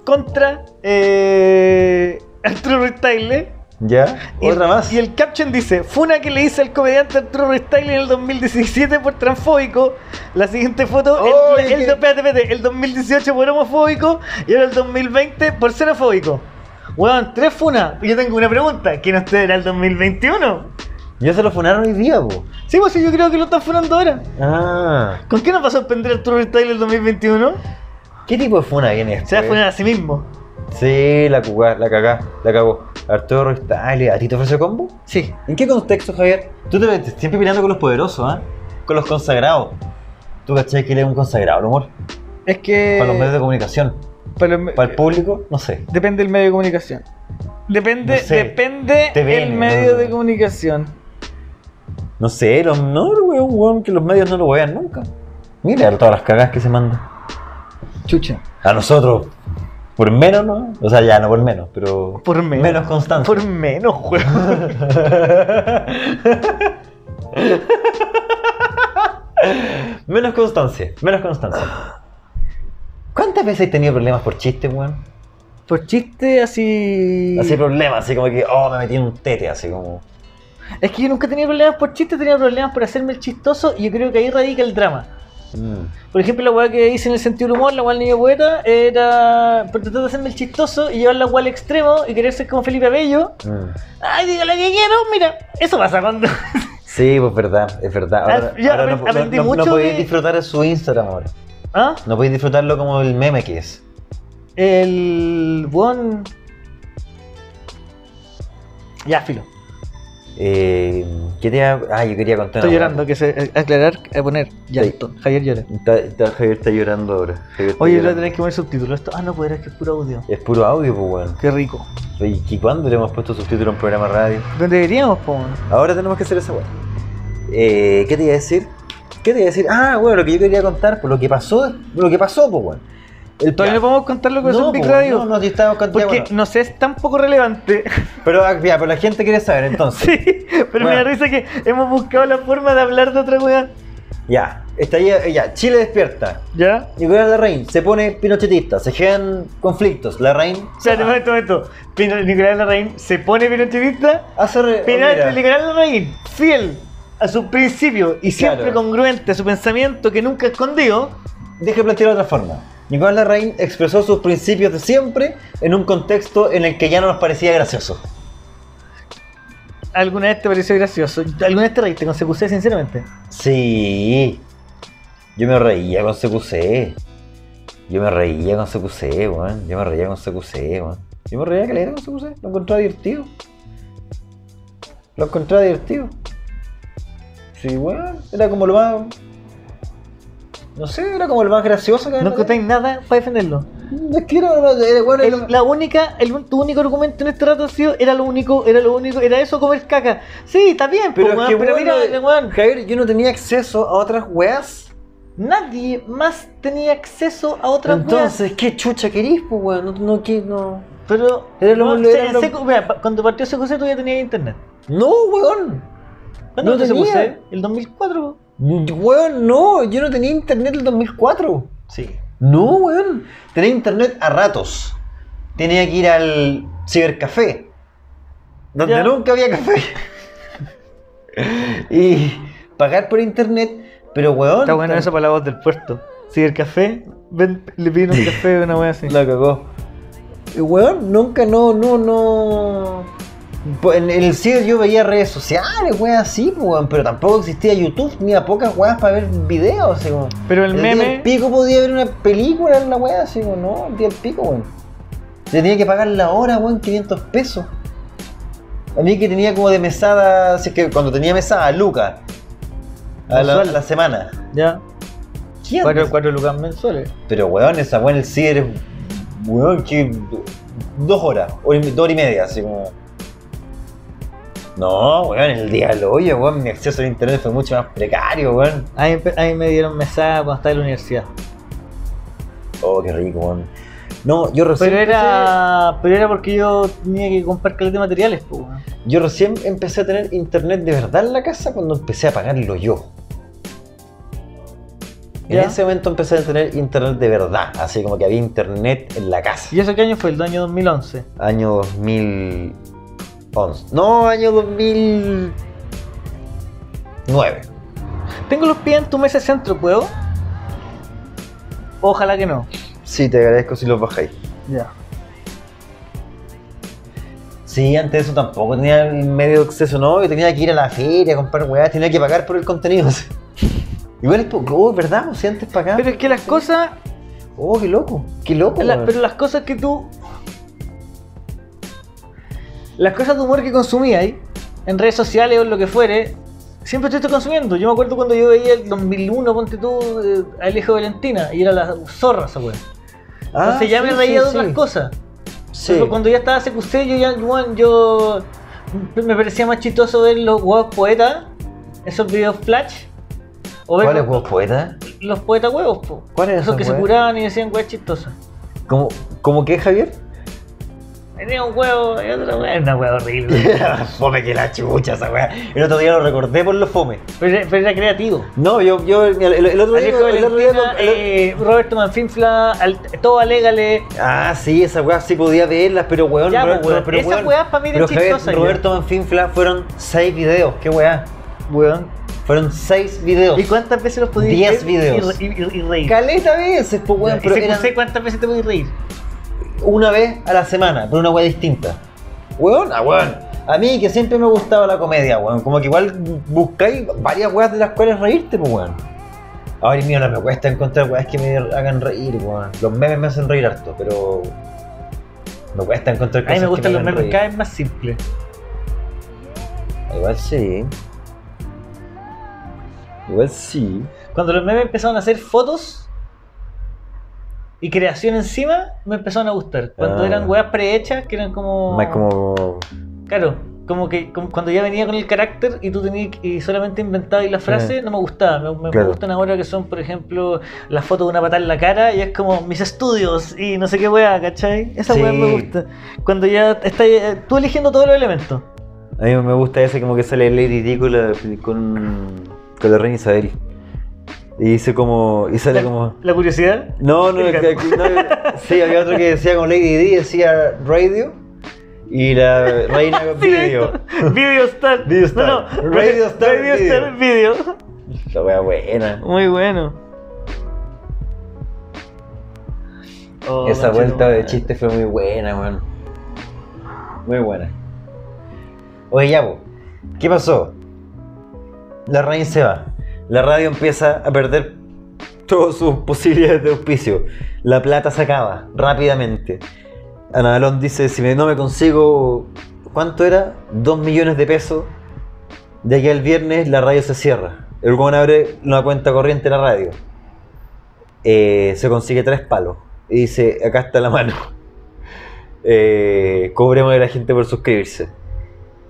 [SPEAKER 2] contra eh, Arturo Ruiz Tagle.
[SPEAKER 3] ¿Ya?
[SPEAKER 2] Y el-
[SPEAKER 3] Otra más.
[SPEAKER 2] Y el caption dice, funa que le hice al comediante Arturo Ruiz Tagle en el 2017 por transfóbico. La siguiente foto,
[SPEAKER 3] ¡Oh,
[SPEAKER 2] el,
[SPEAKER 3] y
[SPEAKER 2] el-
[SPEAKER 3] que-
[SPEAKER 2] espérate, espérate, el 2018 por homofóbico y ahora el 2020 por xenofóbico. Weón, tres funas. Yo tengo una pregunta, ¿quién usted era el 2021?
[SPEAKER 3] Ya se lo funaron hoy día, po.
[SPEAKER 2] Sí, pues sí, yo creo que lo están funando ahora.
[SPEAKER 3] Ah.
[SPEAKER 2] ¿Con qué nos va a sorprender Arturo Ruiz Tagle el 2021?
[SPEAKER 3] ¿Qué tipo de funa viene
[SPEAKER 2] Se
[SPEAKER 3] esto?
[SPEAKER 2] va a funar a sí mismo.
[SPEAKER 3] Sí, la cagá, la cagá, la cagó. Arturo Ruiz Tagle, Ah, ¿a ti te ofreció combo?
[SPEAKER 2] Sí.
[SPEAKER 3] ¿En qué contexto, Javier? Tú te metes siempre peleando con los poderosos, ¿ah? Con los consagrados. ¿Tú cachai que él es un consagrado, el humor?
[SPEAKER 2] Es que...
[SPEAKER 3] Para los medios de comunicación.
[SPEAKER 2] para los me-
[SPEAKER 3] Para el público, no sé.
[SPEAKER 2] Depende del medio de comunicación. Depende,
[SPEAKER 3] No sé.
[SPEAKER 2] depende
[SPEAKER 3] TVN,
[SPEAKER 2] el
[SPEAKER 3] ¿no?
[SPEAKER 2] medio de comunicación.
[SPEAKER 3] No sé, los, no, güey, un weón que los medios no lo vean nunca. Mira todas las cagadas que se manda.
[SPEAKER 2] Chucha.
[SPEAKER 3] A nosotros, por menos, ¿no? O sea, ya no por menos, pero.
[SPEAKER 2] Por menos.
[SPEAKER 3] Menos constante.
[SPEAKER 2] Por menos, weón.
[SPEAKER 3] Menos constancia, menos constancia. ¿Cuántas veces he tenido problemas por chiste, weón?
[SPEAKER 2] Por chiste así.
[SPEAKER 3] Así problemas, así como que, oh, me metí en un tete, así como.
[SPEAKER 2] Es que yo nunca tenía problemas por chiste, tenía problemas por hacerme el chistoso y yo creo que ahí radica el drama.
[SPEAKER 3] mm,
[SPEAKER 2] Por ejemplo, la weá que hice en el sentido del humor, la weá del niño poeta, era por tratar de hacerme el chistoso y llevarla al extremo y querer ser como Felipe Bello.
[SPEAKER 3] mm.
[SPEAKER 2] Ay, digo lo que quiero, mira, eso pasa cuando.
[SPEAKER 3] Sí, pues verdad, es verdad. Ahora,
[SPEAKER 2] Ah, ya,
[SPEAKER 3] ahora no,
[SPEAKER 2] aprend- aprendí
[SPEAKER 3] no- no- no
[SPEAKER 2] mucho
[SPEAKER 3] podéis
[SPEAKER 2] de-
[SPEAKER 3] disfrutar de su Instagram ahora.
[SPEAKER 2] ¿Ah?
[SPEAKER 3] No podéis disfrutarlo como el meme que es.
[SPEAKER 2] El buen. Ya, filo.
[SPEAKER 3] Eh, ¿Qué te iba- Ah, yo quería contar.
[SPEAKER 2] Estoy
[SPEAKER 3] una
[SPEAKER 2] llorando, que se eh, aclarar, a poner. Ya,
[SPEAKER 3] Sí.
[SPEAKER 2] esto. Javier llora.
[SPEAKER 3] weá. Está, está- Javier está llorando ahora. Javier está
[SPEAKER 2] Oye, le
[SPEAKER 3] llorando.
[SPEAKER 2] tenés que poner subtítulos. Esto, ah, no, pues era que es puro audio.
[SPEAKER 3] Es puro audio, pues, weón.
[SPEAKER 2] Qué rico.
[SPEAKER 3] Oye, ¿Y cuándo le hemos puesto subtítulo a un programa de radio?
[SPEAKER 2] ¿Dónde deberíamos, po?
[SPEAKER 3] Ahora tenemos que hacer esa weá. Eh, ¿Qué te iba a decir? ¿Qué te iba a decir? Ah, bueno, lo que yo quería contar, por lo que pasó, lo que pasó, pues, weón. El
[SPEAKER 2] Todavía
[SPEAKER 3] ya.
[SPEAKER 2] no podemos contar lo que pasó
[SPEAKER 3] No,
[SPEAKER 2] en Big
[SPEAKER 3] po, weón,
[SPEAKER 2] Radio.
[SPEAKER 3] No, no, sí estábamos contando.
[SPEAKER 2] porque
[SPEAKER 3] bueno.
[SPEAKER 2] no sé, es tan poco relevante.
[SPEAKER 3] Pero, ah, ya, pero la gente quiere saber, entonces.
[SPEAKER 2] sí, pero me da
[SPEAKER 3] Bueno.
[SPEAKER 2] risa que hemos buscado la forma de hablar de otra weá.
[SPEAKER 3] Ya, está ahí, eh, ya, Chile despierta.
[SPEAKER 2] ¿Ya?
[SPEAKER 3] Nicolás Larraín se pone pinochetista, se generan conflictos. Larraín
[SPEAKER 2] Espérate, un momento, un momento. Pino- Nicolás Larraín se pone pinochetista
[SPEAKER 3] hace. re- oh, mira.
[SPEAKER 2] Penal de Nicolás Larraín, fiel a su principio y siempre
[SPEAKER 3] Claro.
[SPEAKER 2] congruente a su pensamiento que nunca escondió.
[SPEAKER 3] Deje plantearlo de otra forma. Nicolás Larraín expresó sus principios de siempre en un contexto en el que ya no nos parecía gracioso.
[SPEAKER 2] ¿Alguna vez te pareció gracioso? ¿Alguna vez te reíste con CQC, sinceramente?
[SPEAKER 3] Sí. Yo me reía con CQC. Yo me reía con CQC, weón. Yo me reía con CQC, weón. Yo me reía que le era con CQC. Lo encontraba divertido. Lo encontraba divertido. Sí, weón. Era como lo más. No sé, era como el más gracioso que
[SPEAKER 2] No encontráis nada para defenderlo.
[SPEAKER 3] Es que era, era- era- bueno,
[SPEAKER 2] El-
[SPEAKER 3] era-
[SPEAKER 2] la única, el, tu único argumento en este rato ha sido, era lo único, era lo único, era eso comer caca. Sí, está bien,
[SPEAKER 3] Pero,
[SPEAKER 2] pero,
[SPEAKER 3] es que,
[SPEAKER 2] Pues, pero
[SPEAKER 3] bueno, eh,
[SPEAKER 2] mira, weón,
[SPEAKER 3] Javier, yo no tenía acceso a otras weas.
[SPEAKER 2] nadie más tenía acceso a otras weas.
[SPEAKER 3] Entonces, ¿qué chucha querís, pues, weón? No, no, que- no.
[SPEAKER 2] Pero
[SPEAKER 3] Era lo-
[SPEAKER 2] no,
[SPEAKER 3] lo-
[SPEAKER 2] se-
[SPEAKER 3] era lo-
[SPEAKER 2] se- mira, pa- cuando partió ese tú ya tenías internet.
[SPEAKER 3] No, weón.
[SPEAKER 2] ¿Cuándo
[SPEAKER 3] No
[SPEAKER 2] partió
[SPEAKER 3] tenía.
[SPEAKER 2] Secuse? El 2004. po.
[SPEAKER 3] Weón, no. Yo no tenía internet en el 2004.
[SPEAKER 2] Sí.
[SPEAKER 3] No, weón. Tenía internet a ratos. Tenía que ir al cibercafé. Donde
[SPEAKER 2] Ya.
[SPEAKER 3] nunca había café. y pagar por internet. Pero, weón.
[SPEAKER 2] Está bueno
[SPEAKER 3] tan-
[SPEAKER 2] eso para la voz del puerto. Sí, el café, ven, le piden un café a una wea así.
[SPEAKER 3] La cagó. Y, Eh, Weón, nunca, no, no, no. Po- En en el ciber yo veía redes sociales, weón, así, po, weón, pero tampoco existía YouTube ni a pocas weas para ver videos, así, weón.
[SPEAKER 2] Pero el
[SPEAKER 3] día
[SPEAKER 2] meme-
[SPEAKER 3] del pico podía ver una película en la wea, así, weón, no, el día del pico, weón. Le tenía que pagar la hora, weón, 500 pesos. A mí que tenía como de mesada, así que cuando tenía mesada, Lucas. A la, a la semana.
[SPEAKER 2] Ya.
[SPEAKER 3] ¿Quién?
[SPEAKER 2] Cuatro, cuatro lucas mensuales.
[SPEAKER 3] Pero weón, esa weón el ciber es. Weón, que. Dos horas, hora y- dos horas y media, así como. No, weón, el diálogo, oye, weón, mi acceso al internet fue mucho más precario, weón.
[SPEAKER 2] A mí, a mí me dieron mesada cuando estaba en la universidad.
[SPEAKER 3] Oh, qué rico, weón. No, yo recién.
[SPEAKER 2] Pero era, pero era porque yo tenía que comprar caleta de materiales, po, weón.
[SPEAKER 3] empecé- yo recién empecé a tener internet de verdad en la casa cuando empecé a pagarlo yo. En
[SPEAKER 2] Ya.
[SPEAKER 3] ese momento empecé a tener internet de verdad, así como que había internet en la casa.
[SPEAKER 2] ¿Y eso qué año fue? El año 2011.
[SPEAKER 3] Año 2011. No, año 2009.
[SPEAKER 2] Tengo los pies en tu mesa de centro, ¿puedo? Ojalá que no.
[SPEAKER 3] Sí, te agradezco si los bajáis.
[SPEAKER 2] Ya.
[SPEAKER 3] Sí, antes de eso tampoco tenía el medio de acceso, no. Yo tenía que ir a la feria a comprar weas, tenía que pagar por el contenido. Igual es poco, oh, ¿verdad? O sea, antes pagaba.
[SPEAKER 2] Pero es que las cosas,
[SPEAKER 3] Oh, qué loco, qué loco.
[SPEAKER 2] la-
[SPEAKER 3] weón.
[SPEAKER 2] pero las cosas que tú, las cosas de humor que consumías ¿eh? en redes sociales o en lo que fuere, siempre estuviste consumiendo. Yo me acuerdo cuando yo veía el 2001, ponte tú, eh, al hijo de Valentina, y era la zorra esa weón.
[SPEAKER 3] Ah,
[SPEAKER 2] Entonces ya me
[SPEAKER 3] sí,
[SPEAKER 2] reía
[SPEAKER 3] sí,
[SPEAKER 2] de otras
[SPEAKER 3] sí.
[SPEAKER 2] cosas.
[SPEAKER 3] Sí.
[SPEAKER 2] Pero cuando ya estaba CQC, yo ya, weón, yo me parecía más chistoso ver los huevos poetas, esos videos flash, o ver
[SPEAKER 3] ¿Cuáles
[SPEAKER 2] los,
[SPEAKER 3] huevos poetas?
[SPEAKER 2] los poetas huevos, po.
[SPEAKER 3] ¿Cuáles
[SPEAKER 2] esos
[SPEAKER 3] esos
[SPEAKER 2] que se
[SPEAKER 3] huevos?
[SPEAKER 2] curaban y decían weas chistosas.
[SPEAKER 3] ¿Cómo, ¿Cómo qué, Javier?
[SPEAKER 2] Tenía un huevo y otro huevo, era una hueá horrible.
[SPEAKER 3] fome que la chucha esa wea. El otro día lo recordé por los fomes.
[SPEAKER 2] pero, era- pero era creativo.
[SPEAKER 3] No, yo, yo, mira, el, el otro día.
[SPEAKER 2] Alejo
[SPEAKER 3] el otro día-
[SPEAKER 2] Valentina,
[SPEAKER 3] el-
[SPEAKER 2] eh, Roberto Manfinfla, al- todo alégale.
[SPEAKER 3] Ah, sí, esas weas sí podía verlas, pero weón,
[SPEAKER 2] Ya,
[SPEAKER 3] pero,
[SPEAKER 2] pues, weón,
[SPEAKER 3] pero,
[SPEAKER 2] esas
[SPEAKER 3] weón,
[SPEAKER 2] weas pa' mí eran
[SPEAKER 3] pero, Javier,
[SPEAKER 2] chistosas, ya.
[SPEAKER 3] Roberto Manfinfla fueron seis videos, qué weá.
[SPEAKER 2] Weón.
[SPEAKER 3] Fueron seis videos.
[SPEAKER 2] ¿Y cuántas veces los podías
[SPEAKER 3] Oh. Diez
[SPEAKER 2] ver
[SPEAKER 3] videos.
[SPEAKER 2] Y, y- y- y reír.
[SPEAKER 3] Caleta veces, pues weón,
[SPEAKER 2] Y
[SPEAKER 3] pero
[SPEAKER 2] CQC,
[SPEAKER 3] eran
[SPEAKER 2] cuántas veces te podías reír.
[SPEAKER 3] una vez a la semana, pero una wea distinta. Weón, ah, weón. A mí que siempre me gustaba la comedia, weón. Como que igual buscáis varias weas de las cuales reírte, pues weón. Ay, mío, no me cuesta encontrar weas que me hagan reír, weón. Los memes me hacen reír harto, pero. Me cuesta encontrar
[SPEAKER 2] A mí
[SPEAKER 3] cosas
[SPEAKER 2] me
[SPEAKER 3] que
[SPEAKER 2] gustan los
[SPEAKER 3] hagan
[SPEAKER 2] memes
[SPEAKER 3] reír.
[SPEAKER 2] cada vez más simples.
[SPEAKER 3] Igual sí. Igual sí.
[SPEAKER 2] Cuando los memes empezaron a hacer fotos y creación encima, me empezaron a gustar. Cuando
[SPEAKER 3] Ah.
[SPEAKER 2] eran weas prehechas, que eran como.
[SPEAKER 3] Más como.
[SPEAKER 2] Claro, como que como cuando ya venía con el carácter y tú tenías y solamente inventabas las frases, no me gustaba. Me, me- me
[SPEAKER 3] Eh. Claro.
[SPEAKER 2] gustan ahora que son, por ejemplo, las fotos de una patada en la cara y es como mis estudios y no sé qué wea, ¿cachai? Esa wea
[SPEAKER 3] Sí.
[SPEAKER 2] me gusta. Cuando ya estás eh, tú eligiendo todos los elementos.
[SPEAKER 3] A mí me gusta ese como que sale Lady Di con la, con, con la reina Isabel. Y dice como. Y sale
[SPEAKER 2] La-
[SPEAKER 3] como.
[SPEAKER 2] La curiosidad.
[SPEAKER 3] No, no,
[SPEAKER 2] El
[SPEAKER 3] que- que- no, sí, había otro que decía como Lady Di, decía radio. Y la reina
[SPEAKER 2] Sí,
[SPEAKER 3] video.
[SPEAKER 2] Video Star.
[SPEAKER 3] Video Star.
[SPEAKER 2] No, no.
[SPEAKER 3] Radio Star
[SPEAKER 2] Radio
[SPEAKER 3] Video.
[SPEAKER 2] Star Video.
[SPEAKER 3] La wea buena.
[SPEAKER 2] Muy bueno. Oh,
[SPEAKER 3] Esa
[SPEAKER 2] conchetumare.
[SPEAKER 3] vuelta de chiste fue muy buena, weón. Muy buena. Oye, ya, po, ¿qué pasó? La raíz se va. La radio empieza a perder todas sus posibilidades de auspicio. La plata se acaba rápidamente. Ana Balón dice, si me- no me consigo, ¿cuánto era? Dos millones de pesos. De aquí al viernes la radio se cierra. El weón abre una cuenta corriente en la radio. eh, se consigue tres palos. Y dice, acá está la mano. Eh, cobremos a la gente por suscribirse.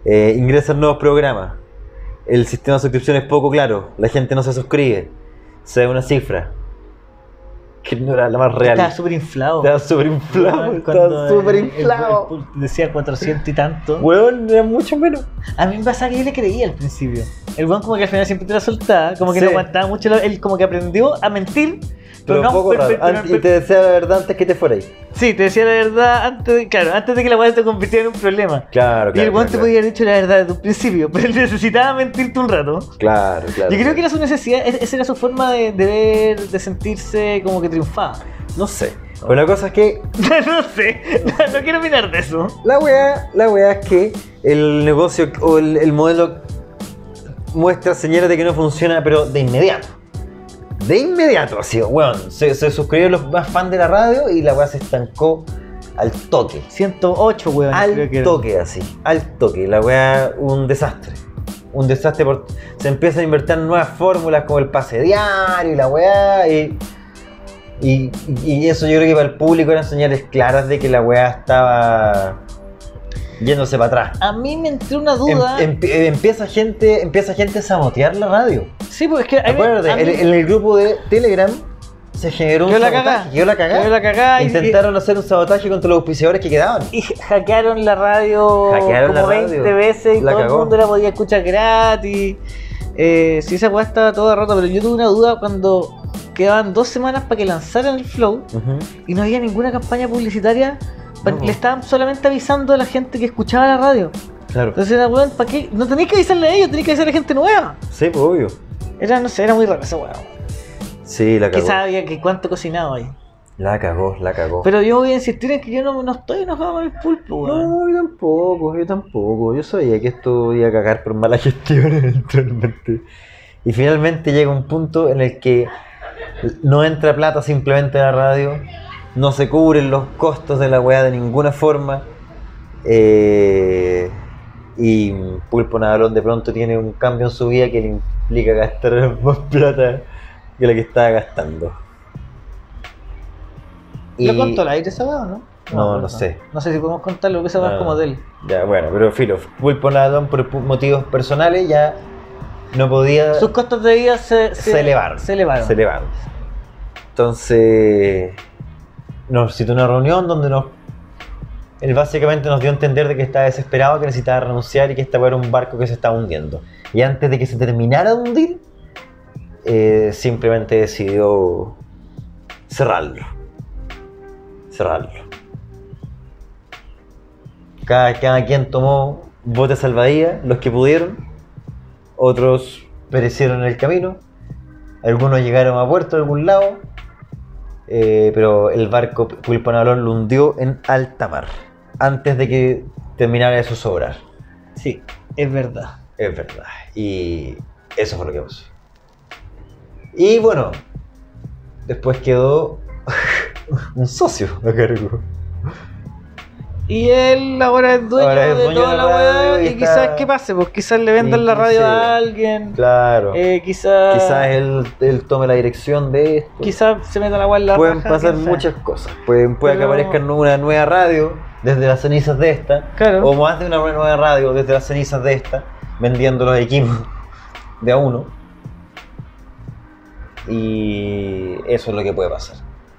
[SPEAKER 3] Eh, ingresan nuevos programas. El sistema de suscripción es poco claro. La gente no se suscribe. Se da una cifra. Que no era la más real.
[SPEAKER 2] Estaba súper inflado.
[SPEAKER 3] Estaba súper inflado. Estaba súper inflado.
[SPEAKER 2] Decía 400 y tanto.
[SPEAKER 3] Weón, era mucho menos.
[SPEAKER 2] A mí me pasaba que yo le creía al principio. El weón como que al final siempre te la soltaba, como que
[SPEAKER 3] Sí.
[SPEAKER 2] no aguantaba mucho, la- él como que aprendió a mentir, pero,
[SPEAKER 3] Pero,
[SPEAKER 2] no...
[SPEAKER 3] poco
[SPEAKER 2] per-
[SPEAKER 3] raro.
[SPEAKER 2] per- pero-
[SPEAKER 3] Antes- y te decía la verdad antes que te fuera ahí.
[SPEAKER 2] per- Sí, te decía la verdad antes de, claro, antes de que la weá te convirtiera en un problema.
[SPEAKER 3] Claro,
[SPEAKER 2] y
[SPEAKER 3] claro.
[SPEAKER 2] el weón te
[SPEAKER 3] claro,
[SPEAKER 2] podía haber dicho la verdad desde un principio, pero él necesitaba mentirte un rato.
[SPEAKER 3] Claro, claro.
[SPEAKER 2] Yo creo
[SPEAKER 3] claro.
[SPEAKER 2] que era su necesidad, es- esa era su forma de, de ver, de sentirse como que triunfaba.
[SPEAKER 3] No sé. Pero la cosa es que
[SPEAKER 2] no sé, no, no quiero mirar de eso.
[SPEAKER 3] La weá, la weá es que el negocio o el, el modelo muestra señales de que no funciona, pero de inmediato. De inmediato, así, weón. Se, se suscribieron los más fans de la radio y la weá se estancó al toque.
[SPEAKER 2] 108, weón. creo
[SPEAKER 3] Al
[SPEAKER 2] que era.
[SPEAKER 3] toque, así. Al toque. La weá, un desastre. Un desastre por. Se empiezan a invertir nuevas fórmulas como el pase diario y la weá. Y, y, y eso yo creo que para el público eran señales claras de que la weá estaba yéndose para atrás.
[SPEAKER 2] A mí me entró una
[SPEAKER 3] Em-
[SPEAKER 2] duda.
[SPEAKER 3] em- eh, empieza gente empieza gente a sabotear la radio.
[SPEAKER 2] sí, pues es que. a mí-
[SPEAKER 3] Acuérdate,
[SPEAKER 2] a mí-
[SPEAKER 3] en, en el grupo de Telegram se generó un
[SPEAKER 2] Yo la
[SPEAKER 3] sabotaje.
[SPEAKER 2] cagá.
[SPEAKER 3] Yo la cagá.
[SPEAKER 2] Yo la cagá y-
[SPEAKER 3] Intentaron hacer un sabotaje contra los auspiciadores que quedaban.
[SPEAKER 2] Y hackearon la radio
[SPEAKER 3] Hackearon
[SPEAKER 2] como
[SPEAKER 3] la radio.
[SPEAKER 2] 20 veces y
[SPEAKER 3] La
[SPEAKER 2] todo
[SPEAKER 3] cagó.
[SPEAKER 2] el mundo la podía escuchar gratis. Eh, sí, esa weá estaba toda rota, pero yo tuve una duda cuando quedaban dos semanas para que lanzaran el flow y no había ninguna campaña publicitaria. pa-
[SPEAKER 3] No, po.
[SPEAKER 2] Le estaban solamente avisando a la gente que escuchaba la radio.
[SPEAKER 3] Claro.
[SPEAKER 2] Entonces era, weón, ¿para qué? No tenéis que avisarle a ellos, tenéis que avisar a la gente nueva.
[SPEAKER 3] Sí, pues obvio.
[SPEAKER 2] Era, no sé, era muy raro esa weá.
[SPEAKER 3] Sí, la
[SPEAKER 2] Que
[SPEAKER 3] cagó.
[SPEAKER 2] sabía que cuánto cocinaba ahí.
[SPEAKER 3] La cagó, la cagó.
[SPEAKER 2] Pero yo voy a insistir en que yo no, no estoy enojado con el pulpo, weón.
[SPEAKER 3] no, yo tampoco, yo tampoco. Yo sabía que esto iba a cagar por mala gestión eventualmente. Y finalmente llega un punto en el que no entra plata simplemente a la radio, no se cubren los costos de la weá de ninguna forma. eh, y Pulpo Nadalón de pronto tiene un cambio en su vida que le implica gastar más plata que la que estaba gastando.
[SPEAKER 2] ¿Lo
[SPEAKER 3] Y-
[SPEAKER 2] contó al aire esa weá o no?
[SPEAKER 3] No,
[SPEAKER 2] me
[SPEAKER 3] no
[SPEAKER 2] acuerdo.
[SPEAKER 3] sé.
[SPEAKER 2] No sé si podemos contarlo, porque esa weá
[SPEAKER 3] Ah.
[SPEAKER 2] es como de él.
[SPEAKER 3] Ya, bueno, pero filo, Pulpo Nadalón por pu- motivos personales ya no podía
[SPEAKER 2] Sus costos de vida se,
[SPEAKER 3] se elevaron.
[SPEAKER 2] Se elevaron.
[SPEAKER 3] se elevaron. Entonces, nos citó una reunión donde nos. Él básicamente nos dio a entender de que estaba desesperado, que necesitaba renunciar y que estaba era un barco que se estaba hundiendo. Y antes de que se terminara de hundir, eh, simplemente decidió cerrarlo. Cerrarlo. Cada, cada quien tomó botes salvadía, los que pudieron. Otros perecieron en el camino. Algunos llegaron a puerto de algún lado. eh, pero el barco Pulpanalón lo hundió en alta mar. Antes de que terminara de zozobrar.
[SPEAKER 2] Sí, es verdad.
[SPEAKER 3] Es verdad. Y eso fue lo que pasó. Y bueno, después quedó un socio a cargo.
[SPEAKER 2] Y él ahora es dueño
[SPEAKER 3] Ahora es
[SPEAKER 2] de
[SPEAKER 3] dueño
[SPEAKER 2] toda
[SPEAKER 3] de
[SPEAKER 2] la
[SPEAKER 3] la radio
[SPEAKER 2] weá.
[SPEAKER 3] y
[SPEAKER 2] Y,
[SPEAKER 3] está-
[SPEAKER 2] quizás, ¿qué pase? Pues quizás le vendan
[SPEAKER 3] Y
[SPEAKER 2] la radio
[SPEAKER 3] quizá-
[SPEAKER 2] a alguien.
[SPEAKER 3] Claro.
[SPEAKER 2] Eh, quizás.
[SPEAKER 3] Quizás él, él tome la dirección de esto.
[SPEAKER 2] quizás se meta la weá en la
[SPEAKER 3] Pueden
[SPEAKER 2] raja,
[SPEAKER 3] pasar
[SPEAKER 2] quién sabe.
[SPEAKER 3] muchas cosas. Pueden, puede
[SPEAKER 2] Pero-
[SPEAKER 3] que aparezca una nueva radio desde las cenizas de esta.
[SPEAKER 2] Claro.
[SPEAKER 3] O más de una nueva radio desde las cenizas de esta, vendiendo los equipos de a uno. Y eso es lo que puede pasar.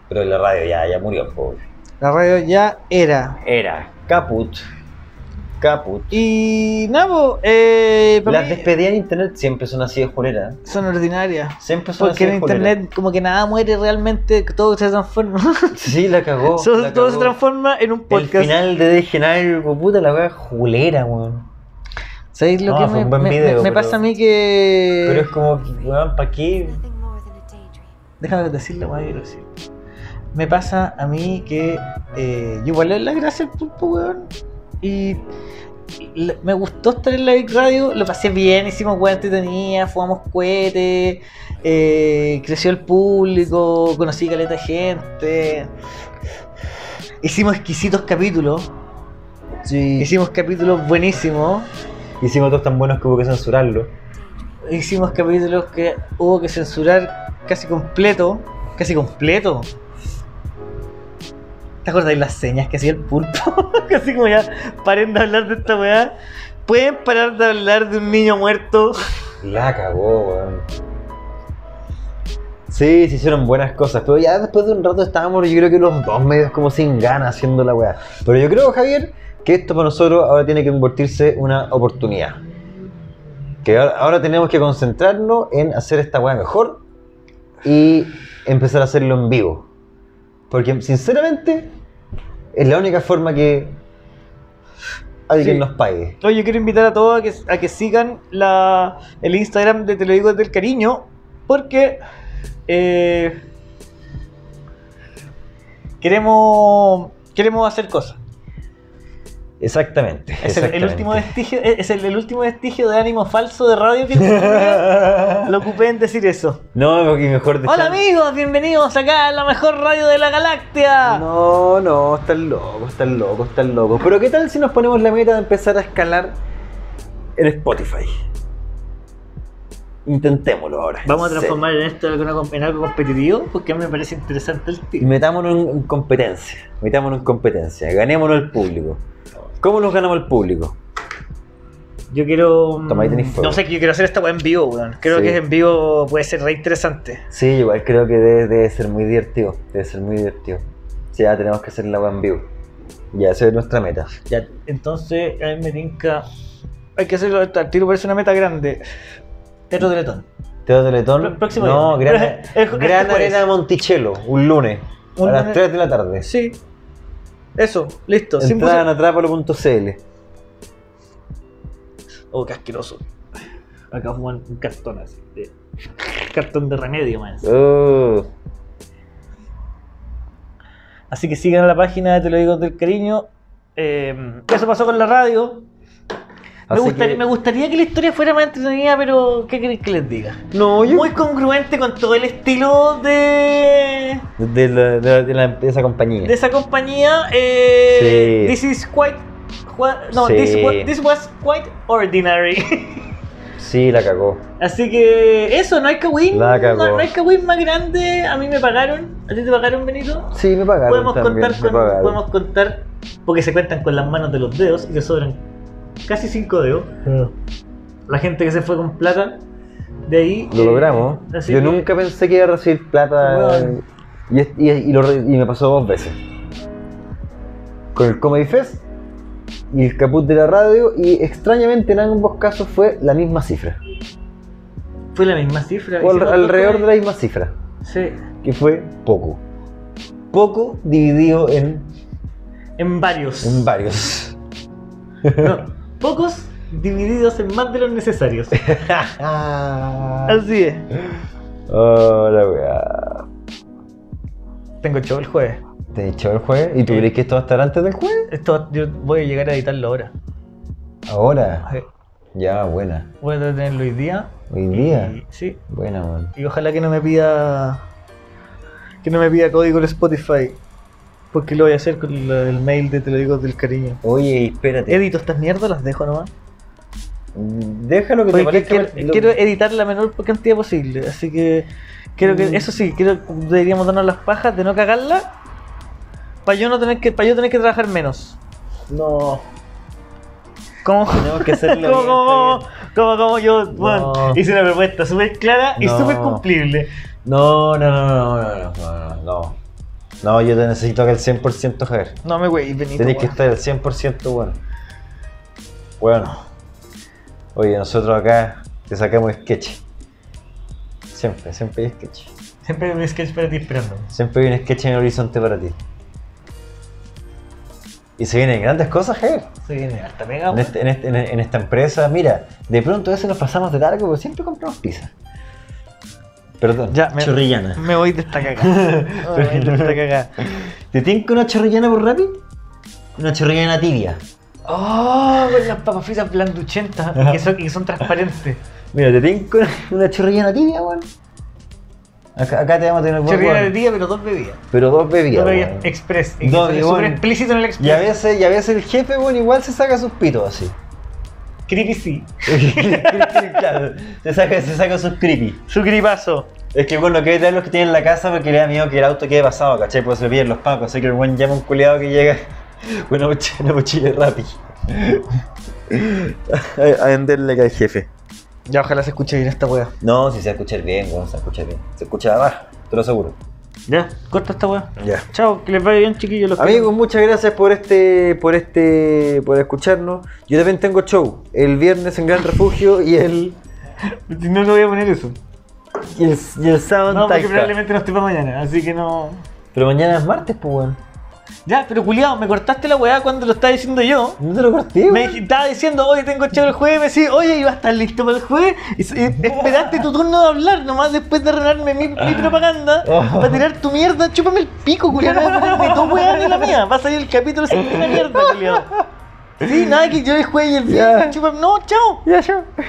[SPEAKER 3] Pero la radio ya, ya murió, pobre.
[SPEAKER 2] La radio ya era.
[SPEAKER 3] Era caput. Caput.
[SPEAKER 2] Y nada, po, eh, para
[SPEAKER 3] Las
[SPEAKER 2] mí
[SPEAKER 3] despedidas en internet siempre son así de jolera.
[SPEAKER 2] son ordinarias.
[SPEAKER 3] Siempre son
[SPEAKER 2] Porque
[SPEAKER 3] así
[SPEAKER 2] en
[SPEAKER 3] de jolera.
[SPEAKER 2] internet como que nada muere realmente, todo se transforma.
[SPEAKER 3] Sí, la cagó.
[SPEAKER 2] todo,
[SPEAKER 3] la
[SPEAKER 2] todo se
[SPEAKER 3] cagó.
[SPEAKER 2] transforma en un
[SPEAKER 3] El
[SPEAKER 2] podcast.
[SPEAKER 3] final de Dejen algo, puta la wea julera, weón.
[SPEAKER 2] ¿Sabéis lo
[SPEAKER 3] No,
[SPEAKER 2] que
[SPEAKER 3] fue
[SPEAKER 2] me,
[SPEAKER 3] un buen
[SPEAKER 2] me-
[SPEAKER 3] video,
[SPEAKER 2] me- me
[SPEAKER 3] pero-
[SPEAKER 2] pasa a mí que...
[SPEAKER 3] Pero es como, weón, ¿para qué?
[SPEAKER 4] Nothing more than a daydream.
[SPEAKER 2] Déjame decirlo, más decir. Me pasa a mí que eh, yo igual le doy las gracias al pulpo, weón. Y le- me gustó estar en la Big Radio, lo pasé bien, hicimos weón entretenida, fumamos cohetes, eh, creció el público, conocí caleta de gente. Hicimos exquisitos capítulos,
[SPEAKER 3] Sí.
[SPEAKER 2] hicimos capítulos buenísimos.
[SPEAKER 3] Hicimos dos tan buenos que hubo que censurarlo.
[SPEAKER 2] Hicimos capítulos que hubo que censurar casi completo. casi completo. ¿Te acordáis las señas que hacía el pulpo? casi como ya, paren de hablar de esta weá. ¿Pueden parar de hablar de un niño muerto?
[SPEAKER 3] La cagó, weón. Sí, se hicieron buenas cosas, pero ya después de un rato estábamos, yo creo que los dos medios como sin ganas haciendo la weá. Pero yo creo, Javier, que esto para nosotros ahora tiene que convertirse en una oportunidad. Que ahora, ahora tenemos que concentrarnos en hacer esta weá mejor y empezar a hacerlo en vivo. Porque Eh, sinceramente es la única forma que alguien
[SPEAKER 2] Sí.
[SPEAKER 3] nos pague.
[SPEAKER 2] Oye, yo quiero invitar a todos a que, a que sigan la, el Instagram de Te lo digo desde el cariño, porque eh, queremos, queremos hacer cosas.
[SPEAKER 3] Exactamente.
[SPEAKER 2] Es el, el
[SPEAKER 3] exactamente.
[SPEAKER 2] último vestigio, eh, es el, el último vestigio de ánimo falso de radio que tenía. lo ocupé en decir eso.
[SPEAKER 3] No, porque mejor dejar-
[SPEAKER 2] Hola amigos, bienvenidos acá a la mejor radio de la galaxia.
[SPEAKER 3] No, no, están locos, están locos, están locos. Pero ¿qué tal si nos ponemos la meta de empezar a escalar en Spotify? Intentémoslo ahora. en
[SPEAKER 2] Vamos a
[SPEAKER 3] serio.
[SPEAKER 2] transformar en esto en algo, en algo competitivo porque a mí me parece interesante el
[SPEAKER 3] Y
[SPEAKER 2] tema.
[SPEAKER 3] metámonos en- en competencia. Metámonos en competencia. Ganémonos al público. ¿Cómo nos ganamos al público?
[SPEAKER 2] Yo quiero. mm,
[SPEAKER 3] Toma, ahí tenés fuego.
[SPEAKER 2] No sé, yo quiero hacer esta weá en vivo, weón. Creo
[SPEAKER 3] Sí.
[SPEAKER 2] que en vivo puede ser re interesante.
[SPEAKER 3] Sí, igual creo que debe, debe ser muy divertido. Debe ser muy divertido. Sí, ya tenemos que hacer la web en vivo. Ya, esa es nuestra meta.
[SPEAKER 2] Ya, entonces, a mí me tinca. Hay que hacerlo al tiro, parece una meta grande. Teatro Teletón.
[SPEAKER 3] Teo Teletón.
[SPEAKER 2] Pr- próximo
[SPEAKER 3] no,
[SPEAKER 2] día.
[SPEAKER 3] Gran,
[SPEAKER 2] El ju-
[SPEAKER 3] Gran
[SPEAKER 2] este jueves.
[SPEAKER 3] Arena Monticello, un lunes.
[SPEAKER 2] Un
[SPEAKER 3] a las
[SPEAKER 2] lunes.
[SPEAKER 3] 3 de la tarde.
[SPEAKER 2] Sí. Eso, listo. Sin
[SPEAKER 3] Entrada en
[SPEAKER 2] música-
[SPEAKER 3] atrápalo.cl.
[SPEAKER 2] Oh, qué asqueroso. Acá fuman un cartón así. de- Cartón de remedio, man.
[SPEAKER 3] Oh,
[SPEAKER 2] Así que sigan la página de Te lo digo del cariño. Eh, eso pasó con la radio. Me
[SPEAKER 3] así
[SPEAKER 2] gustaría,
[SPEAKER 3] que-
[SPEAKER 2] me gustaría que la historia fuera más entretenida, pero ¿qué queréis que les diga?
[SPEAKER 3] No, yo.
[SPEAKER 2] Muy congruente con todo el estilo de,
[SPEAKER 3] De, la- de, la- de la- de esa compañía.
[SPEAKER 2] de esa compañía. eh,
[SPEAKER 3] Sí.
[SPEAKER 2] This is quite. qua- No,
[SPEAKER 3] Sí.
[SPEAKER 2] this, wa- this was quite ordinary.
[SPEAKER 3] Sí, la cagó.
[SPEAKER 2] Así que eso, no hay que win.
[SPEAKER 3] La
[SPEAKER 2] No,
[SPEAKER 3] cagó.
[SPEAKER 2] no hay que win más grande. A mí me pagaron. ¿A ti te pagaron, Benito?
[SPEAKER 3] Sí, me pagaron.
[SPEAKER 2] Podemos
[SPEAKER 3] también,
[SPEAKER 2] contar,
[SPEAKER 3] me
[SPEAKER 2] con,
[SPEAKER 3] pagaron.
[SPEAKER 2] podemos contar, porque se cuentan con las manos de los dedos y te sobran casi cinco dedos. la gente que se fue con plata de ahí.
[SPEAKER 3] Mm. Lo
[SPEAKER 2] eh,
[SPEAKER 3] logramos.
[SPEAKER 2] así
[SPEAKER 3] Yo
[SPEAKER 2] que-
[SPEAKER 3] nunca pensé que iba a recibir plata.
[SPEAKER 2] Bueno.
[SPEAKER 3] Y, es- y- y lo re- y me pasó dos veces. Con el Comedy Fest y el caput de la radio. Y extrañamente en ambos casos fue la misma cifra.
[SPEAKER 2] Fue la misma cifra.
[SPEAKER 3] O al-
[SPEAKER 2] Hicimos
[SPEAKER 3] alrededor de
[SPEAKER 2] dos
[SPEAKER 3] la misma cifra.
[SPEAKER 2] cosas. Sí.
[SPEAKER 3] Que fue poco. Poco dividido en,
[SPEAKER 2] En varios.
[SPEAKER 3] en varios.
[SPEAKER 2] No, pocos divididos en más de los necesarios.
[SPEAKER 3] Ah,
[SPEAKER 2] Así es.
[SPEAKER 3] la weá.
[SPEAKER 2] Tengo show el jueves.
[SPEAKER 3] ¿Te he dicho el jueves? ¿Y tú
[SPEAKER 2] Sí.
[SPEAKER 3] crees que esto va a estar antes del jueves?
[SPEAKER 2] Esto yo voy a llegar a editarlo ahora.
[SPEAKER 3] Ahora. Ya, buena.
[SPEAKER 2] Voy a tratar de tenerlo hoy día.
[SPEAKER 3] Hoy día.
[SPEAKER 2] Y- sí.
[SPEAKER 3] Buena, man.
[SPEAKER 2] Y ojalá que no me pida. Que no me pida código el Spotify. Porque lo voy a hacer con el, el mail de Te lo digo del cariño.
[SPEAKER 3] Oye, espérate.
[SPEAKER 2] Edito estas mierdas, las dejo nomás.
[SPEAKER 3] Déjalo que te
[SPEAKER 2] Oye, que-
[SPEAKER 3] parezca.
[SPEAKER 2] que-
[SPEAKER 3] lo-
[SPEAKER 2] Quiero editar la menor cantidad posible, así que creo que
[SPEAKER 3] Mm.
[SPEAKER 2] eso sí, creo deberíamos darnos las pajas de no cagarla para yo no tener que para yo tener que trabajar menos.
[SPEAKER 3] No.
[SPEAKER 2] Como
[SPEAKER 3] Tenemos que hacerlo.
[SPEAKER 2] como,
[SPEAKER 3] bien, está
[SPEAKER 2] como, como,
[SPEAKER 3] bien.
[SPEAKER 2] como yo bueno,
[SPEAKER 3] No.
[SPEAKER 2] hice una propuesta súper clara y
[SPEAKER 3] No.
[SPEAKER 2] súper cumplible.
[SPEAKER 3] No, no, no, no, no, no, no, no. No, yo te necesito acá el 100% Javier.
[SPEAKER 2] No me güey, Benito.
[SPEAKER 3] Tenés que
[SPEAKER 2] weón.
[SPEAKER 3] estar al 100% bueno. Bueno. Oye, nosotros acá te sacamos sketch. Siempre, siempre hay sketch.
[SPEAKER 2] Siempre hay un sketch para ti esperando.
[SPEAKER 3] Siempre hay un sketch en el horizonte para ti. Y se vienen grandes cosas, Javier.
[SPEAKER 2] Se viene harta pega.
[SPEAKER 3] En,
[SPEAKER 2] weón.
[SPEAKER 3] este- en este- en- en esta empresa, mira, de pronto a veces nos pasamos de largo, pero siempre compramos pizza. Perdón,
[SPEAKER 2] Ya, me-
[SPEAKER 3] chorrillana.
[SPEAKER 2] Me voy de esta cagada. Me voy de esta cagada.
[SPEAKER 3] ¿Te tinca una chorrillana por Rappi? Una chorrillana tibia.
[SPEAKER 2] Oh, con las papas fritas blanduchentas y que son, y que son transparentes.
[SPEAKER 3] Mira, te tinco una, una chorrillana tibia, weón. Acá, acá te vamos a tener buen
[SPEAKER 2] Chorrera de
[SPEAKER 3] weón.
[SPEAKER 2] día, pero dos bebidas.
[SPEAKER 3] Pero dos bebidas.
[SPEAKER 2] Dos bebidas
[SPEAKER 3] weón.
[SPEAKER 2] express. y que
[SPEAKER 3] Dos,
[SPEAKER 2] es
[SPEAKER 3] y
[SPEAKER 2] súper
[SPEAKER 3] bueno.
[SPEAKER 2] explícito en el
[SPEAKER 3] Y a
[SPEAKER 2] express.
[SPEAKER 3] veces, y a veces el jefe, weón, igual se saca sus pitos así.
[SPEAKER 2] Creepy sí.
[SPEAKER 3] claro, se saca, se saca sus creepy.
[SPEAKER 2] Su gripazo.
[SPEAKER 3] Es que bueno, que traer los que tienen en la casa porque le da miedo que el auto quede pasado, ¿cachai? Por eso le piden los pacos, así que el buen llama a un culiado que llega una mochila, una mochila rápida. a, a venderle acá al jefe.
[SPEAKER 2] Ya ojalá se escuche bien esta weá.
[SPEAKER 3] No, si se escucha bien, weón, se escucha bien. Se escucha abajo, te lo aseguro.
[SPEAKER 2] Ya, corta esta weá.
[SPEAKER 3] Ya.
[SPEAKER 2] Chao, que les vaya bien chiquillos. Los quiero.
[SPEAKER 3] Amigos, muchas gracias por este, por este, por escucharnos. Yo también tengo show el viernes en Gran Refugio y el,
[SPEAKER 2] No, no voy a poner eso.
[SPEAKER 3] y el, y el sábado en
[SPEAKER 2] No, porque
[SPEAKER 3] Talca.
[SPEAKER 2] probablemente no estoy para mañana, así que no.
[SPEAKER 3] Pero mañana es martes, pues, weón.
[SPEAKER 2] Ya, pero culiado, me cortaste la weá cuando lo estaba diciendo yo.
[SPEAKER 3] No te lo
[SPEAKER 2] Me
[SPEAKER 3] corté, weón.
[SPEAKER 2] dij- estaba diciendo, oye, tengo show el jueves, me decís, oye, iba a estar listo para el jueves. Y, s- eh, esperaste tu turno de hablar, nomás después de arreglarme mi,
[SPEAKER 3] Ah.
[SPEAKER 2] mi propaganda, para tirar tu mierda, chúpame el pico, culiado, no voy a ponerme tu weá ni la mía. Va a salir el capítulo sin una mierda, culiado. Sí, nada que yo el jueves y el viernes,
[SPEAKER 3] Ya.
[SPEAKER 2] chúpame. No, chao.
[SPEAKER 3] Ya, yo.